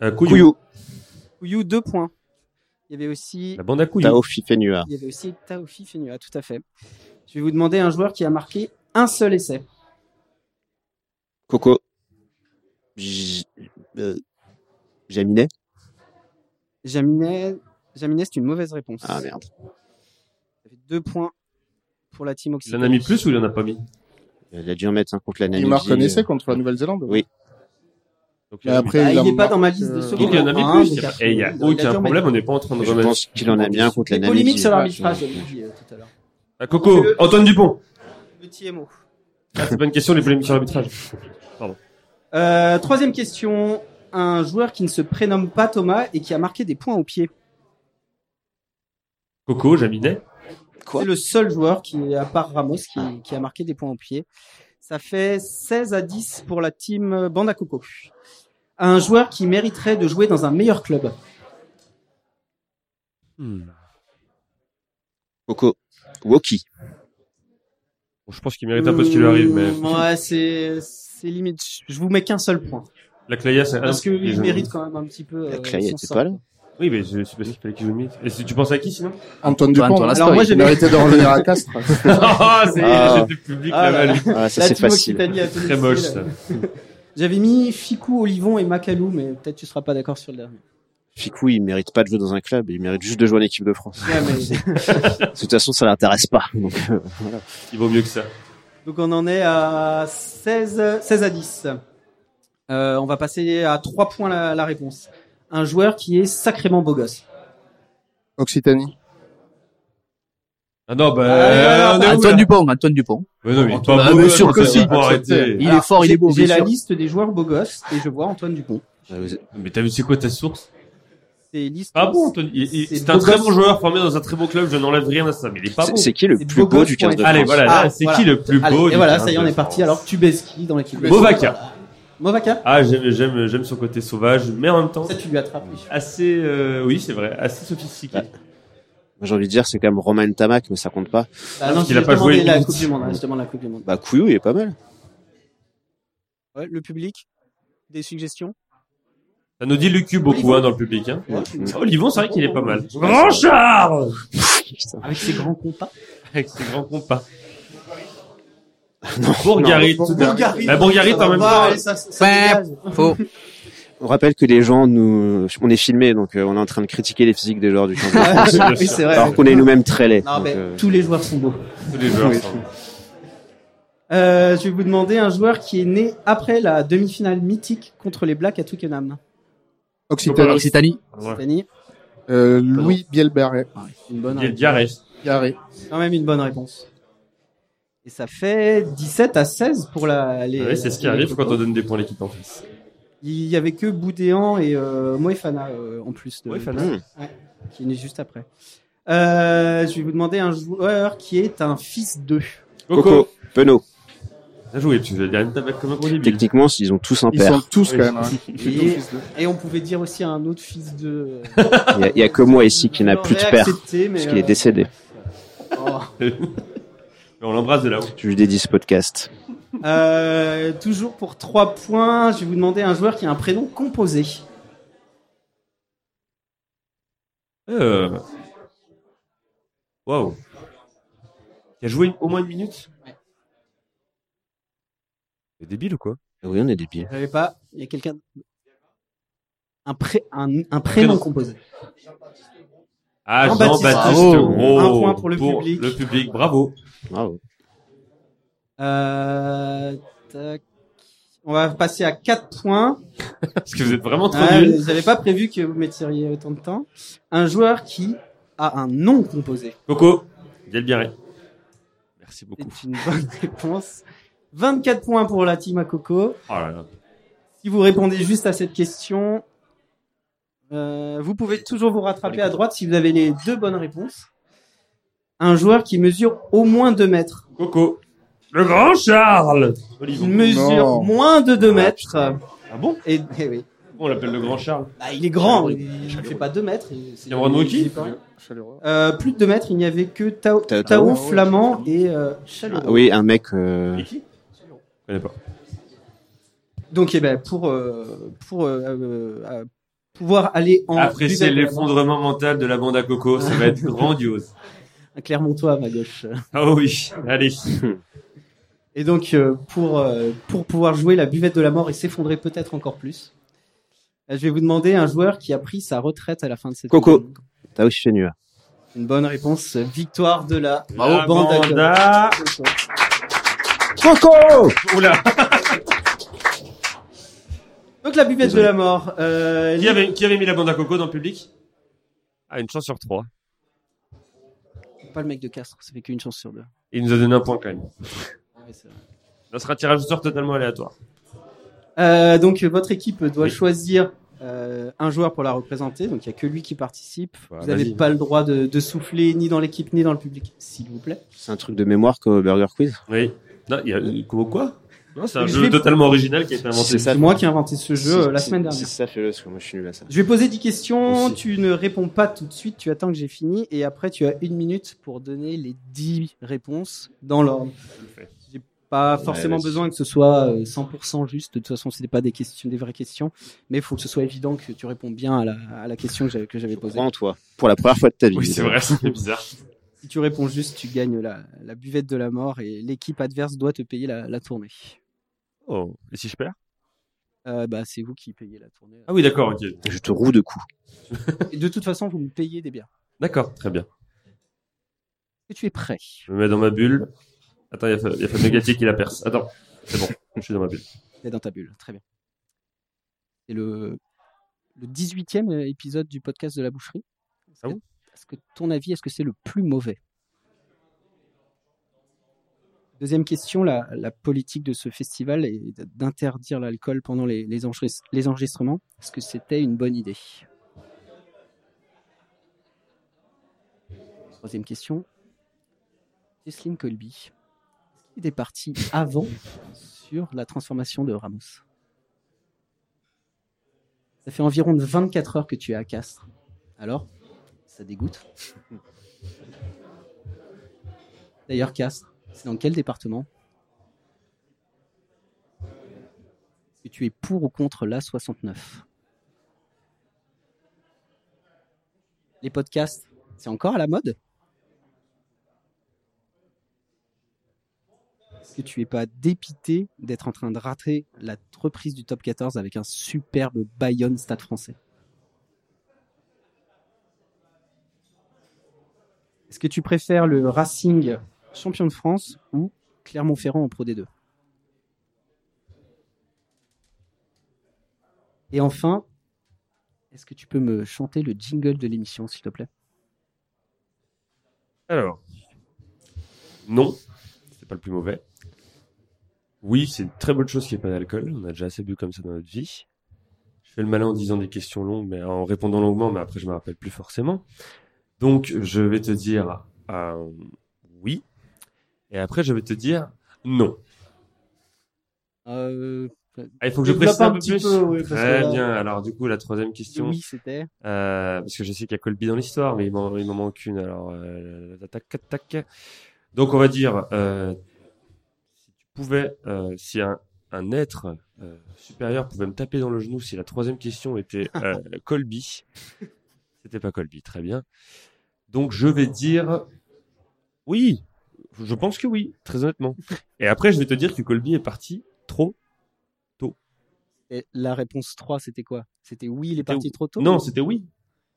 Speaker 3: Un euh, couillou.
Speaker 5: Couillou,
Speaker 7: You, deux points. Il y avait aussi,
Speaker 3: La bande à couillou.
Speaker 5: Tao Fifenua.
Speaker 7: il y avait aussi Taofi Fenua, tout à fait. Je vais vous demander un joueur qui a marqué un seul essai.
Speaker 5: Coco. J- euh, Jaminet.
Speaker 7: Jaminet, Jaminet c'est une mauvaise réponse.
Speaker 5: Ah merde.
Speaker 7: Ça fait deux points pour la team
Speaker 3: Il
Speaker 7: Occident.
Speaker 3: en a mis plus ou il en a pas mis
Speaker 5: Il a dû en mettre un contre la
Speaker 2: Il
Speaker 5: Namibie.
Speaker 2: marque un essai contre la Nouvelle-Zélande.
Speaker 5: Oui.
Speaker 3: Donc,
Speaker 2: Mais
Speaker 3: il en a
Speaker 2: après,
Speaker 7: Bah, il
Speaker 2: a
Speaker 7: n'est pas
Speaker 2: marqué,
Speaker 7: dans ma liste de
Speaker 2: euh,
Speaker 7: secondes.
Speaker 3: Donc il en a mis
Speaker 7: Ah,
Speaker 3: plus.
Speaker 7: donc
Speaker 3: il y a-
Speaker 7: il a-
Speaker 3: Et il y a
Speaker 7: il a
Speaker 3: aucun
Speaker 7: dû en
Speaker 3: problème,
Speaker 7: mettre.
Speaker 3: on n'est pas en train de
Speaker 5: Je
Speaker 3: remettre.
Speaker 5: pense qu'il en a bien contre la
Speaker 7: Les
Speaker 5: Namibie.
Speaker 7: polémiques sur l'arbitrage, j'ai dit euh, tout à l'heure.
Speaker 3: Ah, Coco,
Speaker 7: Le-
Speaker 3: Antoine Dupont.
Speaker 7: Petit mot.
Speaker 3: Ah, c'est pas une question, les polémiques sur l'arbitrage.
Speaker 7: Euh, troisième question. Un joueur qui ne se prénomme pas Thomas et qui a marqué des points au pied.
Speaker 3: Coco, Jaminet.
Speaker 5: Quoi
Speaker 7: C'est le seul joueur qui, à part Ramos, qui, qui a marqué des points au pied. Ça fait 16 à 10 pour la team euh, Banda Coco. Un joueur qui mériterait de jouer dans un meilleur club.
Speaker 5: Coco. Woki.
Speaker 3: Bon, je pense qu'il mérite un peu ce qui lui arrive, mais
Speaker 7: Hum, Ouais, c'est, c'est limite. Je- Je vous mets qu'un seul point.
Speaker 3: la Claya, c'est un.
Speaker 7: Parce qu'il
Speaker 3: Ils ont-
Speaker 7: mérite quand même un petit peu.
Speaker 5: La
Speaker 7: euh,
Speaker 5: Clay
Speaker 7: son
Speaker 5: était
Speaker 7: sort.
Speaker 5: pas là.
Speaker 3: Oui, mais je sais pas ce qu'il fallait qu'il joue le mythe. Et si tu penses à qui sinon
Speaker 2: Antoine
Speaker 6: Antoine,
Speaker 2: Dupont.
Speaker 6: Antoine,
Speaker 2: hein.
Speaker 7: Alors moi,
Speaker 6: Astoy.
Speaker 7: j'ai
Speaker 2: Il méritait de revenir à Castres.
Speaker 3: Ah, c'est
Speaker 5: Ah.
Speaker 3: la chef du public, la
Speaker 7: Ah, là,
Speaker 3: balle.
Speaker 5: Ah, ça
Speaker 7: La
Speaker 5: c'est
Speaker 7: team
Speaker 5: facile.
Speaker 7: Occitanie a tenu
Speaker 3: Très
Speaker 7: le
Speaker 3: moche
Speaker 7: fil.
Speaker 3: ça.
Speaker 7: J'avais mis Ficou, Olivon et Macalou, mais peut-être tu seras pas d'accord sur le dernier.
Speaker 5: Ficou, il mérite pas de jouer dans un club, il mérite juste de jouer à l'équipe de France.
Speaker 7: Ouais, mais-
Speaker 5: De toute façon, ça l'intéresse pas. Donc, euh, voilà.
Speaker 3: Il vaut mieux que ça.
Speaker 7: Donc on en est à 16, 16 à 10. Euh, on va passer à 3 points la, la réponse. Un joueur qui est sacrément beau gosse.
Speaker 2: Occitanie.
Speaker 3: Ah non, bah.
Speaker 7: Ah,
Speaker 3: on est où,
Speaker 6: Antoine
Speaker 3: là
Speaker 6: Dupont, Antoine Dupont.
Speaker 3: Mais non, mais
Speaker 6: Ah,
Speaker 3: pas
Speaker 6: bah,
Speaker 3: beau,
Speaker 6: bien
Speaker 3: ouais,
Speaker 6: sûr
Speaker 3: ça,
Speaker 6: que si.
Speaker 3: faut arrêter.
Speaker 6: Il est fort, il
Speaker 7: j'ai-
Speaker 6: est beau.
Speaker 7: J'ai
Speaker 6: bien
Speaker 7: la
Speaker 6: sûr.
Speaker 7: liste des joueurs beau gosse et je vois Antoine Dupont.
Speaker 5: Ah, vous-
Speaker 3: Mais t'as vu, c'est quoi ta source
Speaker 7: C'est liste.
Speaker 3: Ah bon, Antoine il- il-
Speaker 7: C'est
Speaker 3: C'est un
Speaker 7: beau
Speaker 3: très
Speaker 7: gosse.
Speaker 3: bon joueur formé dans un très beau club, je n'enlève rien à ça, mais il est pas
Speaker 5: c'est-
Speaker 3: bon.
Speaker 5: c'est qui le
Speaker 7: C'est
Speaker 5: plus beau du 15 de France
Speaker 3: Allez, voilà, là,
Speaker 7: Ah,
Speaker 3: c'est
Speaker 7: voilà.
Speaker 3: qui le plus
Speaker 7: Allez,
Speaker 3: beau
Speaker 7: Et
Speaker 3: du
Speaker 7: voilà,
Speaker 3: 15
Speaker 7: ça y est,
Speaker 3: de
Speaker 7: on est parti.
Speaker 3: France
Speaker 7: Alors Tubeski dans l'équipe.
Speaker 3: Movaca.
Speaker 7: Movaca
Speaker 3: Ah, j'aime, j'aime, j'aime son côté sauvage, mais en même temps,
Speaker 7: Ça, tu lui attrapes. oui.
Speaker 3: assez, euh, oui, c'est vrai, assez sophistiqué.
Speaker 5: Moi, J'ai envie de dire, c'est quand même Romain Tamac, mais ça compte pas.
Speaker 7: Ah non,
Speaker 3: parce qu'il
Speaker 7: je
Speaker 3: a pas
Speaker 7: demandais
Speaker 3: joué.
Speaker 7: la Coupe du Monde. hein, je demande la Coupe du Monde.
Speaker 5: Bah, Couillou, il est pas mal.
Speaker 7: Ouais, le public, des suggestions
Speaker 3: Ça nous dit Lucu beaucoup, hein, dans le public, hein.
Speaker 7: Ouais.
Speaker 5: Mm.
Speaker 3: Ah, Olivon, c'est vrai qu'il est pas mal. Grand char
Speaker 7: Avec ses grands compas.
Speaker 3: Avec ses grands compas.
Speaker 5: Non.
Speaker 3: Bourgarit, tout d'un- La Bourgarit, en même temps.
Speaker 6: Ouais. Faux.
Speaker 5: On rappelle que les gens nous, on est filmé, donc euh, on est en train de critiquer les physiques des joueurs du 15 de France.
Speaker 7: Oui, c'est vrai.
Speaker 5: Alors qu'on est nous-mêmes très laids.
Speaker 7: Non,
Speaker 5: Donc,
Speaker 7: mais
Speaker 5: euh,
Speaker 7: tous les joueurs sont beaux.
Speaker 3: Tous les joueurs sont-
Speaker 7: Euh, je vais vous demander un joueur qui est né après la demi-finale mythique contre les Blacks à Twickenham.
Speaker 2: Occitanie.
Speaker 6: Occitanie.
Speaker 3: Ouais.
Speaker 7: Dani,
Speaker 2: Euh, Louis Bielbarré.
Speaker 7: Ah, une
Speaker 3: Il
Speaker 7: bonne
Speaker 3: y a le
Speaker 7: réponse.
Speaker 3: diarrhée.
Speaker 2: Garé.
Speaker 7: Quand même une bonne réponse. Et ça fait 17 à 16 pour la. Les,
Speaker 3: Ouais, c'est ce qui arrive quand on donne des points à l'équipe en face.
Speaker 7: Il y avait que Boudéan et euh, Moefana euh, en plus de
Speaker 5: hmm.
Speaker 7: qui est né juste après. Euh, je vais vous demander un joueur qui est un fils d'eux.
Speaker 5: Coco, Penaud.
Speaker 3: Bien joué, tu veux dire une tabac comme un gros débile.
Speaker 5: Techniquement, ils ont tous un
Speaker 2: Ils
Speaker 5: père.
Speaker 2: sont tous
Speaker 3: Oui.
Speaker 2: quand même. hein.
Speaker 7: Et, et on pouvait dire aussi un autre fils euh, d'eux.
Speaker 5: Il y a- il y, a que moi ici qui n'a plus de père, parce
Speaker 7: euh,
Speaker 5: qu'il est décédé.
Speaker 7: oh.
Speaker 3: Mais on l'embrasse de là-haut.
Speaker 5: Je lui dédie ce podcast.
Speaker 7: Euh, toujours pour 3 points, je vais vous demander un joueur qui a un prénom composé.
Speaker 3: Euh... Waouh. Il a joué au moins une minute C'est débile ou quoi
Speaker 5: Oui, on est débiles.
Speaker 7: Je l'avais pas. Il y a quelqu'un. Un, pré... un, un prénom
Speaker 3: Prénom.
Speaker 7: composé.
Speaker 3: Ah,
Speaker 7: Jean-Baptiste
Speaker 3: Jean-Baptiste
Speaker 5: Gros.
Speaker 3: Gros.
Speaker 7: Un point pour le public.
Speaker 3: Le public, bravo.
Speaker 5: Bravo.
Speaker 7: Euh, tac. On va passer à 4 points.
Speaker 3: Parce que vous êtes vraiment trop
Speaker 7: Ah,
Speaker 3: nuls.
Speaker 7: vous n'avez pas prévu que vous mettiez autant de temps. Un joueur qui a un nom composé.
Speaker 3: Coco, Gaël Biarré. Merci beaucoup.
Speaker 7: C'est une bonne réponse. 24 points pour la team à Coco.
Speaker 3: Oh là là.
Speaker 7: Si vous répondez juste à cette question, euh, vous pouvez toujours vous rattraper à droite si vous avez les deux bonnes réponses. Un joueur qui mesure au moins 2 mètres.
Speaker 3: Coco. Le grand Charles Olivon.
Speaker 7: Il mesure
Speaker 2: Non.
Speaker 7: moins de 2 mètres.
Speaker 3: Ah bon
Speaker 7: Et, eh oui.
Speaker 3: On l'appelle le grand Charles.
Speaker 7: Bah, il est grand, il ne fait pas 2 mètres. il- c'est-
Speaker 3: Cameron Wauquiez
Speaker 7: il est pas- Euh, Plus de 2 mètres, il n'y avait que Tao,
Speaker 5: Tao-
Speaker 7: Tao
Speaker 5: Tao.
Speaker 7: Flamand et euh, Chaleureux.
Speaker 5: Ah oui, un mec. euh,
Speaker 3: Et qui Je connais pas.
Speaker 7: Donc, eh ben, pour, euh, pour euh, euh, euh, pouvoir aller en.
Speaker 3: Apprécier
Speaker 7: buvette de la
Speaker 3: l'effondrement mental de la bande à Coco, ça va être grandiose.
Speaker 7: Manche. Un Clermontois à ma gauche.
Speaker 3: Ah oui, allez.
Speaker 7: Et donc, euh, pour, euh, pour pouvoir jouer la buvette de la mort et s'effondrer peut-être encore plus, euh, je vais vous demander un joueur qui a pris sa retraite à la fin de cette
Speaker 5: Coco.
Speaker 7: saison.
Speaker 5: T'as aussi fait nu.
Speaker 7: Une bonne réponse. Victoire de la
Speaker 3: La
Speaker 7: bande à gauche.
Speaker 3: banda.
Speaker 5: Coco
Speaker 3: Oula,
Speaker 7: Donc, la buvette
Speaker 5: Désolé.
Speaker 7: de la mort. Euh,
Speaker 3: qui avait, qui avait mis la bande à Coco dans le public Ah, une chance sur trois.
Speaker 7: Pas le mec de Castres, ça fait qu'une chance sur deux.
Speaker 3: Et il nous a donné un point quand même.
Speaker 7: Ah ouais, c'est vrai.
Speaker 3: Ça sera un tirage au sort totalement aléatoire.
Speaker 7: Euh, donc, euh, votre équipe doit
Speaker 3: Oui.
Speaker 7: choisir euh, un joueur pour la représenter. Donc, il n'y a que lui qui participe.
Speaker 3: Bah,
Speaker 7: vous n'avez
Speaker 3: vas-y.
Speaker 7: pas le droit de, de souffler ni dans l'équipe ni dans le public, s'il vous plaît.
Speaker 5: C'est un truc de mémoire que Burger Quiz.
Speaker 3: Oui. Non, il y a euh, comment quoi Non, c'est un
Speaker 7: Je
Speaker 3: jeu
Speaker 7: vais-
Speaker 3: totalement original qui a été inventé.
Speaker 5: ça.
Speaker 7: C'est moi qui ai inventé ce jeu
Speaker 5: Si-
Speaker 7: euh, la
Speaker 5: si-
Speaker 7: semaine dernière.
Speaker 5: Si ça fait le, parce que moi je suis nul à ça.
Speaker 7: Je vais poser 10 questions,
Speaker 5: Aussi.
Speaker 7: tu ne réponds pas tout de suite, tu attends que j'ai fini et après tu as une minute pour donner les 10 réponses dans l'ordre.
Speaker 3: fais.
Speaker 7: J'ai pas
Speaker 5: Ouais,
Speaker 7: forcément
Speaker 5: vas-y.
Speaker 7: besoin que ce soit euh, 100% juste, de toute façon ce n'est pas des questions, des vraies questions, mais il faut que ce soit évident que tu réponds bien à la, à la question que j'avais- que j'avais
Speaker 5: Je
Speaker 7: posée.
Speaker 5: crois en toi. Pour la première fois de ta vie.
Speaker 3: Oui, c'est vrai, c'est bizarre.
Speaker 7: Si tu réponds juste, tu gagnes la, la buvette de la mort et l'équipe adverse doit te payer la, la tournée.
Speaker 3: Oh, et si je perds
Speaker 7: euh, bah, c'est vous qui payez la tournée.
Speaker 3: Ah oui, d'accord, ok.
Speaker 5: Je te roue de coups.
Speaker 7: Et de toute façon, vous me payez des bières.
Speaker 3: D'accord, très bien.
Speaker 7: Est-ce que tu es prêt
Speaker 3: Je me mets dans ma bulle. Attends, il y a, Fa- il y a Fabien Gatier qui la perce. Attends, c'est bon, je suis dans ma bulle.
Speaker 7: T'es dans ta bulle, très bien. C'est le, le 18e épisode du podcast de la boucherie. Est-ce
Speaker 3: Ah
Speaker 7: que-
Speaker 3: bon
Speaker 7: Est-ce que ton avis, est-ce que c'est le plus mauvais Deuxième question, la, la politique de ce festival est d'interdire l'alcool pendant les, les enregistre- les enregistrements. Est-ce que c'était une bonne idée Troisième question, Jocelyne Colby, est-ce qu'il était parti avant sur la transformation de Ramos. Ça fait environ 24 heures que tu es à Castres. Alors, ça dégoûte. D'ailleurs, Castres, c'est dans quel département Est-ce que tu es pour ou contre l'A69 Les podcasts, c'est encore à la mode Est-ce que tu es pas dépité d'être en train de rater la reprise du top 14 avec un superbe Bayonne Stade français Est-ce que tu préfères le Racing champion de France ou Clermont-Ferrand en Pro D2 Et enfin, est-ce que tu peux me chanter le jingle de l'émission, s'il te plaît
Speaker 3: Alors, non, c'est pas le plus mauvais. Oui, c'est une très bonne chose qu'il n'y ait pas d'alcool. On a déjà assez bu comme ça dans notre vie. Je fais le malin en disant des questions longues, mais en répondant longuement, mais après je me rappelle plus forcément. Donc, je vais te dire euh, oui, et après je vais te dire non.
Speaker 7: euh,
Speaker 3: Ah, il faut que je
Speaker 7: Développe
Speaker 3: précise un
Speaker 7: un
Speaker 3: peu
Speaker 7: petit
Speaker 3: plus.
Speaker 7: peu, oui, parce
Speaker 3: très
Speaker 7: que là-
Speaker 3: bien. Alors, du coup, la troisième question.
Speaker 7: Oui, c'était.
Speaker 3: Euh, parce que je sais qu'il y a Colby dans l'histoire, mais il m'en, il m'en manque une. Alors, euh, tac, tac, tac. Donc, on va dire, euh, si tu pouvais, euh, si un, un être euh, supérieur pouvait me taper dans le genou, si la troisième question était euh, Colby, c'était pas Colby, très bien. Donc, je vais dire oui. Je pense que oui, très honnêtement. Et après, je vais te dire que Colby est parti trop.
Speaker 7: Et la réponse 3, c'était quoi C'était oui, il est
Speaker 3: C'était
Speaker 7: parti
Speaker 3: oui.
Speaker 7: trop tôt
Speaker 3: Non, c'était oui.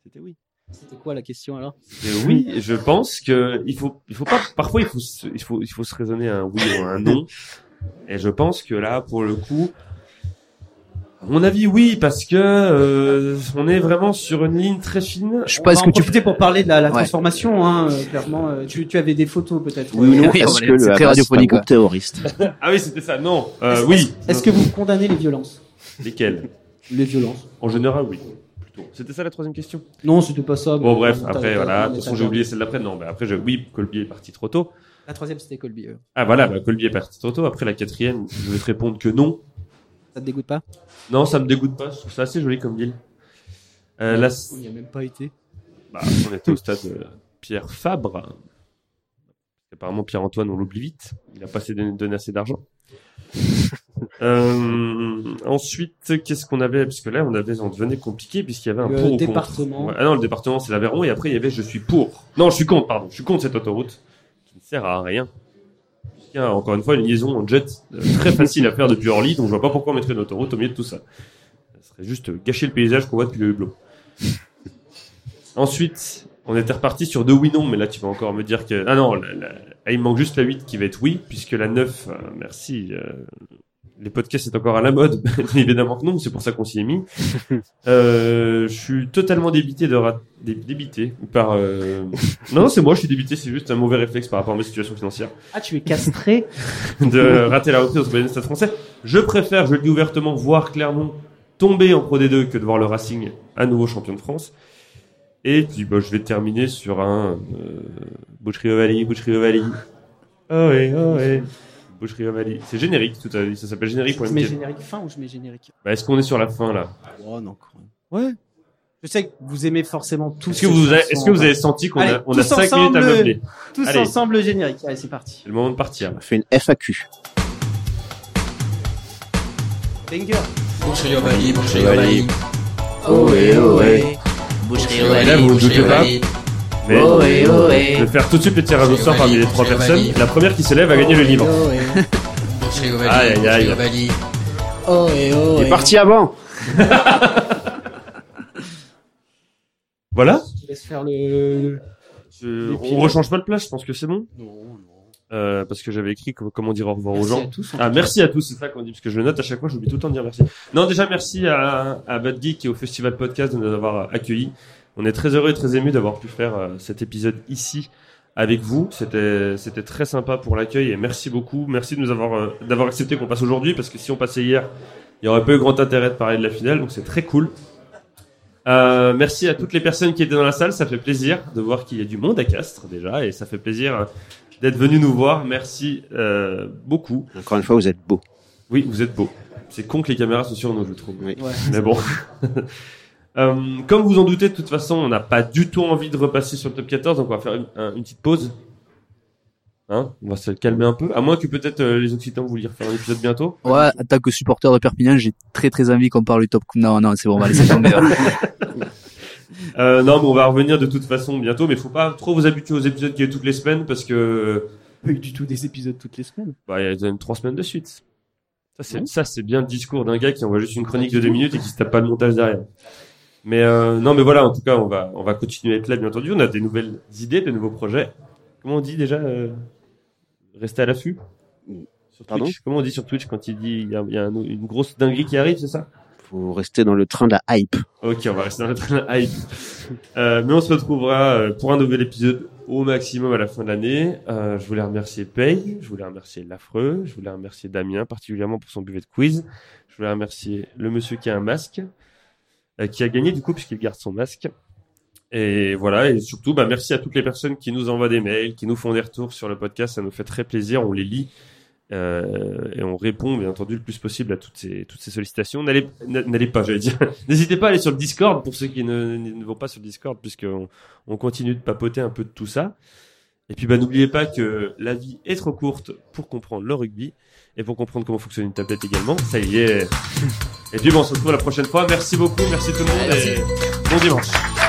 Speaker 3: C'était oui.
Speaker 7: C'était quoi la question alors
Speaker 3: Euh, oui, je pense que il faut, il faut pas. Parfois, il faut, se- il faut, il faut se raisonner un oui ou un non. Et je pense que là, pour le coup, à mon avis, oui, parce que euh, on est vraiment sur une ligne très fine.
Speaker 6: Je
Speaker 7: On
Speaker 6: pense
Speaker 7: va
Speaker 6: que
Speaker 7: en
Speaker 6: tu
Speaker 7: profiter
Speaker 3: euh,
Speaker 7: pour parler de la, la
Speaker 6: Ouais.
Speaker 7: transformation, hein, euh, clairement. euh, tu, tu avais des photos peut-être.
Speaker 5: Oui ou non
Speaker 6: Oui,
Speaker 5: Est-ce
Speaker 6: c'est
Speaker 5: que le
Speaker 6: très
Speaker 5: Hamas est hein. un
Speaker 6: radiophonique,
Speaker 5: groupe
Speaker 6: ouais.
Speaker 5: terroriste
Speaker 3: Ah oui, c'était ça. Non, euh, oui.
Speaker 7: Est-ce que vous condamnez les violences
Speaker 3: Lesquels
Speaker 7: Les violences.
Speaker 3: En général, oui. Plutôt. C'était ça la troisième question.
Speaker 7: Non, c'était pas ça.
Speaker 3: Bon,
Speaker 7: mais-
Speaker 3: bref.
Speaker 7: t'as-
Speaker 3: Après,
Speaker 7: t'as-
Speaker 3: voilà.
Speaker 7: t'as-
Speaker 3: De toute façon,
Speaker 7: t'as-
Speaker 3: j'ai oublié celle d'après. Non, mais après, je... oui, Colby est parti trop tôt.
Speaker 7: La troisième, c'était Colby. euh.
Speaker 3: Ah voilà, bah, Colby est parti trop tôt. Après la quatrième, je vais te répondre que non.
Speaker 7: Ça te dégoûte pas
Speaker 3: Non, ça me dégoûte pas. Je trouve ça assez joli comme ville. Euh, la...
Speaker 7: Il n'y a même pas été.
Speaker 3: bah, on était au stade euh, Pierre Fabre. Apparemment, Pierre-Antoine, on l'oublie vite. Il a pas assez donné, donné assez d'argent. Euh, ensuite, qu'est-ce qu'on avait Parce que là, on, avait, on devenait compliqué puisqu'il y avait un
Speaker 7: Le
Speaker 3: pour ou contre.
Speaker 7: département.
Speaker 3: Ouais, Ah non, le département, c'est l'Aveyron. Et après, il y avait je suis pour. Non, je suis contre, pardon. Je suis contre cette autoroute qui ne sert à rien. Il y a encore une fois une liaison en jet euh, très facile à faire depuis Orly. Donc, je vois pas pourquoi on mettrait une autoroute au milieu de tout ça. Ça serait juste euh, gâcher le paysage qu'on voit depuis le hublot. Ensuite, on était reparti sur deux oui-non, mais là tu vas encore me dire que. Ah non, la- la- ah, il me manque juste la 8 qui va être oui, puisque la 9, euh, merci. euh, Les podcasts c'est encore à la mode, bien évidemment que non, c'est pour ça qu'on s'y est mis. Euh, je suis totalement débité de ra- dé- débité par. euh, Non, non, c'est moi, je suis débité, c'est juste un mauvais réflexe par rapport à ma situation financière
Speaker 7: Ah, tu es castré
Speaker 3: de rater la reprise au Bayonne Stade français. Je préfère, je le dis ouvertement, voir Clermont tomber en Pro D2 que de voir le Racing à nouveau champion de France. Et puis bah, je vais terminer sur un euh, Boucherie Ovalie, Boucherie Ovalie.
Speaker 7: Ah
Speaker 3: Oh ouais, oh ouais. Boucherie Ovalie. C'est générique, tout à l'heure. Ça s'appelle générique.
Speaker 7: Je
Speaker 3: Pour
Speaker 7: mets
Speaker 3: MK.
Speaker 7: générique fin ou je mets générique
Speaker 3: Bah, Est-ce qu'on est sur la fin là
Speaker 7: Oh non, quand même. Ouais. Je sais que vous aimez forcément tous.
Speaker 3: Est-ce que,
Speaker 7: ces
Speaker 3: vous avez-
Speaker 7: chansons,
Speaker 3: est-ce que vous avez senti qu'on
Speaker 7: Allez,
Speaker 3: a, on a
Speaker 7: tous
Speaker 3: 5
Speaker 7: ensemble,
Speaker 3: minutes à
Speaker 7: le-
Speaker 3: meubler
Speaker 7: hein. Tous
Speaker 3: Allez.
Speaker 7: ensemble le générique. Allez, c'est parti.
Speaker 3: C'est le moment de partir.
Speaker 5: On fait une FAQ.
Speaker 7: Banger.
Speaker 1: Boucherie Ovalie, Boucherie Ovalie.
Speaker 5: Ohé, ohé.
Speaker 1: Boucherie Ovalie, Boucherie Ovalie.
Speaker 3: Mais
Speaker 7: Oh,
Speaker 3: je vais faire tout de suite le tirage au sort parmi les trois personnes. La première qui se lève va gagner le livre.
Speaker 1: Boucherie
Speaker 3: Aïe,
Speaker 1: Ovalie,
Speaker 3: aïe, aïe.
Speaker 1: Boucherie Ovalie.
Speaker 8: Oh et oh.
Speaker 9: Il
Speaker 8: et
Speaker 9: est parti avant.
Speaker 3: Voilà.
Speaker 4: Je te laisse faire le.
Speaker 3: Je-
Speaker 4: Et puis,
Speaker 3: on
Speaker 4: là-
Speaker 3: rechange pas de place, je pense que c'est bon.
Speaker 4: Non, non.
Speaker 3: Euh, parce que j'avais écrit co- comment dire au revoir aux
Speaker 4: Merci
Speaker 3: gens.
Speaker 4: à tous. hein.
Speaker 3: Ah, merci à tous, c'est ça qu'on dit, parce que je le note à chaque fois, j'oublie tout le temps de dire merci. Non, déjà, merci à, à Bad Geek et au Festival Podcast de nous avoir euh, accueillis. On est très heureux et très émus d'avoir pu faire euh, cet épisode ici avec vous. C'était, c'était très sympa pour l'accueil et merci beaucoup. Merci de nous avoir, euh, d'avoir accepté qu'on passe aujourd'hui, parce que si on passait hier, il n'y aurait pas eu grand intérêt de parler de la finale, donc c'est très cool. Euh, merci à toutes les personnes qui étaient dans la salle, ça fait plaisir de voir qu'il y a du monde à Castres déjà, et ça fait plaisir euh, d'être venu nous voir. Merci euh, beaucoup.
Speaker 5: Encore une fois, vous êtes beau.
Speaker 3: Oui, vous êtes beau. C'est con que les caméras soient sur nous, je trouve.
Speaker 5: Oui.
Speaker 7: Ouais.
Speaker 3: Mais bon. Euh, comme vous en doutez, de toute façon, on n'a pas du tout envie de repasser sur le top 14, donc on va faire une, un- une petite pause. Hein on va se calmer un peu. À moins que peut-être euh, les Occitans voulaient refaire un épisode bientôt.
Speaker 6: Ouais, en tant que supporter de Perpignan, j'ai très très envie qu'on parle du top. Non, non, c'est bon, on va laisser tomber.
Speaker 3: Euh, non, mais on va revenir de toute façon bientôt, mais faut pas trop vous habituer aux épisodes qui est toutes les semaines parce que
Speaker 7: Pas eu du tout des épisodes toutes les semaines.
Speaker 3: bah il y a quand même trois semaines de suite. Ça c'est ça c'est bien le discours d'un gars qui envoie juste une chronique de deux minutes et qui se tape pas de montage derrière. Mais euh, non, mais voilà, en tout cas, on va on va continuer à être là, bien entendu. On a des nouvelles idées, des nouveaux projets. Comment on dit déjà euh, Rester à l'affût. Sur
Speaker 5: Pardon
Speaker 3: Twitch. Comment on dit sur Twitch quand il dit il y a, il y a un- une grosse dinguerie qui arrive, c'est ça
Speaker 5: Faut rester dans le train de la hype.
Speaker 3: Ok, on va rester dans le train de hype. Euh, mais on se retrouvera euh, pour un nouvel épisode au maximum à la fin de l'année. Euh, je voulais remercier Paye, je voulais remercier Lafreux, je voulais remercier Damien particulièrement pour son buvet de quiz. Je voulais remercier le monsieur qui a un masque, euh, qui a gagné du coup puisqu'il garde son masque. Et voilà, et surtout, bah, merci à toutes les personnes qui nous envoient des mails, qui nous font des retours sur le podcast, ça nous fait très plaisir, on les lit. euh, et on répond bien entendu le plus possible à toutes ces, toutes ces sollicitations. N'allez n'allez pas, j'allais dire. N'hésitez pas à aller sur le Discord pour ceux qui ne, ne vont pas sur le Discord, puisqu'on on continue de papoter un peu de tout ça. Et puis, bah, n'oubliez pas que la vie est trop courte pour comprendre le rugby et pour comprendre comment fonctionne une tablette également. Ça y est. Et puis, bon, on se retrouve la prochaine fois. Merci beaucoup, merci tout le monde.
Speaker 1: Merci.
Speaker 3: Et bon dimanche.